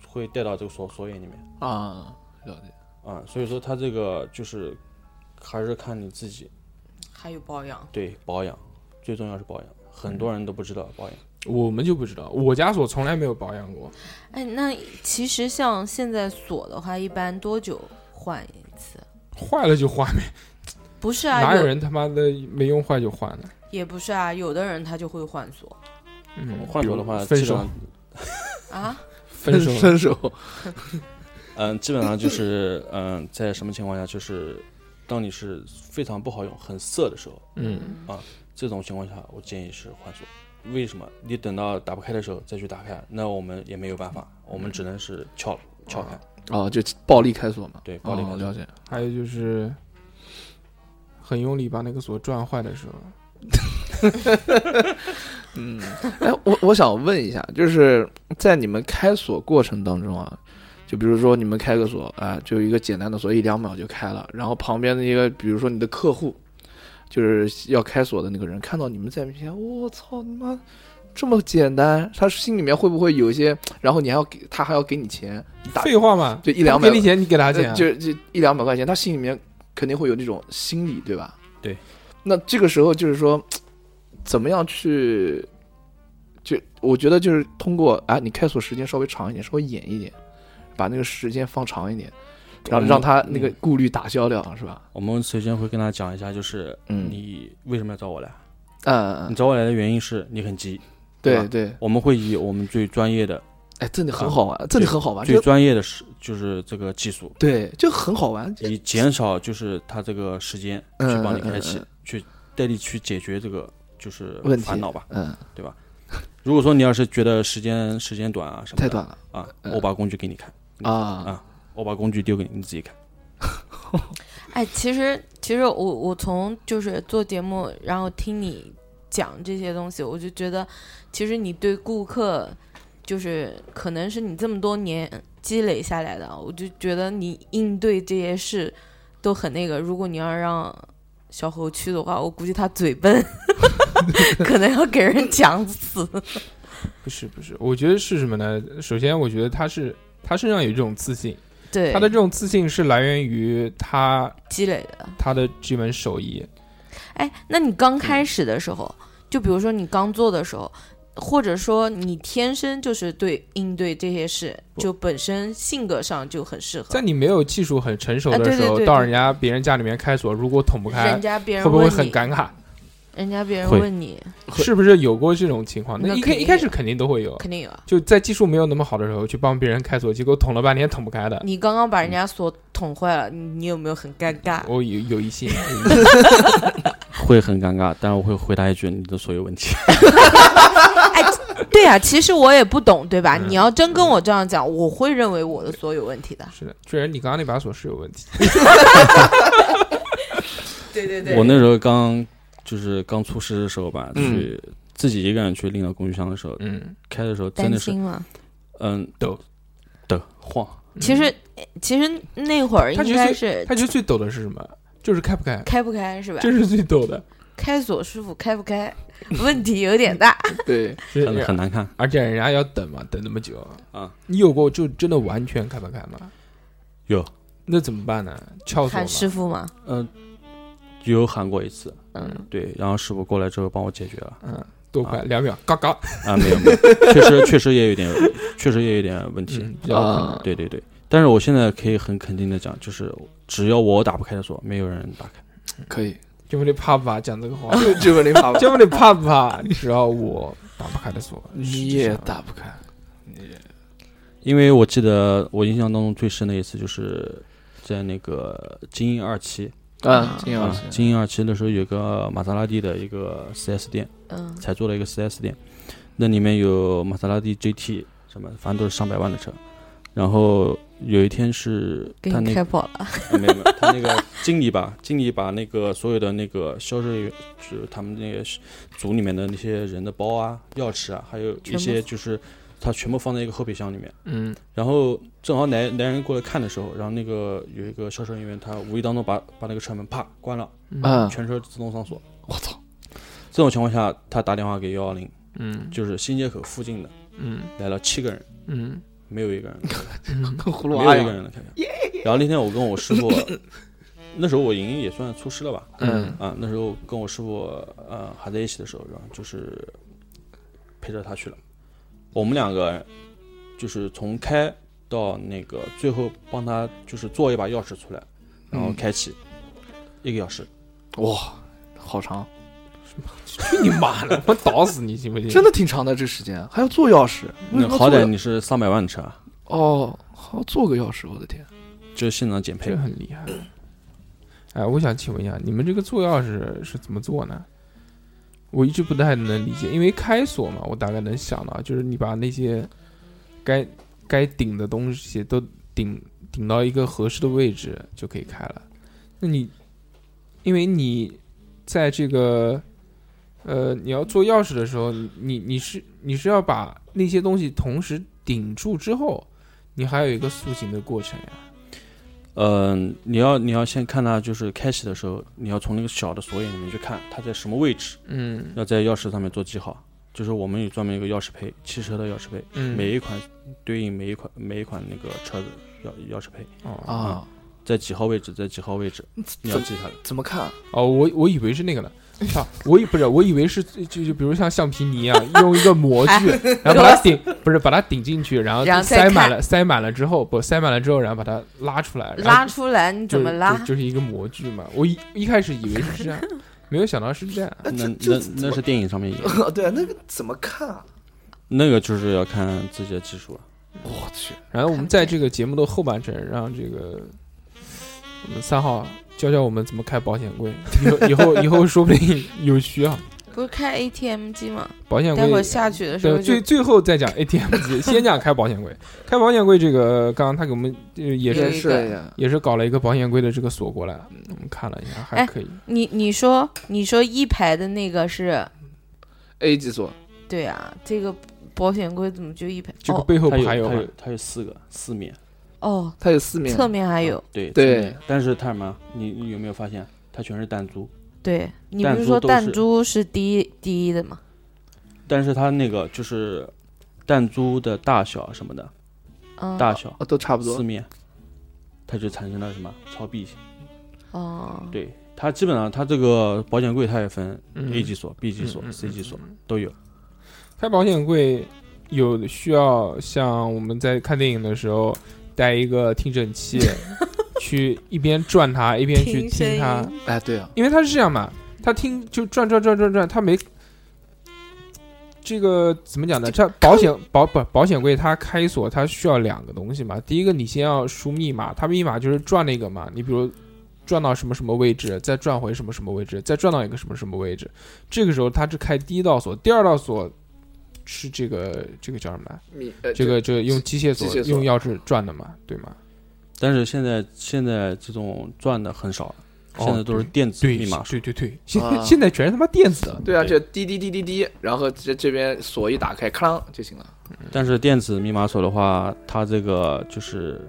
Speaker 2: 会带到这个锁锁眼里面
Speaker 3: 啊，了解。
Speaker 2: 啊、所以说它这个就是还是看你自己
Speaker 4: 还有保养，
Speaker 2: 对保养，最重要是保养。很
Speaker 1: 嗯
Speaker 2: 多人都不知道保养，
Speaker 1: 我们就不知道，我家锁从来没有保养过，
Speaker 4: 哎，那其实像现在锁的话，一般多久换一次？
Speaker 1: 坏了就换呗，
Speaker 4: 不是啊，
Speaker 1: 哪有
Speaker 4: 有
Speaker 1: 人他妈的没用坏就换的？
Speaker 4: 也不是啊，有的人他就会换锁
Speaker 1: 嗯，
Speaker 2: 换锁的话，
Speaker 1: 分
Speaker 2: 基本
Speaker 1: 手
Speaker 2: 上
Speaker 4: 啊，
Speaker 1: 分手
Speaker 3: 分手，
Speaker 2: 嗯，基本上就是嗯，在什么情况下，就是当你是非常不好用、很涩的时候，
Speaker 1: 嗯
Speaker 2: 这种情况下，我建议是换锁。为什么？你等到打不开的时候再去打开，那我们也没有办法，我们只能是撬了撬开，
Speaker 3: 哦，就暴力开锁嘛，
Speaker 2: 对，暴力
Speaker 3: 哦
Speaker 2: 开锁。
Speaker 3: 了解。
Speaker 1: 还有就是很用力把那个锁转坏的时候，
Speaker 3: 嗯，哎，我我想问一下，就是在你们开锁过程当中啊，就比如说你们开个锁啊、就一个简单的锁，一两秒就开了，然后旁边的一个，比如说你的客户，就是要开锁的那个人，看到你们在面前，我、操你妈，这么简单，他心里面会不会有一些？然后你还要给他还要给你钱，你打
Speaker 1: 废话嘛，
Speaker 3: 就一两
Speaker 1: 他不
Speaker 3: 百
Speaker 1: 给你钱，你给他
Speaker 3: 呃
Speaker 1: 钱啊，
Speaker 3: 就就一两百块钱，他心里面肯定会有那种心理，对吧？
Speaker 2: 对。
Speaker 3: 那这个时候就是说，怎么样去，就我觉得就是通过啊，你开锁时间稍微长一点，稍微演一点，把那个时间放长一点，
Speaker 2: 我
Speaker 3: 让
Speaker 2: 们
Speaker 3: 让他那个
Speaker 2: 嗯
Speaker 3: 顾虑打消掉，是吧？
Speaker 2: 我们首先会跟他讲一下，就是
Speaker 3: 嗯
Speaker 2: 你为什么要找我来？
Speaker 3: 嗯
Speaker 2: 你
Speaker 3: 嗯，
Speaker 2: 找我来的原因是你很急，对
Speaker 3: 对
Speaker 2: 吧啊
Speaker 3: 对，
Speaker 2: 我们会以我们最专业的、
Speaker 3: 哎，真的很好玩，真的很好玩，
Speaker 2: 最
Speaker 3: 啊就
Speaker 2: 专业的是就是这个技术，
Speaker 3: 对，就很好玩，就
Speaker 2: 以减少就是他这个时间去
Speaker 3: 嗯
Speaker 2: 帮你
Speaker 3: 嗯
Speaker 2: 开
Speaker 3: 嗯
Speaker 2: 启
Speaker 3: 嗯，
Speaker 2: 去带你去解决这个就是
Speaker 3: 问题
Speaker 2: 烦恼吧。
Speaker 3: 嗯，
Speaker 2: 如果说你要是觉得时间时间短啊什么
Speaker 3: 太
Speaker 2: 的
Speaker 3: 短了
Speaker 2: 啊，
Speaker 3: 嗯
Speaker 2: 我把工具给你看，
Speaker 3: 啊
Speaker 2: 啊我把工具丢给你，你自己看。
Speaker 4: 哎，其实其实我我从就是做节目，然后听你讲这些东西，我就觉得，其实你对顾客，就是可能是你这么多年积累下来的，我就觉得你应对这些事都很那个。如果你要让小猴去的话，我估计他嘴笨， 可能要给人讲 死。
Speaker 1: 不是不是，我觉得是什么呢？首先，我觉得他是他身上有这种自信，
Speaker 4: 对，
Speaker 1: 他的这种自信是来源于他
Speaker 4: 积累的。
Speaker 1: 他的这门手艺，
Speaker 4: 哎，那你刚开始的时候，就比如说你刚做的时候，或者说你天生就是对应对这些事，
Speaker 1: 不
Speaker 4: 就本身性格上就很适合
Speaker 1: 在。你没有技术很成熟
Speaker 4: 啊
Speaker 1: 的
Speaker 4: 对
Speaker 1: 时候，
Speaker 4: 对对
Speaker 1: 到
Speaker 4: 对
Speaker 1: 人家别人家里面开锁，如果捅不开
Speaker 4: 人，家别
Speaker 1: 会
Speaker 4: 人
Speaker 1: 不会
Speaker 4: 问
Speaker 1: 很
Speaker 4: 你，
Speaker 1: 尴尬？
Speaker 4: 人家别人
Speaker 2: 会
Speaker 4: 问你，
Speaker 3: 会
Speaker 1: 是不是有过这种情况？
Speaker 4: 那
Speaker 1: 一开
Speaker 4: 肯定
Speaker 1: 一开始肯定都会有，
Speaker 4: 肯定有啊。
Speaker 1: 就在技术没有那么好的时候去帮别人开锁，结果捅了半天捅不开的。
Speaker 4: 你刚刚把人家锁捅坏了，你你有没有很尴尬？
Speaker 1: 嗯我有有一些，
Speaker 2: 会很尴尬，但是我会回答一句你的所有问题。
Speaker 4: 对啊，其实我也不懂，对
Speaker 1: 嗯
Speaker 4: 吧？你要真跟我这样讲，我会认为我的锁有问题的。
Speaker 1: 是的， 确实你刚刚那把锁是有问题。
Speaker 4: 对 对
Speaker 2: 我那时候刚就是刚出师的时候吧，
Speaker 3: 嗯
Speaker 2: 去自己一个人去拎到工具箱的时候，
Speaker 1: 嗯，
Speaker 2: 开的时候真
Speaker 4: 担
Speaker 2: 的是
Speaker 4: 心嘛。
Speaker 2: 嗯
Speaker 1: 抖
Speaker 2: 抖晃，
Speaker 4: 其实其实那会儿
Speaker 1: 嗯他其
Speaker 4: 应
Speaker 1: 实
Speaker 4: 该是
Speaker 1: 他觉得最抖的是什么？就是开不开，
Speaker 4: 开不开是吧？
Speaker 1: 这是最抖的。
Speaker 4: 开锁师傅开不开， 问题有点大。
Speaker 3: 对，
Speaker 1: 是
Speaker 2: 真的很难看。
Speaker 1: 而且人家要等嘛，等那么久
Speaker 2: 啊！
Speaker 1: 你有过就真的完全开不开吗？
Speaker 2: 有，
Speaker 1: 那怎么办呢？撬锁
Speaker 4: 喊师
Speaker 1: 吗？
Speaker 4: 傅嘛，
Speaker 2: 嗯，有喊过一次，
Speaker 4: 嗯，
Speaker 2: 对，然后师傅过来之后帮我解决了。
Speaker 1: 嗯，多快，两秒，嘎嘎，
Speaker 2: 啊，没有没有，确实确实也有点，确实也有点问题。
Speaker 1: 嗯，比较快
Speaker 3: 啊
Speaker 2: 对对对，但是我现在可以很肯定的讲，就是只要我打不开的锁，没有人打开。
Speaker 3: 可以，
Speaker 1: 就问你怕不怕？讲这个话，
Speaker 3: 就就问你 打吧，
Speaker 1: 就问你怕不怕？只要我打不开的锁，
Speaker 3: 你也打不开，
Speaker 2: 因为我记得我印象当中最深的一次就是在那个金鹰二期
Speaker 3: 啊，金老
Speaker 2: 啊
Speaker 3: 师，，
Speaker 2: 金鹰二期的时候有个玛莎拉蒂的一个 4S 店，
Speaker 4: 嗯，
Speaker 2: 才做了一个 4S 店，那里面有玛莎拉蒂 GT 什么，反正都是上百万的车。然后有一天是
Speaker 4: 给
Speaker 2: 他
Speaker 4: 你
Speaker 2: 那
Speaker 4: 开跑了，
Speaker 2: 啊没有没有，他那个经理吧，经理把那个所有的那个销售员，就是他们那个组里面的那些人的包啊、钥匙啊，还有一
Speaker 4: 全
Speaker 2: 些
Speaker 4: 部
Speaker 2: 就是他全部放在一个后备箱里面。
Speaker 1: 嗯，
Speaker 2: 然后正好来来人过来看的时候，然后那个有一个销售人员，他无意当中把把那个车门啪关了，
Speaker 3: 嗯，
Speaker 2: 全车自动上锁。
Speaker 3: 我操，
Speaker 2: 这种情况下，他打电话给幺幺零，
Speaker 1: 嗯
Speaker 2: 就是新街口附近的
Speaker 1: 嗯
Speaker 2: 来了七个人，
Speaker 1: 嗯
Speaker 2: 没有一 个人
Speaker 1: 嗯，
Speaker 3: 跟葫芦
Speaker 2: 没
Speaker 3: 娃
Speaker 2: 有
Speaker 3: 一
Speaker 2: 一个
Speaker 3: 样，
Speaker 2: 人能开开。然后那天我跟我师傅， 那时候我莹莹也算出师了吧？
Speaker 3: 嗯
Speaker 2: 啊，那时候跟我师傅呃还在一起的时候，然后就是陪着他去了。我们两个就是从开到那个最后帮他就是做一把钥匙出来，然
Speaker 3: 嗯
Speaker 2: 后开启、一个小时。
Speaker 3: 哇，好长，
Speaker 1: 去你妈的，我打死你信不信？
Speaker 3: 真的挺长的这时间，还要做钥匙，为
Speaker 2: 那
Speaker 3: 什么
Speaker 2: 好
Speaker 3: 做
Speaker 2: 歹你是上百万的车啊，
Speaker 3: 哦，好做个钥匙，我的天，
Speaker 2: 就是现场减
Speaker 1: 这
Speaker 2: 配
Speaker 1: 个。很厉害。哎，我想请问一下，你们这个做钥匙是怎么做呢？我一直不太能理解，因为开锁嘛，我大概能想到，就是你把那些该该顶的东西都顶顶到一个合适的位置就可以开了。那你，因为你在这个呃，你要做钥匙的时候，你你是你是要把那些东西同时顶住之后，你还有一个塑形的过程呀、
Speaker 2: 嗯、你要你要先看他就是开启的时候，你要从那个小的锁眼里面去看它在什么位置，
Speaker 1: 嗯，
Speaker 2: 要在钥匙上面做记号。就是我们有专门一个钥匙配，汽车的钥匙配，
Speaker 1: 嗯
Speaker 2: 每一款对应每一款每一款那个车子钥钥匙配，
Speaker 1: 哦
Speaker 3: 啊，
Speaker 2: 在几号位置，在几号位置，
Speaker 3: 嗯
Speaker 2: 你要记下来。
Speaker 3: 怎么看？
Speaker 1: 哦，我我以为是那个呢，操、我以不是我以为是就就比如像橡皮泥一样，用一个模具，然后把它顶不是把它顶进去，然后
Speaker 4: 哎然后再
Speaker 1: 塞满
Speaker 4: 看
Speaker 1: 了塞满了之后不塞满了之后，然后把它拉出来，然后
Speaker 4: 拉出来你
Speaker 1: 就
Speaker 4: 怎么拉
Speaker 1: 哎就？就是一个模具嘛。我一一开始以为是这 样，没有想到是这样。
Speaker 2: 那
Speaker 3: 这
Speaker 2: 那
Speaker 3: 这怎
Speaker 2: 那
Speaker 3: 么
Speaker 2: 是电影上面演，
Speaker 3: 对啊，那个怎么看啊？
Speaker 2: 那个就是要看自己的技术了。
Speaker 3: 我去，
Speaker 1: 然后我们在这个节目的后半程，让这个我们三号教教我们怎么开保险柜，以后以后以后说不定有需要
Speaker 4: 不是开 ATM 机吗？
Speaker 1: 保险柜。
Speaker 4: 待会儿下去的时候
Speaker 1: 对，
Speaker 4: 就
Speaker 1: 最最后再讲 ATM 机，先讲开保险柜。开保险柜这个，刚刚他给我们呃也是
Speaker 4: 有一个
Speaker 3: 是呀，
Speaker 1: 也是搞了一个保险柜的这个锁过来，我们看了一下，还
Speaker 4: 哎
Speaker 1: 可以。
Speaker 4: 你你说你说一排的那个是
Speaker 3: A 级做，
Speaker 4: 对啊，这个保险柜怎么就一排？
Speaker 1: 这个背后
Speaker 2: 它
Speaker 1: 不
Speaker 2: 有
Speaker 1: 还
Speaker 2: 它
Speaker 1: 吗
Speaker 2: 有？它有四个四面，啊
Speaker 4: 哦
Speaker 3: 它有四
Speaker 4: 哦，
Speaker 3: 面，
Speaker 4: 侧面还有
Speaker 2: 对
Speaker 3: 对
Speaker 2: 侧面但是它什么？你你有没有发现它全是弹珠？
Speaker 4: 对，你
Speaker 2: 弹
Speaker 4: 不是
Speaker 2: 珠
Speaker 4: 说
Speaker 2: 都
Speaker 4: 弹
Speaker 2: 是
Speaker 4: 珠是第一第一的吗？
Speaker 2: 但是它那个就是弹珠的大小什么的，
Speaker 4: 嗯，
Speaker 2: 大小
Speaker 3: 哦，都差不
Speaker 2: 四
Speaker 3: 多。
Speaker 2: 面，它就产生了什么超闭性。
Speaker 4: 哦，
Speaker 2: 对，它基本上它这个保险柜它也分
Speaker 1: 嗯
Speaker 2: A 级锁、B 级锁
Speaker 1: 嗯、嗯
Speaker 2: C 级锁
Speaker 1: 嗯嗯
Speaker 2: 都有。
Speaker 1: 开保险柜有需要像我们在看电影的时候带一个听诊 器，去一边转它一边去
Speaker 4: 声
Speaker 1: 听它，
Speaker 4: 音
Speaker 3: 哎，对啊，
Speaker 1: 因为它是这样嘛，它听就转转转转转，它没。这个怎么讲呢？它保险保不保险柜它开锁，它需要两个东西嘛。第一个，你先要输密码，它密码就是转那个嘛。你比如转到什么什么位置，再转回什么什么位置，再转到一个什么什么位置。这个时候它是开第一道锁，第二道锁是这个这个叫什么来？
Speaker 3: 米呃
Speaker 1: 这个这个用机械锁
Speaker 3: 机械锁
Speaker 1: 用钥匙转的嘛，对吗？
Speaker 2: 但是现在现在这种转的很少了，
Speaker 1: 哦
Speaker 2: 现在都是电子
Speaker 1: 对
Speaker 2: 密码。
Speaker 1: 对对对，现
Speaker 3: 啊
Speaker 1: 现在全是他妈电子的。
Speaker 3: 对啊，
Speaker 2: 对
Speaker 3: 就滴滴滴滴滴，然后这这边锁一打开，咔啷就行了。
Speaker 2: 但是电子密码锁的话，它这个就是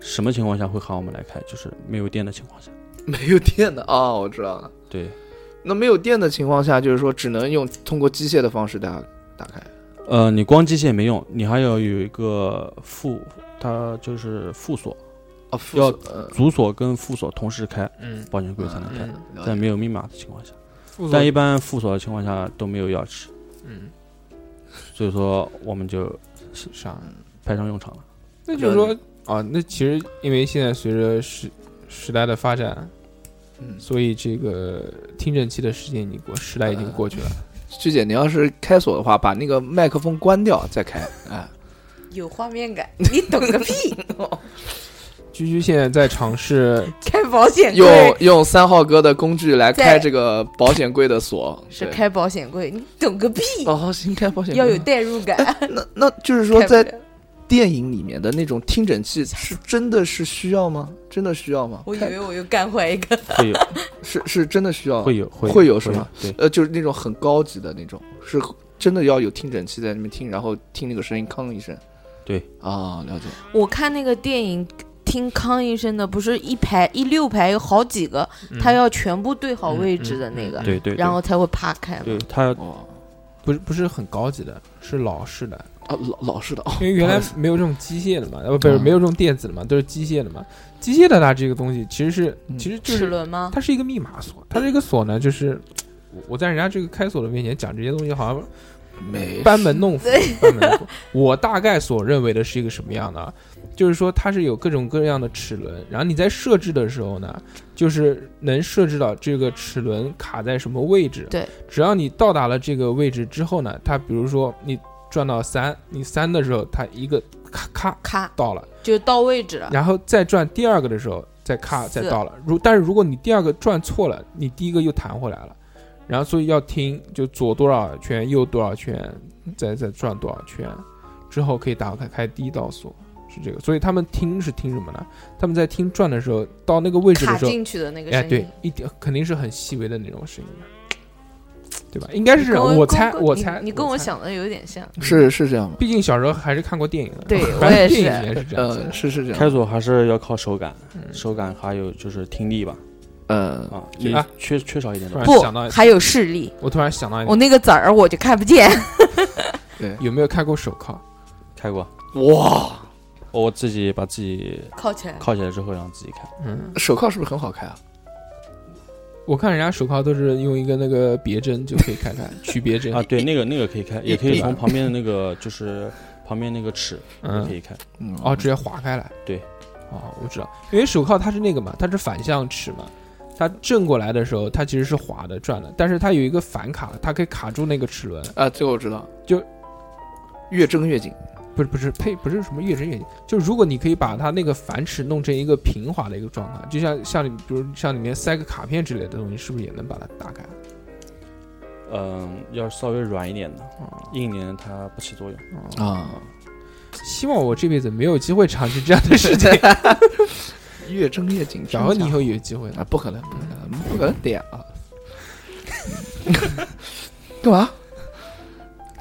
Speaker 2: 什么情况下会喊我们来开？就是没有电的情况下。
Speaker 3: 哦没有电的啊，我知道了。
Speaker 2: 对，
Speaker 3: 那没有电的情况下，就是说只能用通过机械的方式打打开。
Speaker 2: 呃，你光机械没用，你还要有一个副，它就是副锁，
Speaker 3: 哦，副
Speaker 2: 要
Speaker 3: 呃，
Speaker 2: 主锁跟副锁同时开，
Speaker 1: 嗯，
Speaker 2: 保险柜才能开，
Speaker 3: 嗯了解
Speaker 2: 在没有密码的情况下，
Speaker 1: 副
Speaker 2: 但一
Speaker 1: 作，
Speaker 2: 般副锁的情况下都没有钥匙，
Speaker 1: 嗯，
Speaker 2: 所以说我们就
Speaker 1: 啥？
Speaker 2: 派上用场了。
Speaker 1: 那就是说啊，那其实因为现在随着时时代的发展，
Speaker 3: 嗯，
Speaker 1: 所以这个听诊器的时间已经过，时代已经过去了。
Speaker 3: 鞠姐，你要是开锁的话，把那个麦克风关掉再 开。哎，
Speaker 4: 有画面感，你懂个屁！
Speaker 1: 居居现在在尝试，
Speaker 4: 开保险
Speaker 3: 用
Speaker 4: 柜
Speaker 3: 用三号哥的工具来开
Speaker 4: 在
Speaker 3: 这个保险柜的锁，
Speaker 4: 是
Speaker 3: 对
Speaker 4: 开保险柜，你懂个屁！
Speaker 3: 哦，新开保险柜
Speaker 4: 要有代入感。
Speaker 3: 那那就是哎说，在
Speaker 4: 开不了
Speaker 3: 电影里面的那种听诊器是真的是需要吗？真的需要吗？
Speaker 4: 我以
Speaker 3: 开
Speaker 4: 为我又干坏一个，
Speaker 2: 会有
Speaker 3: 是是真的需要，
Speaker 2: 会有会
Speaker 3: 会有是吧？
Speaker 2: 对，
Speaker 3: 呃，就是那种很高级的那种，是真的要有听诊器在那边听，然后听那个声音，吭一声。
Speaker 2: 对
Speaker 3: 啊，了解。
Speaker 4: 我看那个电影。听康医生的不是一排一六排有好几个，
Speaker 1: 嗯
Speaker 4: 他要全部对好位置的那个，
Speaker 2: 对对，
Speaker 4: 然后才会啪开嘛。
Speaker 2: 对它
Speaker 3: 哦，
Speaker 1: 不是不是很高级的，是老式的，
Speaker 3: 啊，老老式的哦，
Speaker 1: 因为原来
Speaker 3: 不好意思
Speaker 1: 没有这种机械的嘛，呃不是
Speaker 3: 嗯
Speaker 1: 没有这种电子的嘛，都是机械的嘛。机械的它这个东西其实是
Speaker 3: 嗯
Speaker 1: 其实就
Speaker 4: 齿
Speaker 1: 是
Speaker 4: 轮吗？
Speaker 1: 它是一个密码锁，它这个锁呢就是。我我在人家这个开锁的面前讲这些东西，好像
Speaker 3: 没
Speaker 1: 班门弄斧。班门弄斧。我大概所认为的是一个什么样的啊？就是说它是有各种各样的齿轮，然后你在设置的时候呢，就是能设置到这个齿轮卡在什么位置。
Speaker 4: 对，
Speaker 1: 只要你到达了这个位置之后呢，它比如说你转到三，你三的时候它一个咔咔
Speaker 4: 咔，
Speaker 1: 到了，
Speaker 4: 就到位置了。
Speaker 1: 然后再转第二个的时候再咔
Speaker 4: 四
Speaker 1: 再到了。如但是如果你第二个转错了，你第一个又弹回来了。然后所以要听，就左多少圈，右多少圈，再再转多少圈，之后可以打开开第一道锁，是这个。所以他们听是听什么呢？他们在听转的时候，到那个位置
Speaker 4: 卡
Speaker 1: 的时候，
Speaker 4: 进去的那个
Speaker 1: 哎，
Speaker 4: 声
Speaker 1: 对
Speaker 4: 音，，
Speaker 1: 一点肯定是很细微的那种声音嘛，对吧？应该是这样，
Speaker 4: 跟
Speaker 1: 我
Speaker 4: 跟
Speaker 1: 猜，
Speaker 4: 跟
Speaker 1: 我
Speaker 4: 你
Speaker 1: 猜，
Speaker 4: 你跟
Speaker 1: 我
Speaker 4: 我
Speaker 1: 猜，
Speaker 4: 想的有点像。
Speaker 3: 是是这样吗？
Speaker 1: 毕竟小时候还是看过电影的，
Speaker 4: 对
Speaker 1: 反
Speaker 4: 我
Speaker 1: 正
Speaker 4: 也
Speaker 1: 电影
Speaker 4: 是
Speaker 1: 里面是这样子的
Speaker 3: 呃，，是是这
Speaker 2: 开
Speaker 3: 样。
Speaker 2: 锁还是要靠手感，
Speaker 1: 啊嗯
Speaker 2: 手感还有就是听力吧，
Speaker 3: 呃，
Speaker 2: 啊，你
Speaker 1: 啊
Speaker 2: 缺缺少一点
Speaker 1: 突
Speaker 2: 的
Speaker 1: 然
Speaker 4: 不
Speaker 1: 想到，，哎
Speaker 4: 还有视力，
Speaker 1: 我突然想到一
Speaker 4: 我
Speaker 1: 点，
Speaker 4: 那个籽儿我就看不见。
Speaker 3: 对，
Speaker 1: 有没有开过手铐？
Speaker 2: 开过，
Speaker 3: 哇，
Speaker 2: 我自己把自己
Speaker 4: 靠起来，
Speaker 2: 铐起来之后，然后自己开，
Speaker 1: 嗯，
Speaker 3: 手铐是不是很好开啊？
Speaker 1: 我看人家手铐都是用一个那个别针就可以开开，取别针
Speaker 2: 啊，，对，那个那个可以开，也可以从旁边的那个就是旁边那个齿也
Speaker 1: 嗯
Speaker 2: 可，以开，
Speaker 3: 嗯，
Speaker 1: 哦，直接划开来。
Speaker 2: 对，
Speaker 1: 哦，我知道，因为手铐它是那个嘛，它是反向齿嘛，它正过来的时候，它其实是滑的转的，但是它有一个反卡，它可以卡住那个齿轮，
Speaker 3: 啊，这个我知道，
Speaker 1: 就
Speaker 3: 越挣越紧。
Speaker 1: 不是不是呸，不是什么越针越紧，就如果你可以把它那个反齿弄成一个平滑的一个状态，就像像你比如像里面塞个卡片之类的东西，是不是也能把它打开？
Speaker 2: 嗯，要是稍微软一点的，
Speaker 1: 哦
Speaker 2: 硬一点的它不起作用。
Speaker 1: 哦
Speaker 3: 啊，
Speaker 1: 希望我这辈子没有机会尝试这样的事情，
Speaker 3: 越挣越紧。
Speaker 1: 然后你以
Speaker 3: 真
Speaker 1: 后有机会
Speaker 3: 假的
Speaker 1: 了
Speaker 3: 啊，。不可能，不可能，不可能的呀！啊干嘛？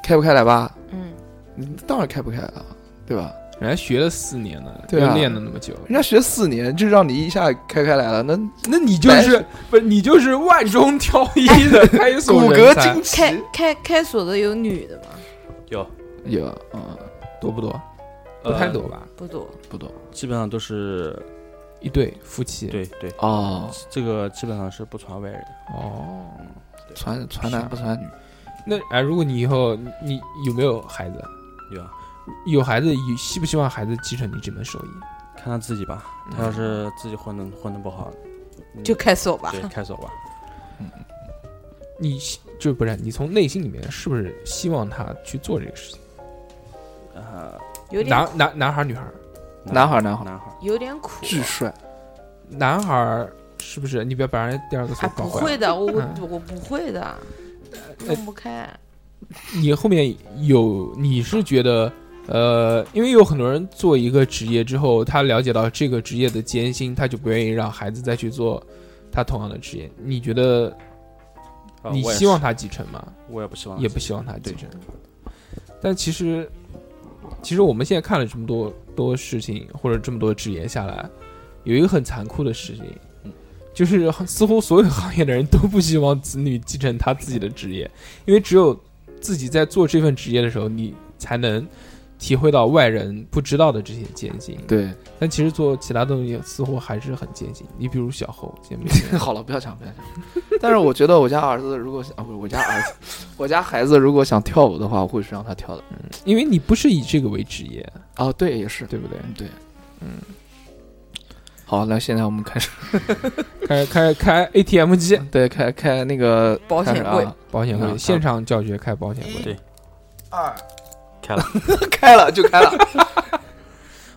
Speaker 3: 开不开来吧？
Speaker 4: 嗯，
Speaker 3: 你当然开不开啊，对吧？
Speaker 1: 人家学了四年呢，
Speaker 3: 对啊
Speaker 1: 又练了那么久，
Speaker 3: 人家学四年就让你一下开开来了，那
Speaker 1: 那你就是哎不是你就是万中挑一的开 锁
Speaker 3: 骨
Speaker 1: 人
Speaker 3: 骼
Speaker 1: 才
Speaker 3: 惊奇
Speaker 4: 开开开锁的有女的吗？
Speaker 2: 有，
Speaker 3: 有啊，
Speaker 1: 多不多？不太多吧？
Speaker 4: 不多，
Speaker 3: 不懂
Speaker 2: 呃基本上都是
Speaker 1: 一对夫妻，
Speaker 2: 对对，
Speaker 3: 哦，
Speaker 2: 这个基本上是不传外人的。
Speaker 1: 哦，
Speaker 3: 传传
Speaker 1: 啊
Speaker 3: 男不传女，
Speaker 1: 那哎，如果你以后你你有没有孩子？
Speaker 2: 有啊，
Speaker 1: 有孩子，有希不希望孩子继承你这门手艺？
Speaker 2: 看他自己吧，他要是
Speaker 1: 嗯
Speaker 2: 自己混的混的 不好，嗯
Speaker 4: 就开锁吧。
Speaker 2: 对开锁吧。
Speaker 1: 你希就不是你从内心里面是不是希望他去做这个事情？
Speaker 2: 啊，
Speaker 4: 有点
Speaker 1: 男男男孩儿女孩儿？
Speaker 3: 男孩儿男孩儿
Speaker 2: 男孩儿，
Speaker 4: 有点苦
Speaker 3: 巨帅，
Speaker 1: 男孩儿是不是？你不要把人家第二个锁
Speaker 4: 啊，
Speaker 1: 搞
Speaker 4: 不
Speaker 1: 坏
Speaker 4: 会
Speaker 1: 了。
Speaker 4: 的，我我
Speaker 1: 嗯
Speaker 4: 我不会的，弄不开。
Speaker 1: 你后面有你是觉得？呃，因为有很多人做一个职业之后，他了解到这个职业的艰辛，他就不愿意让孩子再去做他同样的职业。你觉得
Speaker 2: 啊
Speaker 1: 你
Speaker 2: 我也
Speaker 1: 希望
Speaker 2: 是
Speaker 1: 他继承吗？
Speaker 2: 我也不希望，
Speaker 1: 也不希望他继
Speaker 2: 啊对
Speaker 1: 承。但其实，其实我们现在看了这么多多事情，或者这么多职业下来，有一个很残酷的事情，就是似乎所有行业的人都不希望子女继承他自己的职业，因为只有自己在做这份职业的时候，你才能体会到外人不知道的这些艰辛。，
Speaker 3: 对，
Speaker 1: 但其实做其他东西似乎还是很艰辛。你比如小猴，见没见？
Speaker 3: 好了，不要讲，不要讲。但是我觉得我家儿子如果想，啊不是我家儿子， 我家孩子如果想跳舞的话，我会去让他跳的。
Speaker 1: 因为你不是以这个为职业，
Speaker 3: 哦，对，也是，
Speaker 1: 对不对？
Speaker 3: 嗯，对，嗯。好，那现在我们开始，
Speaker 1: 开开开 ATM 机，
Speaker 3: 对，开开那个
Speaker 4: 保险柜
Speaker 3: 开始啊
Speaker 1: 保险柜，
Speaker 3: 嗯
Speaker 1: 现场教学开保险柜。
Speaker 2: 对
Speaker 3: 开了就开了。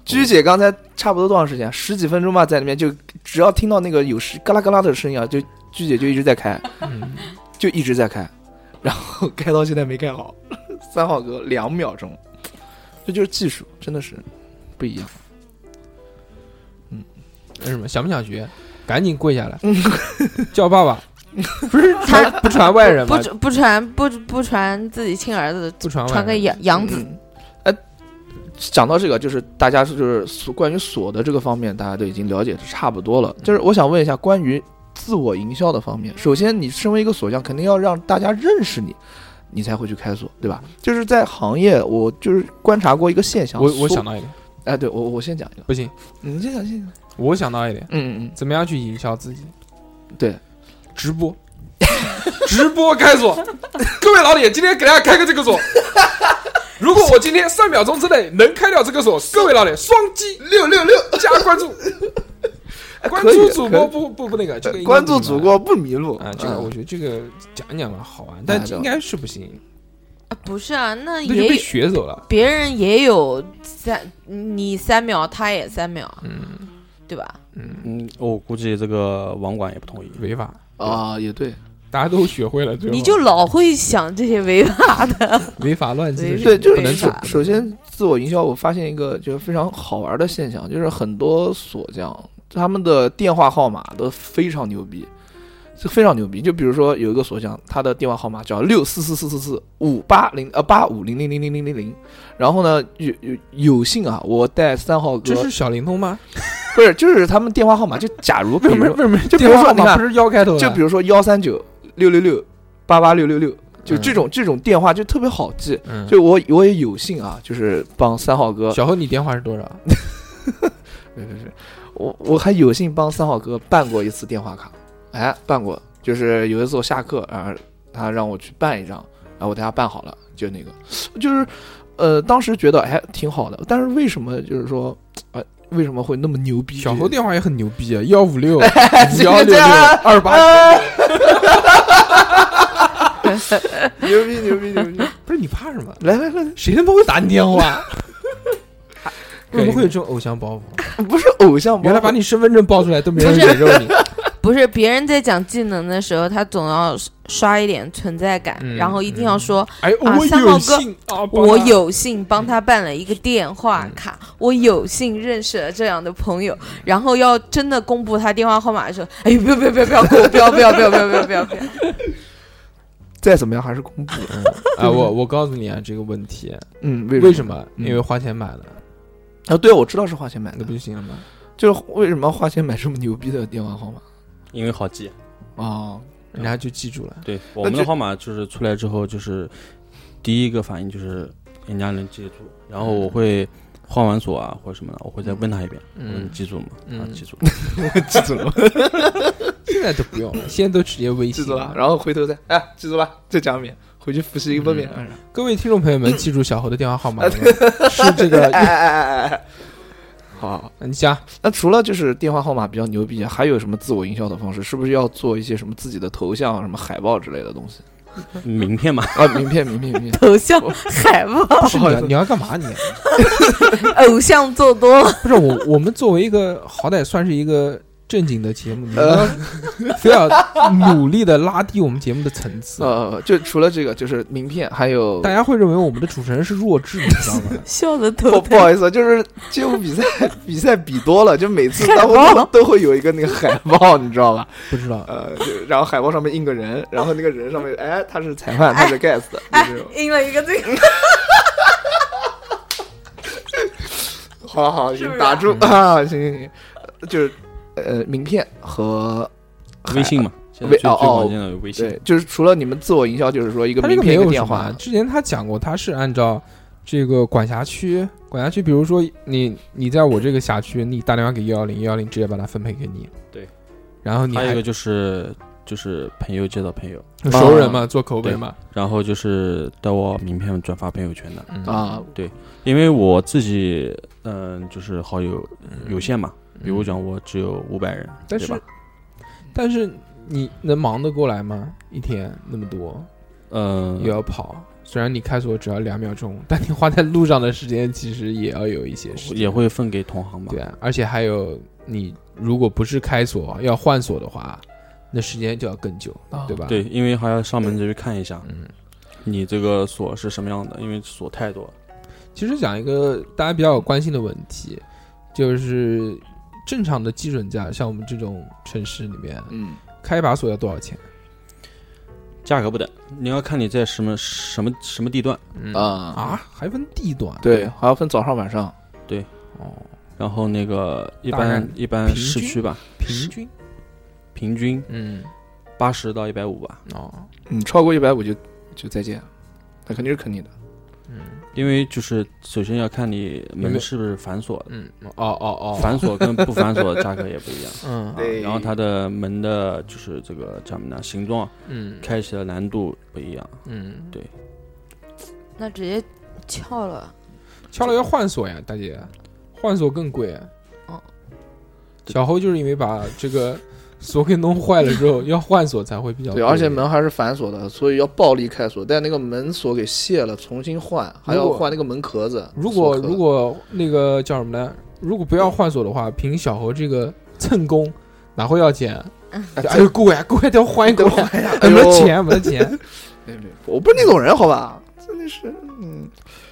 Speaker 3: 鞠姐刚才差不多多长时间？十几分钟吧，在那边就只要听到那个有声嘎啦嘎啦的声音啊，就鞠姐就一直在开，
Speaker 1: 嗯，
Speaker 3: 就一直在开，然后开到现在没开好， 三号哥两秒钟，这就是技术，真的是不一样。
Speaker 1: 那什么，想不想学？赶紧跪下来， 叫爸爸。不是传不传外人吗
Speaker 4: 不？不传不不传自己亲儿子，
Speaker 1: 不传外
Speaker 4: 传给
Speaker 1: 人。
Speaker 4: 养养子。
Speaker 3: 嗯，哎，讲到这个，就是大家就是所关于锁的这个方面，大家都已经了解的差不多了。
Speaker 1: 嗯
Speaker 3: 就是我想问一下关于自我营销的方面，首先你身为一个锁匠，肯定要让大家认识你。你才会去开锁，对吧？
Speaker 1: 嗯
Speaker 3: 就是在行业，我就是观察过一个现象。
Speaker 1: 我我
Speaker 3: 所
Speaker 1: 想，到一个，
Speaker 3: 哎，对我我先讲一个，
Speaker 1: 不行，
Speaker 3: 你先讲，先讲。
Speaker 1: 我想到一点，
Speaker 3: 嗯嗯
Speaker 1: 怎么样去营销自己？
Speaker 3: 对，
Speaker 1: 直播， 直播开锁。 各位老铁，今天给大家开个这个锁。如果我今天三秒钟之内能开掉这个锁，各位老铁双击六六六加关注，
Speaker 3: 嗯，
Speaker 1: 关
Speaker 3: 可以
Speaker 1: 注主播
Speaker 3: 可
Speaker 1: 不不不那个，这个
Speaker 3: 以
Speaker 1: 应该
Speaker 3: 关注
Speaker 1: 不行
Speaker 3: 主
Speaker 1: 吧
Speaker 3: 播不迷路
Speaker 1: 啊，这个
Speaker 3: 嗯
Speaker 1: 我觉得这个讲一讲吧，好玩，但
Speaker 3: 哎对
Speaker 1: 应该是不行，
Speaker 4: 啊不是啊，那
Speaker 1: 那就
Speaker 4: 也
Speaker 1: 被
Speaker 4: 有
Speaker 1: 学走了。
Speaker 4: 别人也有三，你三秒，他也三秒，
Speaker 1: 嗯
Speaker 4: 对吧？
Speaker 1: 嗯，
Speaker 2: 嗯，我估计这个网管也不同意。
Speaker 1: 违法，
Speaker 3: 啊，也对，
Speaker 1: 大家都学会了，最后
Speaker 4: 你就老会想这些违法的，
Speaker 1: 违法乱纪的
Speaker 4: 违
Speaker 1: 事
Speaker 4: 法
Speaker 1: 情，
Speaker 3: 对，就
Speaker 1: 不能
Speaker 3: 是首
Speaker 1: 做。
Speaker 3: 首先自我营销，我发现一个就是非常好玩的现象，就是很多锁匠他们的电话号码都非常牛逼，就非常牛逼。就比如说有一个锁匠，他的电话号码叫六四四四四四五八零呃八五零零零零零零零，然后呢有有有幸啊，我带三号哥
Speaker 1: 这是小灵通吗？
Speaker 3: 不是就是他们电话号码，就假 如比
Speaker 1: 为什
Speaker 3: 如
Speaker 1: 么为
Speaker 3: 说
Speaker 1: 什么
Speaker 3: 就比如
Speaker 1: 电话
Speaker 3: 说
Speaker 1: 号
Speaker 3: 你
Speaker 1: 码
Speaker 3: 看
Speaker 1: 不是幺开头的？
Speaker 3: 就比如说幺三九六六六八八六六六，就这种、这种电话就特别好记。
Speaker 1: 嗯，
Speaker 3: 就我我也有幸啊，就是帮三号哥
Speaker 1: 小何，你电话是多少？
Speaker 3: 对对对，我我还有幸帮三号哥办过一次电话卡，哎，办过，就是有一次我下课，然后他让我去办一张，然后我给他办好了，就那个，就是，呃，当时觉得哎挺好的，但是为什么就是说，哎，为什么会那么牛逼？
Speaker 1: 小何电话也很牛逼啊，幺五 六
Speaker 3: 这
Speaker 1: 幺六
Speaker 3: 个这
Speaker 1: 六
Speaker 3: 样
Speaker 1: 二 八，
Speaker 3: 哎，牛逼牛逼牛逼！
Speaker 1: 不是你怕什么？
Speaker 3: 来来来，
Speaker 1: 谁他妈会打你电话？ 为什么会有这种偶像包袱？
Speaker 3: 不是偶像包袱，
Speaker 1: 原来把你身份证报出来都没人
Speaker 4: 不是
Speaker 1: 忍受 你。
Speaker 4: 不是别人在讲技能的时候，他总要刷一点存在感，
Speaker 1: 嗯
Speaker 4: 然后一定要说、
Speaker 1: 哎，
Speaker 4: 啊
Speaker 1: 我
Speaker 4: 三号
Speaker 1: 有
Speaker 4: 哥
Speaker 1: 幸啊，帮
Speaker 4: 我
Speaker 1: 他
Speaker 4: 有幸帮他办了一个电话卡，我有幸认识了这样的朋友，然后要真的公布他电话号码的时候，哎呦，不要不要不要不要给我不要不要不要不要不要不要不要，
Speaker 3: 再怎么样还是公布的，
Speaker 1: 啊，我我告诉你啊，这个问题
Speaker 3: 嗯，为
Speaker 1: 为
Speaker 3: 什
Speaker 1: 什
Speaker 3: 么？
Speaker 1: 么？
Speaker 3: 嗯
Speaker 1: 因为花钱买的，
Speaker 3: 啊，对，我知道是花钱买
Speaker 1: 那
Speaker 3: 的
Speaker 1: 不，就行了吗？
Speaker 3: 就是为什么要花钱买这么牛逼的电话号码？
Speaker 2: 因为好记。
Speaker 3: 哦，
Speaker 1: 人家就记住了。
Speaker 2: 对，我们
Speaker 3: 这
Speaker 2: 的号码就是出来之后，就是第一个反应就是人家能记住，然后我会换完锁啊或者什么的，我会再问他一遍，我说你
Speaker 1: 嗯，
Speaker 2: 记住吗？
Speaker 1: 嗯
Speaker 2: 啊，记住了。
Speaker 3: 记住了，
Speaker 1: 现在都不用了，现在都直接微信。
Speaker 3: 记住了，然后回头再哎，记住了，再讲一遍，回去复习一遍。
Speaker 1: 嗯
Speaker 3: 哎
Speaker 1: 各位听众朋友们，记住小侯的电话号码了 吗？是这个，呃
Speaker 3: 哎哎哎哎，好。
Speaker 1: 你 加
Speaker 3: 那除了就是电话号码比较牛逼，还有什么自我营销的方式？是不是要做一些什么自己的头像、什么海报之类的东西？
Speaker 2: 名片嘛，
Speaker 3: 啊，名片，名片，名片。
Speaker 4: 头像海
Speaker 3: 哦
Speaker 4: 报，
Speaker 1: 不是你啊要你要干嘛你？
Speaker 4: 偶像做 多了，
Speaker 1: 不是我，我们作为一个好歹算是一个正经的节目，你们
Speaker 3: 呃
Speaker 1: 要非要努力的拉低我们节目的层次。
Speaker 3: 呃，就除了这个，就是名片，还有
Speaker 1: 大家会认为我们的主持人是弱智，你知道吗？
Speaker 4: 笑的头
Speaker 3: 不不
Speaker 4: 疼。
Speaker 3: 好意思，就是街舞比赛比赛比多了，就每次他会都都会有一个那个海报，你知道吧？
Speaker 1: 不知道，
Speaker 3: 呃，就然后海报上面印个人，然后那个人上面，哎，他是裁判，他是盖茨，
Speaker 4: 哎
Speaker 3: 就这种。，
Speaker 4: 印了一个这个，
Speaker 3: 好好，
Speaker 4: 是不
Speaker 3: 行，
Speaker 4: 是
Speaker 3: 打住啊！行行行，就是呃，名片和
Speaker 2: 微 信嘛，现在
Speaker 3: 微
Speaker 2: 最最
Speaker 3: 哦哦
Speaker 2: 广见的有微信，
Speaker 3: 对，就是除了你们自我营销，就是说一个
Speaker 1: 他这
Speaker 3: 名
Speaker 1: 个没
Speaker 3: 片一
Speaker 1: 有
Speaker 3: 个
Speaker 1: 什
Speaker 3: 电
Speaker 1: 么啊
Speaker 3: 话，
Speaker 1: 之前他讲过，他是按照这个管辖区，管辖区，比如说你你在我这个辖区，你打电话给幺幺零，幺幺零直接把它分配给你。
Speaker 2: 对，
Speaker 1: 然后你
Speaker 2: 还有一
Speaker 1: 还
Speaker 2: 个就是就是朋友介绍朋友，
Speaker 1: 熟人
Speaker 3: 啊
Speaker 1: 嘛，做口碑嘛，
Speaker 2: 然后就是到我名片转发朋友圈的，
Speaker 1: 嗯，
Speaker 3: 啊，
Speaker 2: 因为我自己嗯、就是好友有限嘛，比如
Speaker 1: 嗯，
Speaker 2: 讲我只有五百人，
Speaker 1: 但
Speaker 2: 对
Speaker 1: 是
Speaker 2: 吧？
Speaker 1: 但是你能忙得过来吗？一天那么多，
Speaker 2: 嗯、
Speaker 1: 又要跑。虽然你开锁只要两秒钟，但你花在路上的时间其实也要有一些时间，
Speaker 2: 也会分给同行嘛
Speaker 1: 对，啊，而且还有你如果不是开锁要换锁的话，那时间就要更久，
Speaker 3: 啊
Speaker 1: 对吧？
Speaker 2: 对，，因为还要上门子去看一下
Speaker 1: 嗯，
Speaker 2: 你这个锁是什么样的，因为锁太多了。
Speaker 1: 其实讲一个大家比较有关心的问题，就是正常的基准价，像我们这种城市里面，
Speaker 3: 嗯，
Speaker 1: 开一把锁要多少钱？
Speaker 2: 价格不等，你要看你在什么什么什么地段，
Speaker 1: 嗯
Speaker 3: 啊，
Speaker 1: 啊，还分地段？
Speaker 3: 对，还要分早上晚上，
Speaker 1: 哦，
Speaker 2: 然后那个一
Speaker 1: 大概
Speaker 2: 般一般
Speaker 1: 平均
Speaker 2: 市区吧，
Speaker 1: 平均，
Speaker 2: 平均
Speaker 1: 嗯，
Speaker 2: 八十到一百五吧，
Speaker 1: 哦，
Speaker 3: 嗯，超过一百五就就再见，那肯定是坑你的。
Speaker 1: 嗯
Speaker 2: 因为就是首先要看你
Speaker 1: 有没有
Speaker 2: 门是不是反锁的，
Speaker 1: 嗯，哦哦哦，
Speaker 2: 反锁跟不反锁的价格也不 一样。啊
Speaker 1: 嗯
Speaker 3: 对
Speaker 2: 然后它的门的，就是这个叫什么呢？形状、
Speaker 1: 嗯
Speaker 2: 开启的难度不一样。啊
Speaker 1: 嗯，
Speaker 2: 对
Speaker 4: 那直接撬了，
Speaker 1: 敲了要换锁呀，大姐，换锁更贵。啊
Speaker 4: 哦，
Speaker 1: 小侯就是因为把这个锁给弄坏了之后，要换锁才会比较贵。
Speaker 3: 对，而且门还是反锁的，所以要暴力开锁，但那个门锁给卸了，重新换，还要
Speaker 1: 如果
Speaker 3: 换那个门壳子。
Speaker 1: 如果
Speaker 3: 锁壳
Speaker 1: 如果那个叫什么呢？如果不要换锁的话，凭小侯这个蹭工，哪会要钱？
Speaker 3: 哎
Speaker 1: 哎呦，贵啊，贵啊，得换一个
Speaker 3: 得，换呀，哎
Speaker 1: 没
Speaker 3: 呦
Speaker 1: 得，钱，没得钱。
Speaker 3: 对对我不是那种人，好吧？真的是，嗯，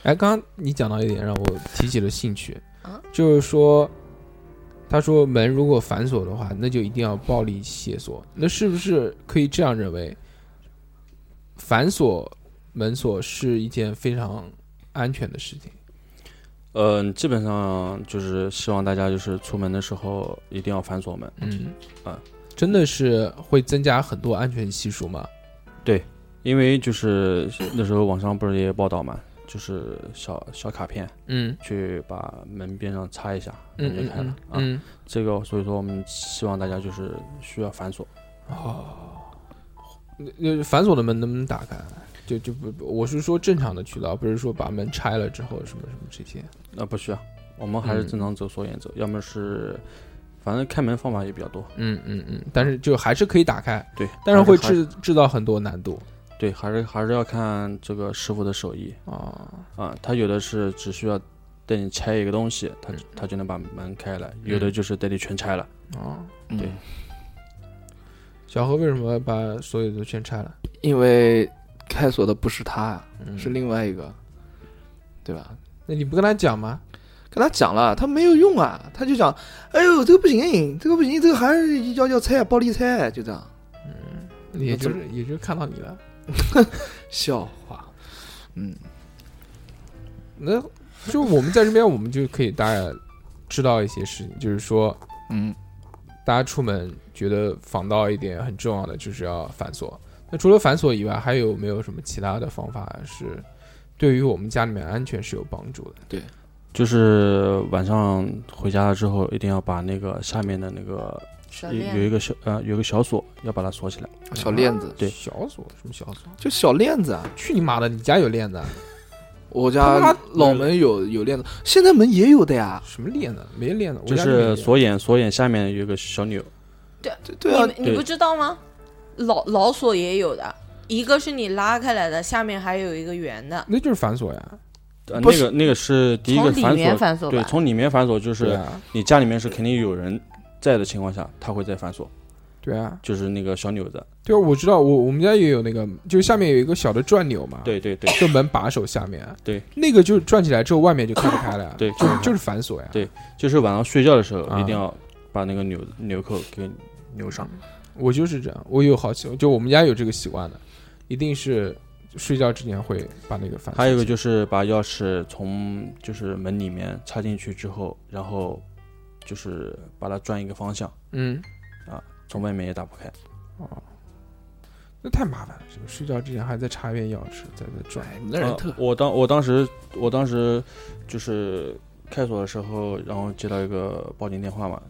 Speaker 1: 哎，刚刚你讲到一点，让我提起了兴趣
Speaker 4: 啊，
Speaker 1: 就是说，他说门如果反锁的话，那就一定要暴力卸锁。那是不是可以这样认为，反锁门锁是一件非常安全的事情？
Speaker 2: 嗯、基本上就是希望大家就是出门的时候一定要反锁门。
Speaker 1: 嗯，
Speaker 2: 啊，
Speaker 1: 真的是会增加很多安全系数吗？
Speaker 2: 因为就是那时候网上不是也有报道嘛，就是小小卡片
Speaker 1: 嗯
Speaker 2: 去把门边上插一下，门就
Speaker 1: 嗯
Speaker 2: 开了
Speaker 1: 嗯
Speaker 2: 啊。
Speaker 1: 嗯，
Speaker 2: 这个所以说我们希望大家就是需要反锁。
Speaker 1: 呃，反锁的门能不能打开？就就不，不我是说正常的渠道，不是说把门拆了之后什么什么这些。
Speaker 2: 那、啊不需要，我们还是
Speaker 1: 嗯
Speaker 2: 正常走锁眼走，要么是反正开门方法也比较多。
Speaker 1: 嗯嗯嗯，但是就还是可以打开，
Speaker 2: 对，
Speaker 1: 但是会
Speaker 2: 还还
Speaker 1: 制制造很多难度
Speaker 2: 对，还是还是要看这个师傅的手艺
Speaker 1: 啊。
Speaker 2: 啊。他有的是只需要带你拆一个东西，
Speaker 1: 嗯
Speaker 2: 他他就能把门开了；有的就是带你全拆了。
Speaker 1: 哦，
Speaker 2: 对
Speaker 3: 对，
Speaker 1: 小何为什么把所有都全拆了？
Speaker 3: 因为开锁的不是他，
Speaker 1: 嗯
Speaker 3: 是另外一个，对吧？
Speaker 1: 那你不跟他讲吗？
Speaker 3: 跟他讲了，他没有用啊，他就讲，哎呦，这个不行，这个不行，这个还是要要拆，啊暴力拆，就这样，
Speaker 1: 也就
Speaker 3: 那
Speaker 1: 是也就看到你了。
Speaker 3: 笑话，嗯，
Speaker 1: 那就我们在这边，我们就可以大概知道一些事情，就是说
Speaker 3: 嗯，
Speaker 1: 大家出门觉得防盗一点很重要的就是要反锁。那除了反锁以外，还有没有什么其他的方法是对于我们家里面安全是有帮助的？
Speaker 2: 就是晚上回家了之后，一定要把那个下面的那个
Speaker 4: 小
Speaker 2: 有
Speaker 4: 链
Speaker 2: 有一个小呃有一个小锁，要把它锁起来。
Speaker 3: 小链子，
Speaker 2: 对
Speaker 1: 嗯小锁什么小锁？
Speaker 3: 嗯就小链子啊，
Speaker 1: 去你妈的！你家有链子啊？
Speaker 3: 我
Speaker 1: 他
Speaker 3: 家
Speaker 1: 妈
Speaker 3: 老门有有链子，现在门也有的呀，
Speaker 1: 什么链子？没链子，我
Speaker 2: 就
Speaker 1: 家没链
Speaker 2: 是
Speaker 1: 子
Speaker 2: 锁眼，锁眼下面有一个小钮，
Speaker 3: 对对啊，
Speaker 4: 你你
Speaker 2: 对
Speaker 4: 不知道吗？老老锁也有的，一个是你拉开来的，下面还有一个圆的，
Speaker 1: 那就是反锁呀，
Speaker 2: 呃，
Speaker 3: 不
Speaker 2: 那
Speaker 3: 是
Speaker 2: 个那个是第一
Speaker 4: 从
Speaker 2: 个
Speaker 4: 里
Speaker 2: 反
Speaker 4: 面
Speaker 2: 锁，
Speaker 4: 反锁
Speaker 2: 对，
Speaker 4: 吧。
Speaker 2: 从里面反锁就
Speaker 1: 对
Speaker 2: 是
Speaker 1: 啊，
Speaker 2: 你家里面是肯定有人在的情况下，他会再反锁，
Speaker 1: 对啊，
Speaker 2: 就是那个小钮子。
Speaker 1: 对啊，我知道，我我们家也有那个，就是下面有一个小的转钮嘛，，
Speaker 2: 对对对
Speaker 1: 就门把手下面，
Speaker 2: 对，
Speaker 1: 那个就是转起来之后外面就开不开了呀，
Speaker 2: 对
Speaker 1: 就就是反锁呀，
Speaker 2: 对就是晚上睡觉的时候
Speaker 1: 啊
Speaker 2: 一定要把那个纽纽扣给扭上。
Speaker 1: 我就是这样，我有好习惯，就我们家有这个习惯的，一定是睡觉之前会把那个反锁起来，
Speaker 2: 还有一个就是把钥匙从就是门里面插进去之后，然后就是把它转一个方向，
Speaker 1: 嗯，
Speaker 2: 从外面也打不开。
Speaker 1: 哦，那太麻烦了，是吧？睡觉之前还在插一遍钥匙，在这转。
Speaker 3: 哎，你那人特
Speaker 2: 呃我当我当时我当时就是开锁的时候，然后接到一个报警电话嘛，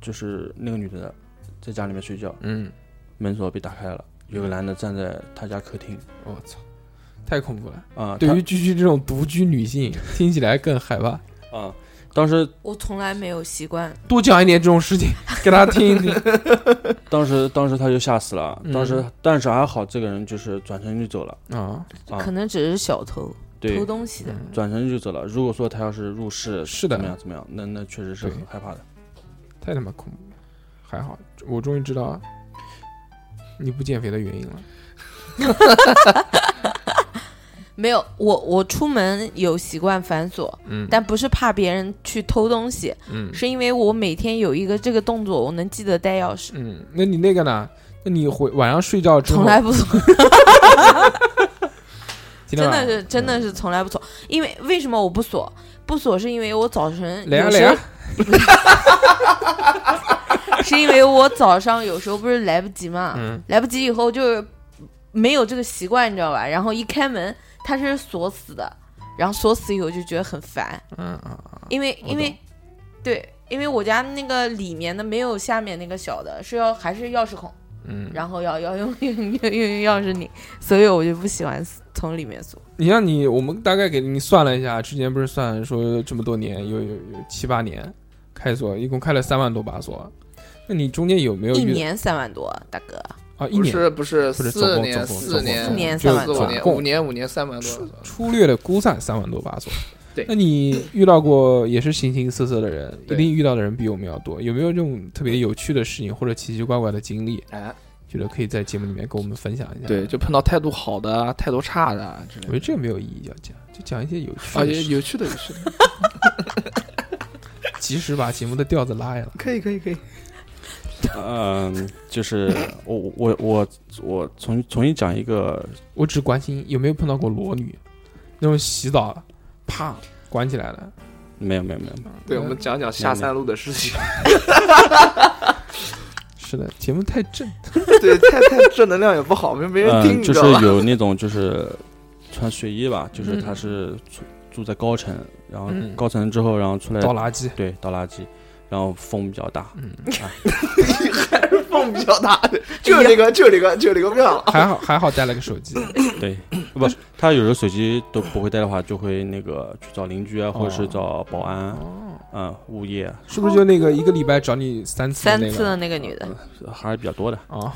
Speaker 2: 就是那个女的在家里面睡觉，
Speaker 1: 嗯，
Speaker 2: 门锁被打开了，有个男的站在她家客厅
Speaker 1: 我哦操，太恐怖了！
Speaker 2: 啊，
Speaker 1: 对于居居这种独居女 性，听起来更害怕。
Speaker 2: 她啊，当时
Speaker 4: 我从来没有习惯，
Speaker 1: 多讲一点这种事 情给大家听一听。
Speaker 2: 当时当时他就吓死了，
Speaker 1: 嗯
Speaker 2: 当时、但是还好这个人就是转身就走了，
Speaker 1: 啊，
Speaker 2: 啊
Speaker 4: 可能只是小偷
Speaker 2: 对
Speaker 4: 偷，东西的。
Speaker 1: 嗯
Speaker 2: 转身就走了。如果说他要嗯是入室，
Speaker 1: 是的
Speaker 2: 怎么样怎么样，那那确实是很害怕的。
Speaker 1: 太他妈恐怖了！还好，我终于知道你不减肥的原因了。
Speaker 4: 没有，我我出门有习惯反锁，
Speaker 1: 嗯
Speaker 4: 但不是怕别人去偷东西，
Speaker 1: 嗯
Speaker 4: 是因为我每天有一个这个动作，我能记得带钥匙，
Speaker 1: 嗯，那你那个呢？那你回晚上睡觉之后，
Speaker 4: 从来不锁，
Speaker 1: 今天
Speaker 4: 真
Speaker 1: 晚
Speaker 4: 的
Speaker 1: 上
Speaker 4: 是真的是从来不锁。因为为什么我不锁？不锁是因为我早晨
Speaker 1: 来呀
Speaker 4: 有
Speaker 1: 来
Speaker 4: 时候
Speaker 1: 呀，
Speaker 4: 是因为我早上有时候不是来不及嘛，
Speaker 1: 嗯
Speaker 4: 来不及以后就是没有这个习惯，你知道吧？然后一开门它是锁死的，然后锁死以后就觉得很烦，
Speaker 1: 嗯啊，
Speaker 4: 因为
Speaker 1: 我
Speaker 4: 因为对，因为我家那个里面的没有下面那个小的，是要还是钥匙孔，
Speaker 1: 嗯，
Speaker 4: 然后要要用用用用用钥匙拧，所以我就不喜欢从里面锁。
Speaker 1: 你像你，我们大概给你算了一下，之前不是算说这么多年，有有有七八年开锁，一共开了三万多把锁。那你中间有没有
Speaker 4: 一
Speaker 1: 遇
Speaker 4: 年三万多，大哥，
Speaker 1: 啊？一
Speaker 3: 不
Speaker 1: 年
Speaker 3: 是不是
Speaker 1: 不是
Speaker 3: 四
Speaker 1: 总共
Speaker 3: 年
Speaker 1: 总共
Speaker 3: 四
Speaker 1: 总共
Speaker 4: 一
Speaker 3: 年
Speaker 4: 年
Speaker 1: 就
Speaker 4: 三万
Speaker 3: 四
Speaker 4: 多
Speaker 3: 五
Speaker 1: 总
Speaker 3: 年
Speaker 1: 共
Speaker 3: 五年五年三万多了，
Speaker 1: 粗略的估算三万多把锁。
Speaker 3: 对
Speaker 1: 那你遇到过也是形形色色的人，一
Speaker 3: 对
Speaker 1: 定遇到的人比我们要多。有没有这种特别有趣的事情或者奇奇怪怪的经历，
Speaker 3: 哎，
Speaker 1: 觉得可以在节目里面跟我们分享一下？
Speaker 3: 对，，就碰到态度好的啊、态度差的啊之类
Speaker 1: 我觉
Speaker 3: 的
Speaker 1: 得这个没有意义要讲，就讲一些有趣
Speaker 3: 啊，
Speaker 1: 的
Speaker 3: 有
Speaker 1: 事，
Speaker 3: 有趣的有趣的，
Speaker 1: 及时把节目的调子拉下来。
Speaker 3: 可以可以可以，
Speaker 2: 嗯， 就是我我我我重重新讲一个
Speaker 1: 我只关心有没有碰到过裸女，那种洗澡啪关起来的。
Speaker 2: 没有没有没有，
Speaker 3: 对我们讲讲下三路的事情，
Speaker 1: 是的，节目太 正，
Speaker 3: 对，太太正能量也不好，没没人听，
Speaker 2: 嗯，
Speaker 3: 你
Speaker 2: 就
Speaker 3: 知
Speaker 2: 是
Speaker 3: 道吧？
Speaker 2: 有那种就是穿睡衣吧，就是
Speaker 1: 嗯
Speaker 2: 他是住住在高层，然后
Speaker 1: 嗯
Speaker 2: 高层之后，然后出来
Speaker 1: 倒垃圾。
Speaker 2: 对倒垃圾，然后风比较大，
Speaker 1: 嗯，
Speaker 3: 风比较大的，就是这个，就是这个，就是这个妙。
Speaker 1: 还好还好带了个手机。
Speaker 2: 对，不，他有时候手机都不会带的话，就会那个去找邻居啊，或者是找保安，
Speaker 1: 哦，
Speaker 2: 嗯，物业
Speaker 1: 是不是就那个一个礼拜找你三次的
Speaker 4: 三
Speaker 1: 那
Speaker 4: 次
Speaker 1: 个
Speaker 4: 的那个女的，
Speaker 2: 还是比较多的，
Speaker 1: 啊？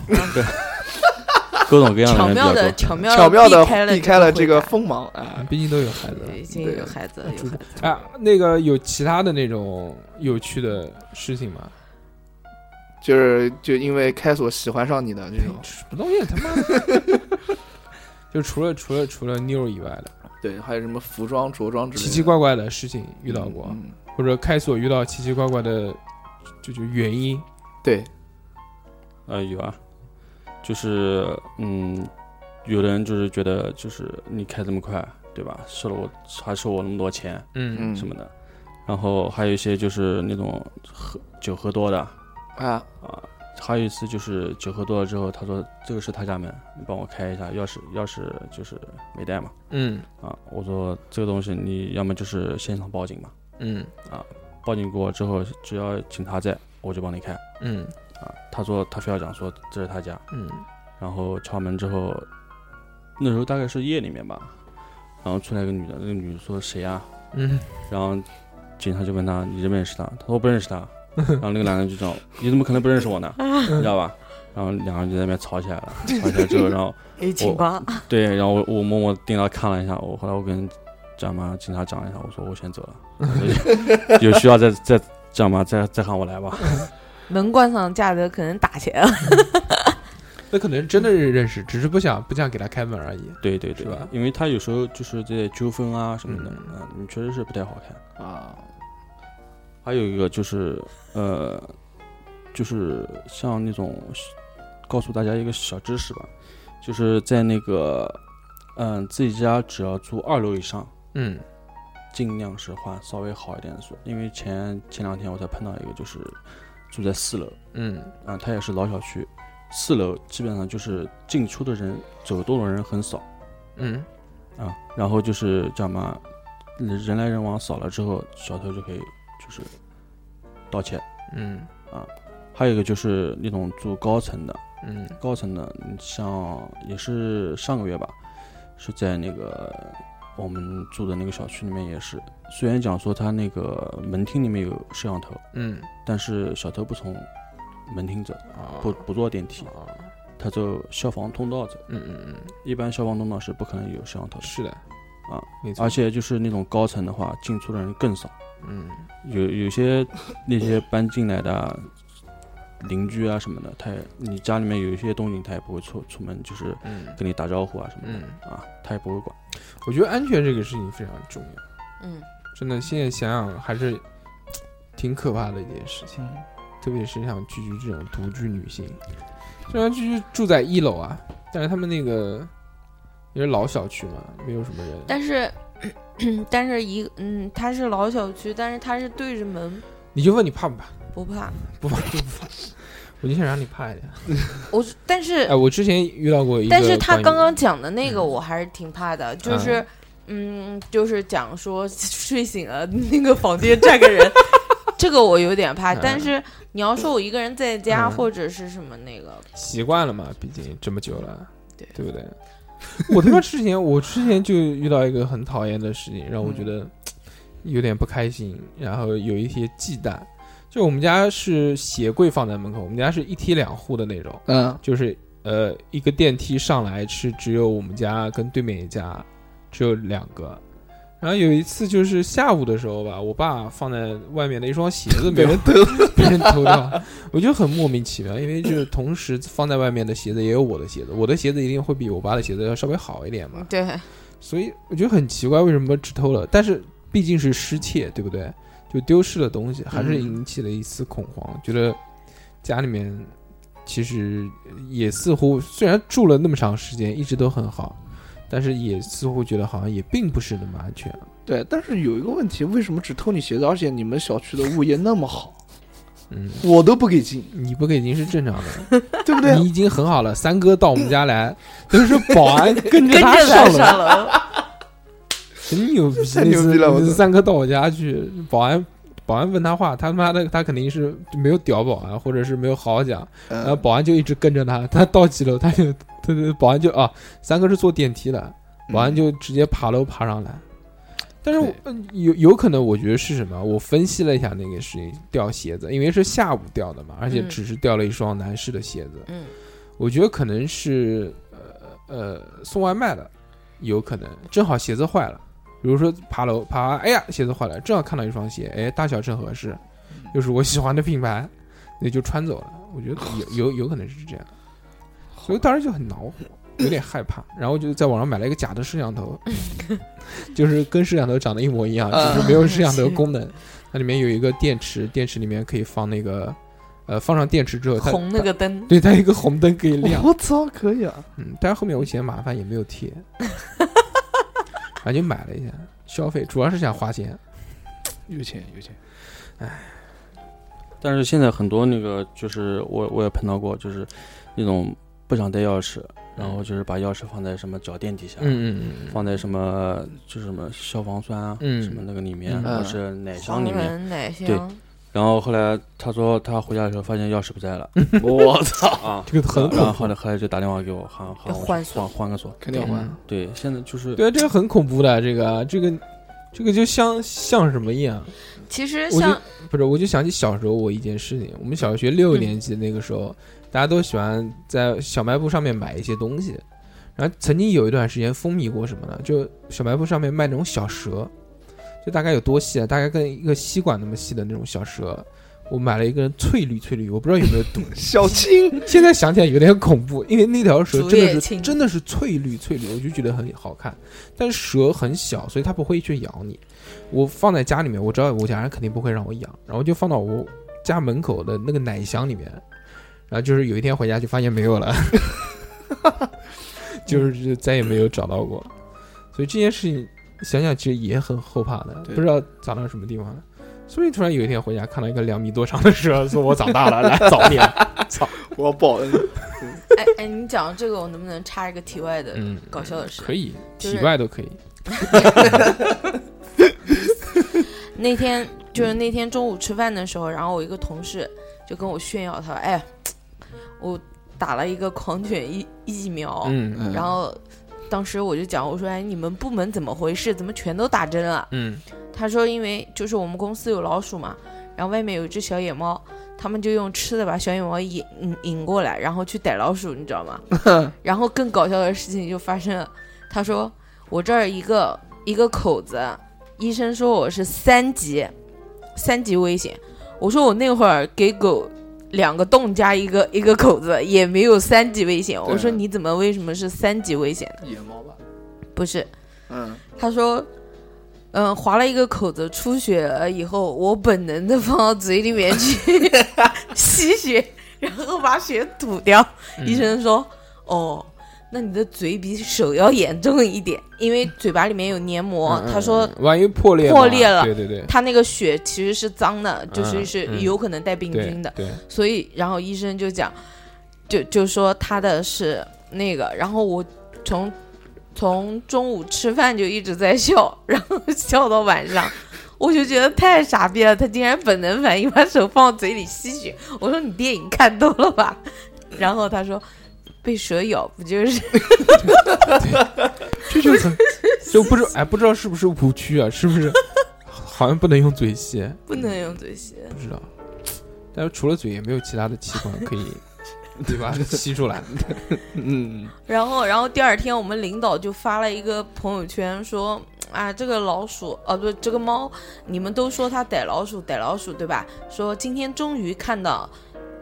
Speaker 2: 各种各样的
Speaker 4: 巧
Speaker 2: 人比
Speaker 4: 妙
Speaker 2: 较
Speaker 4: 的
Speaker 2: 多。
Speaker 4: 巧妙
Speaker 3: 巧妙
Speaker 4: 地
Speaker 3: 的
Speaker 4: 开了
Speaker 3: 嗯避开了这个
Speaker 4: 回答
Speaker 3: 锋芒啊！
Speaker 1: 毕竟都有孩子了
Speaker 4: 对。已经有孩子了，有孩子了。
Speaker 1: 啊，那个有其他的那种有趣的事情吗？
Speaker 3: 就是就因为开锁喜欢上你的这种，
Speaker 1: 哎什么东西他妈的？ 就除了除了除了妞儿以外的
Speaker 3: 对，还有什么服装着装之类
Speaker 1: 奇
Speaker 3: 的，
Speaker 1: 奇怪怪的事情遇到过，
Speaker 3: 嗯，
Speaker 1: 或者开锁遇到奇奇怪怪的，就就原因
Speaker 3: 对，
Speaker 2: 呃，有啊，就是嗯，有的人就是觉得就是你开这么快，对吧？收了我还收我那么多钱
Speaker 1: 嗯
Speaker 3: 嗯
Speaker 2: 什么的，然后还有一些就是那种喝酒喝多的，
Speaker 3: 啊，
Speaker 2: 啊，还有一次就是酒喝多了之后，他说这个是他家门，你帮我开一下，钥匙钥匙就是没带嘛。
Speaker 1: 嗯
Speaker 2: 啊，我说这个东西你要么就是现场报警嘛，
Speaker 1: 嗯
Speaker 2: 报警过之后只要警察在，我就帮你开。
Speaker 1: 嗯
Speaker 2: 啊，他说他非要讲说这是他家，
Speaker 1: 嗯
Speaker 2: 然后敲门之后，那时候大概是夜里面吧，然后出来一个女的，那个女的说谁啊？
Speaker 1: 嗯，
Speaker 2: 然后警察就问他你认不认识他？他说我不认识他。然后那个男的就讲你怎么可能不认识我呢？
Speaker 1: 啊
Speaker 2: 你知道吧？然后两个人就在那边吵起来了，吵起来之后，然后
Speaker 4: 有情况，
Speaker 2: 对，然后我我默默盯他看了一下，我后来我跟张妈警察讲了一下，我说我先走了，我说 有有需要再再张妈再再喊我来吧。
Speaker 4: 门关上架着可能打起来了。
Speaker 1: 那可能真的是认识，只是不想不想给他开门而已。
Speaker 2: 对对对
Speaker 1: 是吧，
Speaker 2: 因为他有时候就是这些纠纷啊什么的，
Speaker 1: 嗯
Speaker 2: 啊，你确实是不太好看。
Speaker 3: 啊，
Speaker 2: 还有一个就是呃，就是像那种告诉大家一个小知识吧，就是在那个嗯自己家只要住二楼以上，
Speaker 1: 嗯
Speaker 2: 尽量是换稍微好一点的锁，因为前前两天我才碰到一个就是住在四楼，
Speaker 1: 嗯
Speaker 2: 啊，它也是老小区，四楼基本上就是进出的人、走动的人很少
Speaker 1: 嗯，
Speaker 2: 啊，然后就是叫什么，人来人往少了之后，小偷就可以就是盗窃。
Speaker 1: 嗯
Speaker 2: 还有一个就是那种住高层的，
Speaker 1: 嗯
Speaker 2: 高层的，你像也是上个月吧，是在那个我们住的那个小区里面也是，虽然讲说他那个门厅里面有摄像头，
Speaker 1: 嗯，
Speaker 2: 但是小偷不从门厅走，
Speaker 1: 啊
Speaker 2: 不不坐电梯，他走消防通道走。
Speaker 1: 嗯嗯嗯，
Speaker 2: 一般消防通道是不可能有摄像头的，
Speaker 1: 是的，
Speaker 2: 啊，
Speaker 1: 没错，
Speaker 2: 而且就是那种高层的话，进出的人更少，
Speaker 1: 嗯
Speaker 2: 有有些 那些搬进来的啊邻居啊什么的，他也你家里面有一些动静，他也不会出出门，就是
Speaker 1: 嗯
Speaker 2: 跟你打招呼啊什么的。
Speaker 1: 嗯，
Speaker 2: 啊，他也不会管。
Speaker 1: 我觉得安全这个事情非常重要，
Speaker 4: 嗯，
Speaker 1: 真的，现在想想还是挺可怕的一件事情，特别是像居居这种独居女性，虽然居居住在一楼啊，但是他们那个也是老小区嘛，没有什么人，
Speaker 4: 但是但是一嗯，它是老小区，但是它是对着门，
Speaker 1: 你就问你怕不怕？
Speaker 4: 不怕。
Speaker 1: 不怕就 不怕，我就想让你怕一点。
Speaker 4: 我但是
Speaker 1: 哎，我之前遇到过一个关
Speaker 4: 但
Speaker 1: 于，
Speaker 4: 是他刚刚讲的那个，
Speaker 1: 嗯
Speaker 4: 我还是挺怕的，就是，嗯，就是讲说 睡醒了那个房间站个人， 这个我有点怕。
Speaker 1: 嗯
Speaker 4: 但是你要说我一个人在家
Speaker 1: 嗯
Speaker 4: 或者是什么那个，
Speaker 1: 习惯了嘛，毕竟这么久了，
Speaker 4: 对
Speaker 1: 对不对？ 我他妈之前我之前就遇到一个很讨厌的事情，让我觉得有点不开心，然后有一些忌惮。就我们家是鞋柜放在门口，我们家是一梯两户的那种，
Speaker 3: 嗯，
Speaker 1: 就是呃一个电梯上来是只有我们家跟对面一家只有两个。然后有一次就是下午的时候吧，我爸放在外面的一双鞋子没人
Speaker 3: 偷，
Speaker 1: 别人偷掉，我就很莫名其妙，因为就是同时放在外面的鞋子也有我的鞋子，我的鞋子一定会比我爸的鞋子要稍微好一点嘛，
Speaker 4: 嗯对，
Speaker 1: 所以我觉得很奇怪，为什么只偷了？但是毕竟是失窃，对不对？就丢失了东西，还是引起了一丝恐慌，觉得家里面其实也似乎虽然住了那么长时间，一直都很好，但是也似乎觉得好像也并不是那么安全。
Speaker 3: 对。但是有一个问题，为什么只偷你鞋子？而且你们小区的物业那么好，
Speaker 1: 嗯，
Speaker 3: 我都不给进，
Speaker 1: 你不给已经是正常的。
Speaker 3: 对不对？
Speaker 1: 你已经很好了。三哥到我们家来，都是保安 跟着
Speaker 4: 跟着
Speaker 1: 他
Speaker 4: 他
Speaker 1: 上楼，
Speaker 4: 上楼，
Speaker 1: 真牛逼！
Speaker 3: 太牛逼
Speaker 1: 那次
Speaker 3: 了我操
Speaker 1: 那次三哥到我家去，保安保安问他话，他妈的他肯定是没有屌保安，或者是没有好好讲，然后
Speaker 3: 嗯，
Speaker 1: 保安就一直跟着他，他到几楼他就他他保安就啊，三哥是坐电梯的，
Speaker 3: 嗯
Speaker 1: 保安就直接爬楼爬上来。但是我嗯有有可能，我觉得是什么？我分析了一下那个事情，掉鞋子，因为是下午掉的嘛，而且
Speaker 4: 嗯
Speaker 1: 只是掉了一双男士的鞋子。
Speaker 4: 嗯，
Speaker 1: 我觉得可能是呃呃送外卖的，有可能正好鞋子坏了，比如说爬楼爬，哎呀鞋子坏了，正好看到一双鞋，哎大小正合适，
Speaker 4: 嗯
Speaker 1: 又是我喜欢的品牌，那就穿走了。我觉得有 有有可能是这样，所以当时就很恼火，有点害怕，然后就在网上买了一个假的摄像头， 就是跟摄像头长得一模一样，
Speaker 4: 嗯
Speaker 1: 只是没有摄像头功能，它里面有一个电池，电池里面可以放那个。呃，放上电池之后，它
Speaker 4: 红那个 灯，
Speaker 1: 对，它有一个红灯可以亮。
Speaker 3: 我操，可以啊！
Speaker 1: 嗯，但是后面我嫌麻烦也没有贴，反正就买了一下，消费主要是想花钱。
Speaker 3: 有钱有钱，
Speaker 2: 但是现在很多那个就是我我也碰到过，就是那种不想带钥匙，然后就是把钥匙放在什么脚垫底下，
Speaker 1: 嗯嗯
Speaker 2: 放在什么就是什么消防栓啊，
Speaker 1: 嗯
Speaker 2: 什么那个里面，
Speaker 1: 嗯
Speaker 2: 或者是奶箱
Speaker 4: 黄
Speaker 2: 里面。
Speaker 4: 门奶箱
Speaker 2: 对，然后后来他说他回家的时候发现钥匙不在 了，
Speaker 3: 我操，
Speaker 2: 啊，
Speaker 1: 这个很
Speaker 2: 然后
Speaker 1: 恐
Speaker 2: 后
Speaker 1: 怖。
Speaker 2: 来后来就打电话给我，喊喊我
Speaker 4: 要换
Speaker 2: 换
Speaker 4: 锁
Speaker 2: 换个锁。
Speaker 3: 肯定要还
Speaker 1: 嗯。
Speaker 2: 对，现在就是
Speaker 1: 对啊，这个很恐怖的，这个这个这个就像像什么一样？
Speaker 4: 其实
Speaker 1: 我就
Speaker 4: 像
Speaker 1: 不是，我就想起小时候我一件事情，我们小学六
Speaker 4: 嗯
Speaker 1: 年级那个时候，大家都喜欢在小卖部上面买一些东西，然后曾经有一段时间风靡过什么呢？就小卖部上面卖那种小蛇，就大概有多细啊？大概跟一个吸管那么细的那种小蛇。我买了一根翠绿翠绿，我不知道有没有毒。
Speaker 3: 小青，
Speaker 1: 现在想起来有点恐怖，因为那条蛇真的
Speaker 4: 竹叶
Speaker 1: 是
Speaker 4: 青
Speaker 1: 真的是翠绿翠绿，我就觉得很好看。但是蛇很小，所以它不会去咬你。我放在家里面，我知道我家人肯定不会让我养，然后就放到我家门口的那个奶箱里面。然后就是有一天回家就发现没有了， 就是就再也没有找到过。所以这件事情想想其实也很后怕的，
Speaker 3: 对
Speaker 1: 不知道长到什么地方了。所以突然有一天回家看到一个两米多长的蛇，说我长大了，来找你 了。
Speaker 3: 我报恩。
Speaker 4: 哎哎，你讲到这个，我能不能插一个题外的
Speaker 1: 嗯，
Speaker 4: 搞笑的事？
Speaker 1: 可以，
Speaker 4: 就是
Speaker 1: 体外都可以。
Speaker 4: 那天
Speaker 1: 嗯
Speaker 4: 就是那天中午吃饭的时候，然后我一个同事就跟我炫耀，他说：“哎，我打了一个狂犬疫疫苗。
Speaker 1: 嗯
Speaker 4: 然后当时我就讲，我说：“哎，你们部门怎么回事？怎么全都打针啊了
Speaker 1: 嗯？”
Speaker 4: 他说：“因为就是我们公司有老鼠嘛，然后外面有一只小野猫，他们就用吃的把小野猫引引引过来，然后去逮老鼠，你知道吗？然后更搞笑的事情就发生了。他说我这儿一个一个口子，医生说我是三级，三级危险。我说我那会儿给狗两个洞加一个一个口子，也没有三级危险。我说你怎么为什么是三级危险呢？
Speaker 3: 野猫吧，
Speaker 4: 不是，
Speaker 3: 嗯，
Speaker 4: 他说。嗯，划了一个口子，出血了以后，我本能的放到嘴里 面去吸血，然后把血吐掉。
Speaker 1: 嗯
Speaker 4: 医生说：“哦，那你的嘴比手要严重一点，因为嘴巴里面有黏膜。
Speaker 1: 嗯嗯
Speaker 4: 他说
Speaker 1: 嗯万一破裂嘛
Speaker 4: 破裂了
Speaker 1: 对对对，
Speaker 4: 他那个血其实是脏的，就是
Speaker 1: 嗯
Speaker 4: 是
Speaker 1: 嗯
Speaker 4: 有可能带病菌的，
Speaker 1: 对，对
Speaker 4: 所以然后医生就讲，就就说他的是那个，然后我从从中午吃饭就一直在笑，然后笑到晚上。 我就觉得太傻逼了，他竟然本能反应把手放嘴里吸血。我说你电影看多了吧？然后他说被蛇咬不就是
Speaker 1: 这就 很就不知哎不知道是不是误区啊，是不是？ 好像不能用嘴吸，
Speaker 4: 不能用嘴吸？
Speaker 1: 不知道。但是除了嘴也没有其他的器官可以 对吧？吸出来。
Speaker 3: 嗯，
Speaker 4: 然后，然后第二天我们领导就发了一个朋友圈说。啊，这个老鼠，啊，不，这个猫，你们都说它逮老鼠，逮老鼠，对吧？说今天终于看到，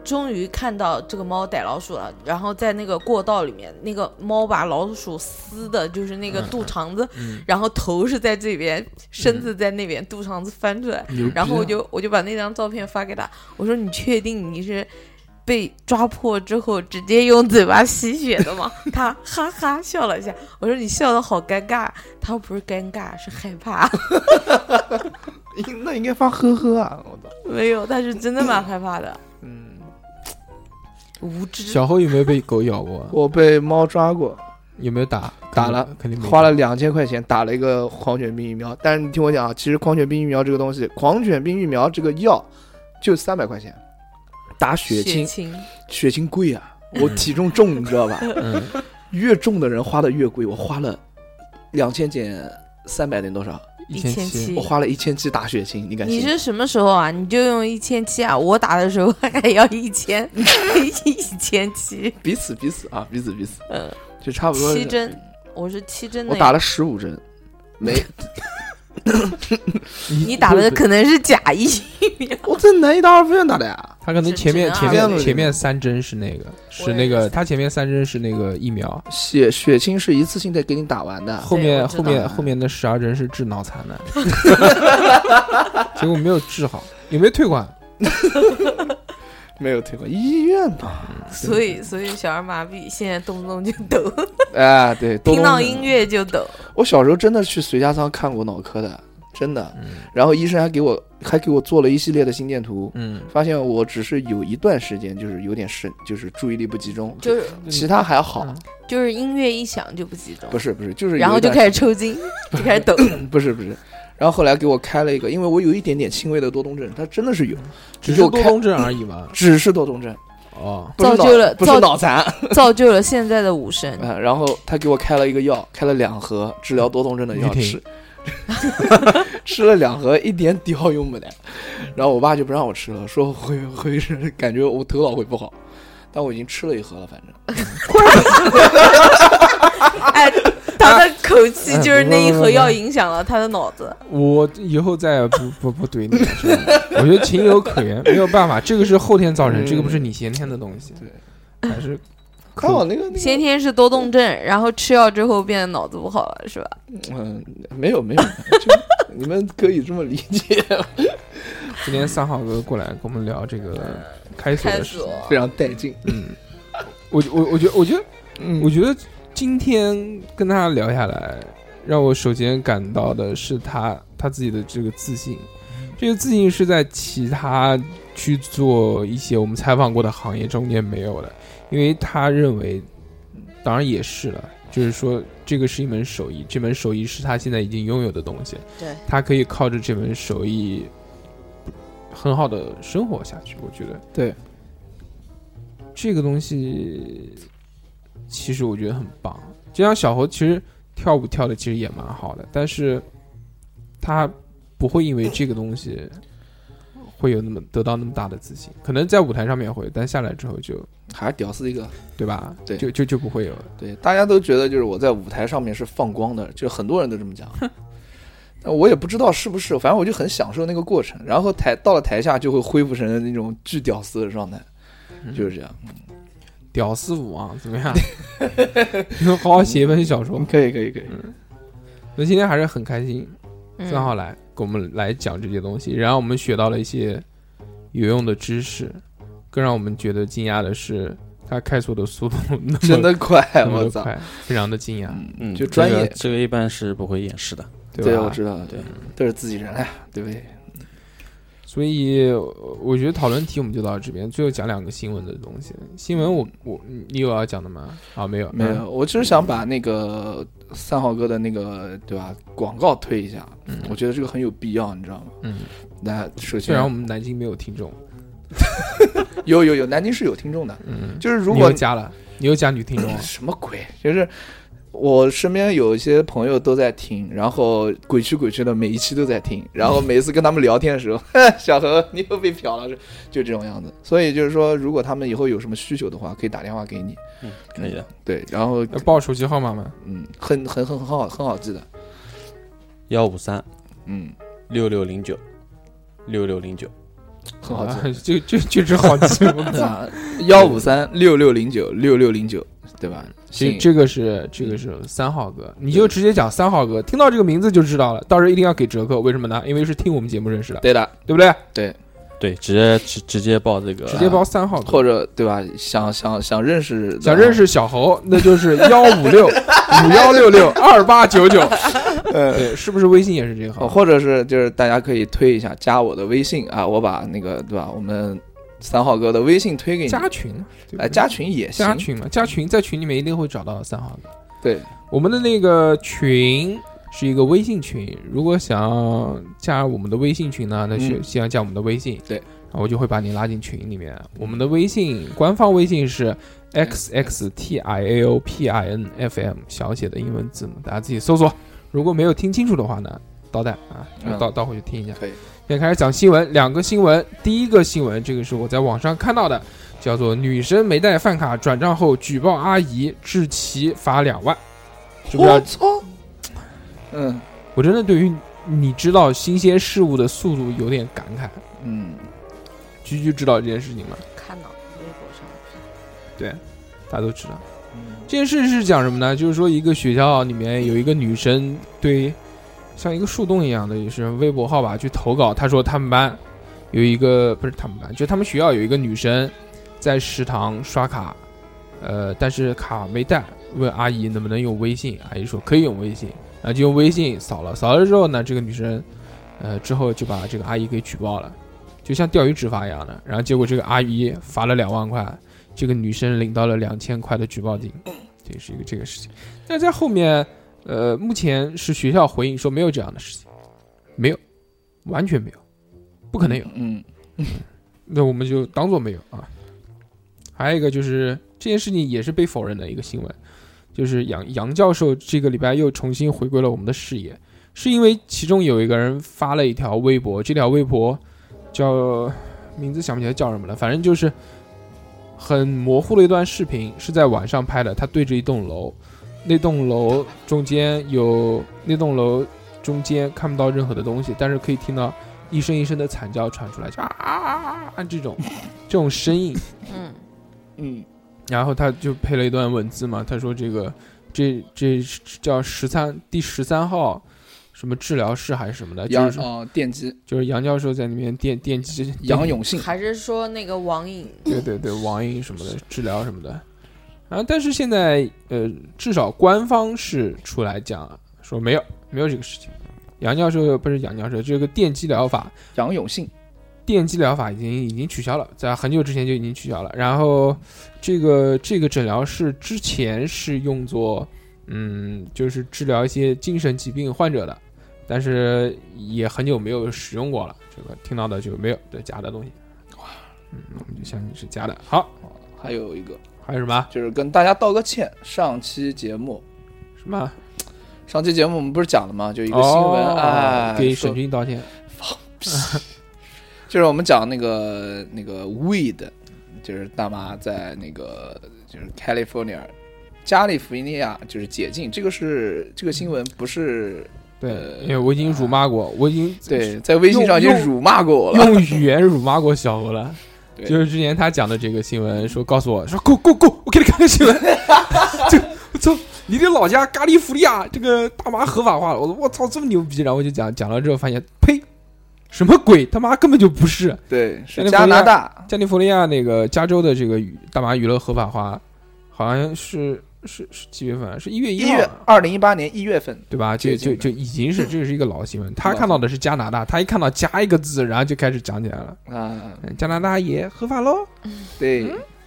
Speaker 4: 终于看到这个猫逮老鼠了。然后在那个过道里面，那个猫把老鼠撕的，就是那个肚肠子，
Speaker 1: 嗯，
Speaker 4: 然后头是在这边，身子在那边，肚肠子翻出来。
Speaker 1: 牛逼啊
Speaker 4: 然
Speaker 3: 嗯
Speaker 4: 后我就我就把那张照片发给他，我说你确定你是被抓破之后直接用嘴巴吸血的吗？ 他哈哈笑了一下，我说你笑的好尴尬，他说不是尴尬，是害怕，
Speaker 3: 应那应该发呵呵啊，我操，
Speaker 4: 没有，他是真的蛮害怕的，
Speaker 3: 嗯，
Speaker 4: 无知。
Speaker 1: 小侯有没有被狗咬过？
Speaker 3: 我被猫抓过，
Speaker 1: 有没有打？
Speaker 3: 打了，
Speaker 1: 肯定没
Speaker 3: 花了两千块钱打了一个狂犬病疫苗，但是你听我讲啊，其实狂犬病疫苗这个东西，狂犬病疫苗这个药就三百块钱，打血清，
Speaker 4: 清，
Speaker 3: 血清贵啊，我体重重，你知道吧？
Speaker 1: 嗯
Speaker 3: 越重的人花的越贵，我花了两千减三百等于多少？
Speaker 1: 一千
Speaker 4: 1700
Speaker 3: 我花了一千七打血清，你敢
Speaker 4: 你
Speaker 3: 信？
Speaker 4: 是什么时候啊？你就用一千七啊！我打的时候还要一千， 一千七，
Speaker 3: 彼此彼此啊，彼此彼此，
Speaker 4: 嗯，
Speaker 3: 就差不多。
Speaker 4: 七针，我是七针的
Speaker 3: 我
Speaker 4: 呀。
Speaker 3: 打了十五针，没，
Speaker 4: 你打的可能是假意，
Speaker 3: 我在南医大二附院打的呀。
Speaker 1: 他可能前面
Speaker 4: 只
Speaker 1: 前
Speaker 4: 能
Speaker 3: 这样
Speaker 1: 面
Speaker 3: 子
Speaker 1: 前面三针是那个是那
Speaker 4: 我也
Speaker 1: 个，
Speaker 4: 是
Speaker 1: 他前面三针是那个疫苗，
Speaker 3: 血血清是一次性的给你打完的，
Speaker 1: 后面
Speaker 4: 我知
Speaker 1: 后
Speaker 4: 道
Speaker 1: 面后面那十二针是治脑残的，结果没有治好，有没有退款？
Speaker 3: 没有退款，医院嘛。
Speaker 4: 嗯所以所以小儿麻痹现在动不动就抖，
Speaker 3: 哎，对，多
Speaker 4: 听
Speaker 3: 动
Speaker 4: 到
Speaker 3: 的
Speaker 4: 音乐就抖。
Speaker 3: 我小时候真的去随家仓看过脑科的，真的。然后医生还给我还给我做了一系列的心电图，
Speaker 1: 嗯，
Speaker 3: 发现我只是有一段时间就是有点神，就是注意力不集中，
Speaker 4: 就是
Speaker 3: 其他还好。
Speaker 1: 嗯
Speaker 4: 就是音乐一响就不集中，
Speaker 3: 不是不是，就是
Speaker 4: 然后就
Speaker 3: 始
Speaker 4: 开始抽筋，就开始抖。
Speaker 3: 不是不是。然后后来给我开了一个，因为我有一点点轻微的多动症，它真的是有，
Speaker 1: 只是
Speaker 3: 就
Speaker 1: 多
Speaker 3: 看
Speaker 1: 动症而已嘛。
Speaker 3: 只是多动症，
Speaker 1: 哦，
Speaker 3: 不是
Speaker 4: 造
Speaker 3: 脑
Speaker 4: 就了
Speaker 3: 不是
Speaker 4: 造
Speaker 3: 脑残。
Speaker 4: 造就了现在的武神。
Speaker 3: 啊，然后他给我开了一个药，开了两盒治疗多动症的药
Speaker 1: 玉婷
Speaker 3: 吃， 吃了两盒一点屌用没得，然后我爸就不让我吃了，说会会是感觉我头脑会不好，但我已经吃了一盒了，反正
Speaker 4: 哎，他的口气
Speaker 3: 哎
Speaker 4: 就是那一盒药影响了他的脑子。
Speaker 1: 我以后再也不不不怼你了。是吧我觉得情有可原，没有办法，这个是后天造成，
Speaker 3: 嗯
Speaker 1: 这个不是你先天的东西。对，还是
Speaker 3: 刚好那个那个
Speaker 4: 先天是多动症，然后吃药之后变得脑子不好了，是吧？
Speaker 3: 嗯没有没有，就你们可以这么理解，
Speaker 1: 今天三号哥过来跟我们聊这个开锁
Speaker 4: 开
Speaker 1: 的事情
Speaker 4: 锁。
Speaker 3: 非常带劲，
Speaker 1: 嗯，我我我觉得我觉得
Speaker 3: 嗯
Speaker 1: 我觉得今天跟他
Speaker 3: 嗯
Speaker 1: 聊下来，让我首先感到的是他他自己的这个自信。这个自信是在其他去做一些我们采访过的行业中间没有的，因为他认为，当然也是了，就是说这个是一门手艺，这门手艺是他现在已经拥有的东西，
Speaker 4: 对，
Speaker 1: 他可以靠着这门手艺很好的生活下去。我觉得
Speaker 3: 对
Speaker 1: 这个东西，其实我觉得很棒。就像小猴，其实跳舞跳的其实也蛮好的，但是他不会因为这个东西会有那么得到那么大的自信，可能在舞台上面会，但下来之后就
Speaker 3: 还是屌丝一个。
Speaker 1: 对吧？
Speaker 3: 对
Speaker 1: 就就就不会有了。
Speaker 3: 对，大家都觉得就是我在舞台上面是放光的，就很多人都这么讲。但我也不知道是不是，反正我就很享受那个过程。然后台到了台下就会恢复成那种巨屌丝的状态，就是这样。
Speaker 1: 屌丝舞啊，怎么样？ 你们好好写一本小 说。
Speaker 3: 可以，可以，可以。
Speaker 1: 那今天还是很开心，
Speaker 4: 嗯
Speaker 1: 正好来跟我们来讲这些东西，然后我们学到了一些有用的知识。更让我们觉得惊讶的是，他开锁的速度那么
Speaker 3: 真的快，
Speaker 1: 那么
Speaker 3: 我
Speaker 1: 的
Speaker 3: 操！
Speaker 1: 快，非常的惊讶，
Speaker 3: 嗯
Speaker 2: 嗯，
Speaker 3: 就专业
Speaker 2: 这个，这个一般是不会掩饰的。
Speaker 3: 对，我
Speaker 1: 吧？
Speaker 3: 知道，对，都是自己人哎，对不对？
Speaker 1: 所以呃我觉得讨论题我们就到这边，最后讲两个新闻的东西。新闻我我你有要讲的吗？啊，没有
Speaker 3: 没，有，我就是想把那个三好哥的那个对吧广告推一下，
Speaker 1: 嗯
Speaker 3: 我觉得这个很有必要，你知道吗？
Speaker 1: 嗯，
Speaker 3: 那首
Speaker 1: 虽然我
Speaker 3: 先
Speaker 1: 们南京没有听众，
Speaker 3: 有有有，南京是有听众的，
Speaker 1: 嗯，
Speaker 3: 就是如
Speaker 1: 你
Speaker 3: 果
Speaker 1: 又加了，你又加女听 众啊了，
Speaker 3: 什么鬼？就是我身边有一些朋友都在听，然后鬼区鬼区的每一期都 在听，然后每一次跟他们聊天的时候， 小何你又被瞟了，是就这种样子。所以就是说，如果他们以后有什么需求的话，可以打电话给你。
Speaker 2: 嗯，可以的。
Speaker 3: 对，然后
Speaker 1: 要报手机号码吗？
Speaker 3: 嗯，很很很很好，很好记的。
Speaker 2: 幺五三
Speaker 3: 嗯，
Speaker 2: 六六零九六六零九，
Speaker 3: 很好
Speaker 1: 啊
Speaker 3: 记。
Speaker 1: 就 就就只好记，我操
Speaker 3: 幺五三六六零九六六零九，对吧？
Speaker 1: 这
Speaker 3: 行，
Speaker 1: 这个是这个
Speaker 3: 嗯
Speaker 1: 是三号哥，你就直接讲三号哥，听到这个名字就知道了，到时候一定要给折扣，为什么呢？因为是听我们节目认识的，
Speaker 3: 对的，
Speaker 1: 对不对？
Speaker 2: 对，直接直直接报这个，
Speaker 1: 直接报三号哥。
Speaker 3: 或者对吧？想想想认识，
Speaker 1: 想认 识小猴，那就是幺五六五幺六六嗯二八九九，对，是不是微信也是这个
Speaker 3: 哦，
Speaker 1: 号？
Speaker 3: 或者是就是大家可以推一下，加我的微信啊，我把那个对吧，我们三号哥的微信推给你，
Speaker 1: 加群嘛，对不对
Speaker 3: 来呃加群也行
Speaker 1: 加。群嘛，加群在群里面一定会找到三号哥。
Speaker 3: 对，
Speaker 1: 我们的那个群是一个微信群，如果想要加我们的微信群呢，那是
Speaker 3: 嗯
Speaker 1: 先要加我们的微信。
Speaker 3: 对
Speaker 1: 然后我就会把你拉进群里面。我们的微信官方微信是 x x t i a o p i n f m 小写的英文字母，大家自己搜索。如果没有听清楚的话呢，倒带啊，
Speaker 3: 嗯
Speaker 1: 倒倒回去听一下。
Speaker 3: 可以，
Speaker 1: 现在开始讲新闻，两个新闻。第一个新闻，这个是我在网上看到的，叫做女生没带饭卡转账后举报阿姨，致其罚两万。知不知道
Speaker 3: 我操，嗯
Speaker 1: 我真的对于你知道新鲜事物的速度有点感慨。
Speaker 3: 嗯，
Speaker 1: 居居知道这件事情吗？
Speaker 4: 看到微博上，
Speaker 1: 大家都知道。这件事是讲什么呢？就是说一个学校里面有一个女生对，像一个树洞一样的，也是微博号吧，去投稿。她说他们班有一个不是他们班，就他们学校有一个女生在食堂刷卡，呃，但是卡没带，问阿姨能不能用微信，阿姨说可以用微信，然后就用微信扫了，扫了之后呢，这个女生，呃，之后就把这个阿姨给举报了，就像钓鱼执法一样的，然后结果这个阿姨罚了两万块，这个女生领到了两千块的举报金，这是一个这个事情，但是在后面，呃，目前是学校回应说没有这样的事情，没有，完全没有，不可能有。
Speaker 3: 嗯，
Speaker 1: 那我们就当做没有啊。还有一个就是这件事情也是被否认的一个新闻，就是杨杨教授这个礼拜又重新回归了我们的视野，是因为其中有一个人发了一条微博，这条微博叫名字想不起来叫什么了，反正就是很模糊的一段视频，是在晚上拍的，他对着一栋楼，那栋楼中间有那栋楼中间看不到任何的东西，但是可以听到一声一声的惨叫传出来，就啊啊啊啊这种 这种声音。
Speaker 4: 嗯，
Speaker 3: 嗯
Speaker 1: 然后他就配了一段文字嘛，他说这个这这是叫十三第十三号什么治疗室还是什么的，
Speaker 3: 杨
Speaker 1: 就是
Speaker 3: 哦，电击
Speaker 1: 就是杨教授在里面电电击
Speaker 3: 杨，永信，
Speaker 4: 还是说那个网瘾，
Speaker 1: 对对对，网瘾什么的治疗什么的。然后但是现在呃，至少官方是出来讲说没有没有这个事情，杨教授不是杨教授，这个电击疗法，
Speaker 3: 杨永信，
Speaker 1: 电击疗法已经已经取消了，在很久之前就已经取消了。然后这个这个诊疗室之前是用作嗯，就是治疗一些精神疾病患者的，但是也很久没有使用过了。这个听到的就没有对假的东西，哇，嗯，我们就相信是假的。好，
Speaker 3: 啊还有一个
Speaker 1: 还有什么啊
Speaker 3: 就是跟大家道个歉，上期节目，
Speaker 1: 什么
Speaker 3: 上期节目我们不是讲了吗？就一个新闻，
Speaker 1: 哦
Speaker 3: 哎，
Speaker 1: 给
Speaker 3: 说
Speaker 1: 沈军道歉，
Speaker 3: 就是我们讲那个那个 weed，就是大妈在那个就是 California 加利福尼亚就是解禁，这个是这个新闻不是
Speaker 1: 对
Speaker 3: 呃，
Speaker 1: 因为我已经辱骂过，我已经
Speaker 3: 对，在微信上已经
Speaker 1: 用
Speaker 3: 辱骂过我了，
Speaker 1: 用语言辱骂过小何了。
Speaker 3: 对
Speaker 1: 就是之前他讲的这个新闻，说告诉我说够够够，我给你看个新闻， 就我操，你的老家加利福利亚这个大麻合法化了，我说我操这么牛逼，然后我就讲讲了之后发现，呸，什么鬼，他妈根本就不是
Speaker 3: 对，是
Speaker 1: 加利福尼亚
Speaker 3: 加拿大，
Speaker 1: 加利福利亚那个加州的这个娱大麻娱乐合法化，好像是是是几月份啊？是一月一
Speaker 3: 一
Speaker 1: 号
Speaker 3: 月
Speaker 1: 啊。
Speaker 3: 二零一八年一月份，
Speaker 1: 对吧？就
Speaker 3: 接
Speaker 1: 就
Speaker 3: 近
Speaker 1: 就已经 是这是一个老新闻，他看到的是加拿大，他一看到加一个字，然后就开始讲起来了。
Speaker 3: 啊，
Speaker 1: 嗯加拿大也合法喽
Speaker 3: 对，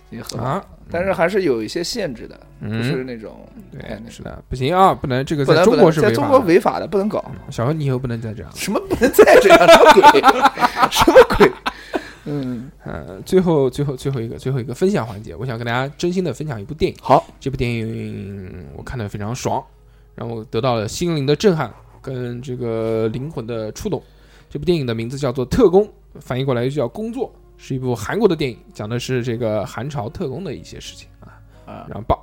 Speaker 3: 也合
Speaker 1: 嗯
Speaker 3: 法，
Speaker 1: 啊！
Speaker 3: 但是还是有一些限制的，不是
Speaker 1: 嗯，
Speaker 3: 那种哎
Speaker 1: 对，
Speaker 3: 那
Speaker 1: 是的，不行啊，不能这个
Speaker 3: 不能
Speaker 1: 中
Speaker 3: 不
Speaker 1: 国
Speaker 3: 能
Speaker 1: 是
Speaker 3: 在
Speaker 1: 违
Speaker 3: 中
Speaker 1: 法
Speaker 3: 国
Speaker 1: 的。嗯
Speaker 3: 违法的，不能搞，
Speaker 1: 小何，你以后不能再这样了。
Speaker 3: 什么不能再这样，什么鬼， 什么鬼， 嗯，
Speaker 1: 嗯，最后最后最后一个最后一个分享环节，我想跟大家真心的分享一部电影。
Speaker 3: 好，
Speaker 1: 这部电影我看的非常爽，让我得到了心灵的震撼跟这个灵魂的触动。这部电影的名字叫做《特工》，翻译过来就叫《工作》，是一部韩国的电影，讲的是这个韩朝特工的一些事情啊，
Speaker 3: 啊
Speaker 1: 然后棒。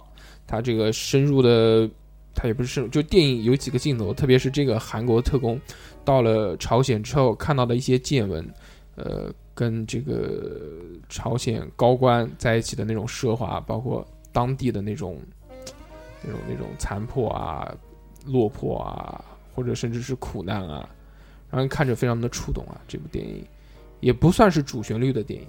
Speaker 1: 他这个深入的，他也不是深入，就电影有几个镜头，特别是这个韩国特工到了朝鲜之后看到的一些见闻，呃，跟这个朝鲜高官在一起的那种奢华，包括当地的那种那种那种残破啊、落魄啊，或者甚至是苦难啊，让人看着非常的触动啊。这部电影也不算是主旋律的电影，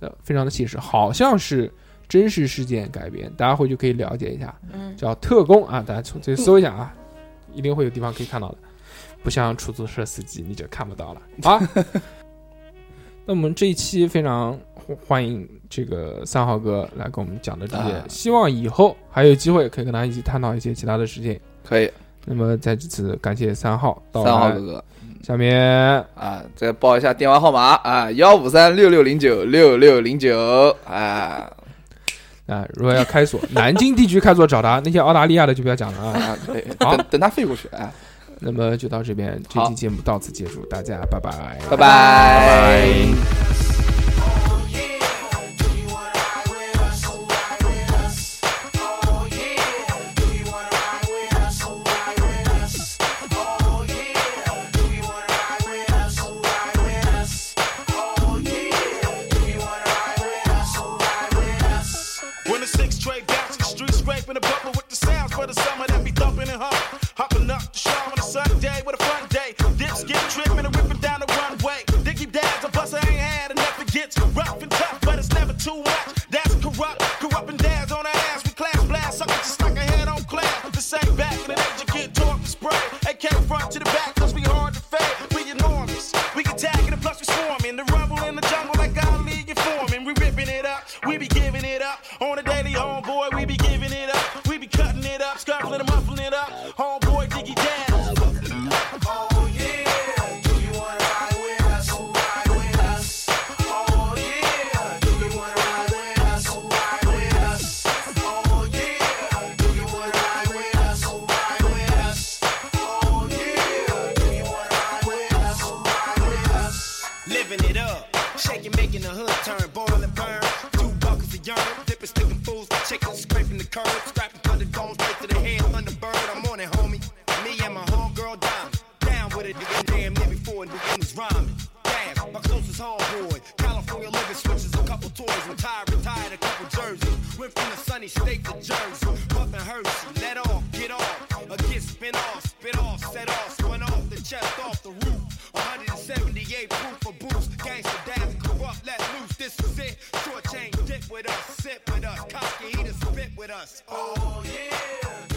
Speaker 1: 呃，非常的写实，好像是真实事件改编，大家回去可以了解一下，
Speaker 4: 嗯，
Speaker 1: 叫《特工》啊，大家从这搜一下啊，一定会有地方可以看到的。不像出租车司机，你就看不到了啊。 那我们这一期非常欢欢迎这个三号哥来跟我们讲的这些
Speaker 3: 啊，
Speaker 1: 希望以后还有机会可以跟他一起探讨一些其他的事情。
Speaker 3: 可以，
Speaker 1: 那么在此感谢三号到
Speaker 3: 三号
Speaker 1: 来
Speaker 3: 哥，哥。
Speaker 1: 下面
Speaker 3: 啊，再报一下电话号码啊，幺五三六六零九六六零九啊
Speaker 1: 啊，如果要开锁，南京地区开锁找他，那些澳大利亚的就不要讲了啊。
Speaker 3: 啊，对，
Speaker 1: 好
Speaker 3: 等等他飞过去啊，
Speaker 1: 那么就到这边，这
Speaker 3: 好
Speaker 1: 期节目到此结束，大家拜拜。
Speaker 3: 拜拜。
Speaker 5: When the six tray backs the street scraping the bubble with the sounds for the summer that be thumping and humping. Hopping up the shower on a Sunday with a fun day. Dips get tripping and ripping down the runway. They keep dads, a bus I ain't had enough. It gets rough and tough, but it's never too much. That's corrupt, corrupt and dads on our ass. We class blast, suckers just like a head on class. This ain't back in the day you get taught to spray. AK front to the back, cause we hard to fade. We enormous, we can tag it and plus we swarming. The rumble in the jungle like our league informing. We ripping it up, we be giving it up. On the daily homeboy, we be giving it up. We be cutting it up, scuffling and muffling it up. Homeboy, diggy down. Oh yeah, do you wanna ride with us? Ride with us. Oh yeah, do you wanna ride with us? Ride with us. Oh yeah, do you wanna ride with us? Ride with us. Oh yeah, do you wanna ride with us? Ride with us. Living it up, shaking, making the hood turn, boil and burn. Two buckets of yarn, dipping, sticking fools, chickens scraping the curb, scrapping for the dome, straight to the head, thunderbird. I'm on it, homie. Me and my homegirl diamond, down with it, nigga. damn near before the was rhyming. Damn, my closest homeboy, California living switches a couple toys, retired, retired a couple jerseys. Went from the sunny state to Jersey, puffin' Hershey, let off, get off, or get spin off, spit off, set off, spun off the chest, off the roof. 178 proof for boost, gangsta dads, corrupt, let loose. This is it. Short chain, dip with us, sit with us, cocky, eat a spit with us. Oh yeah.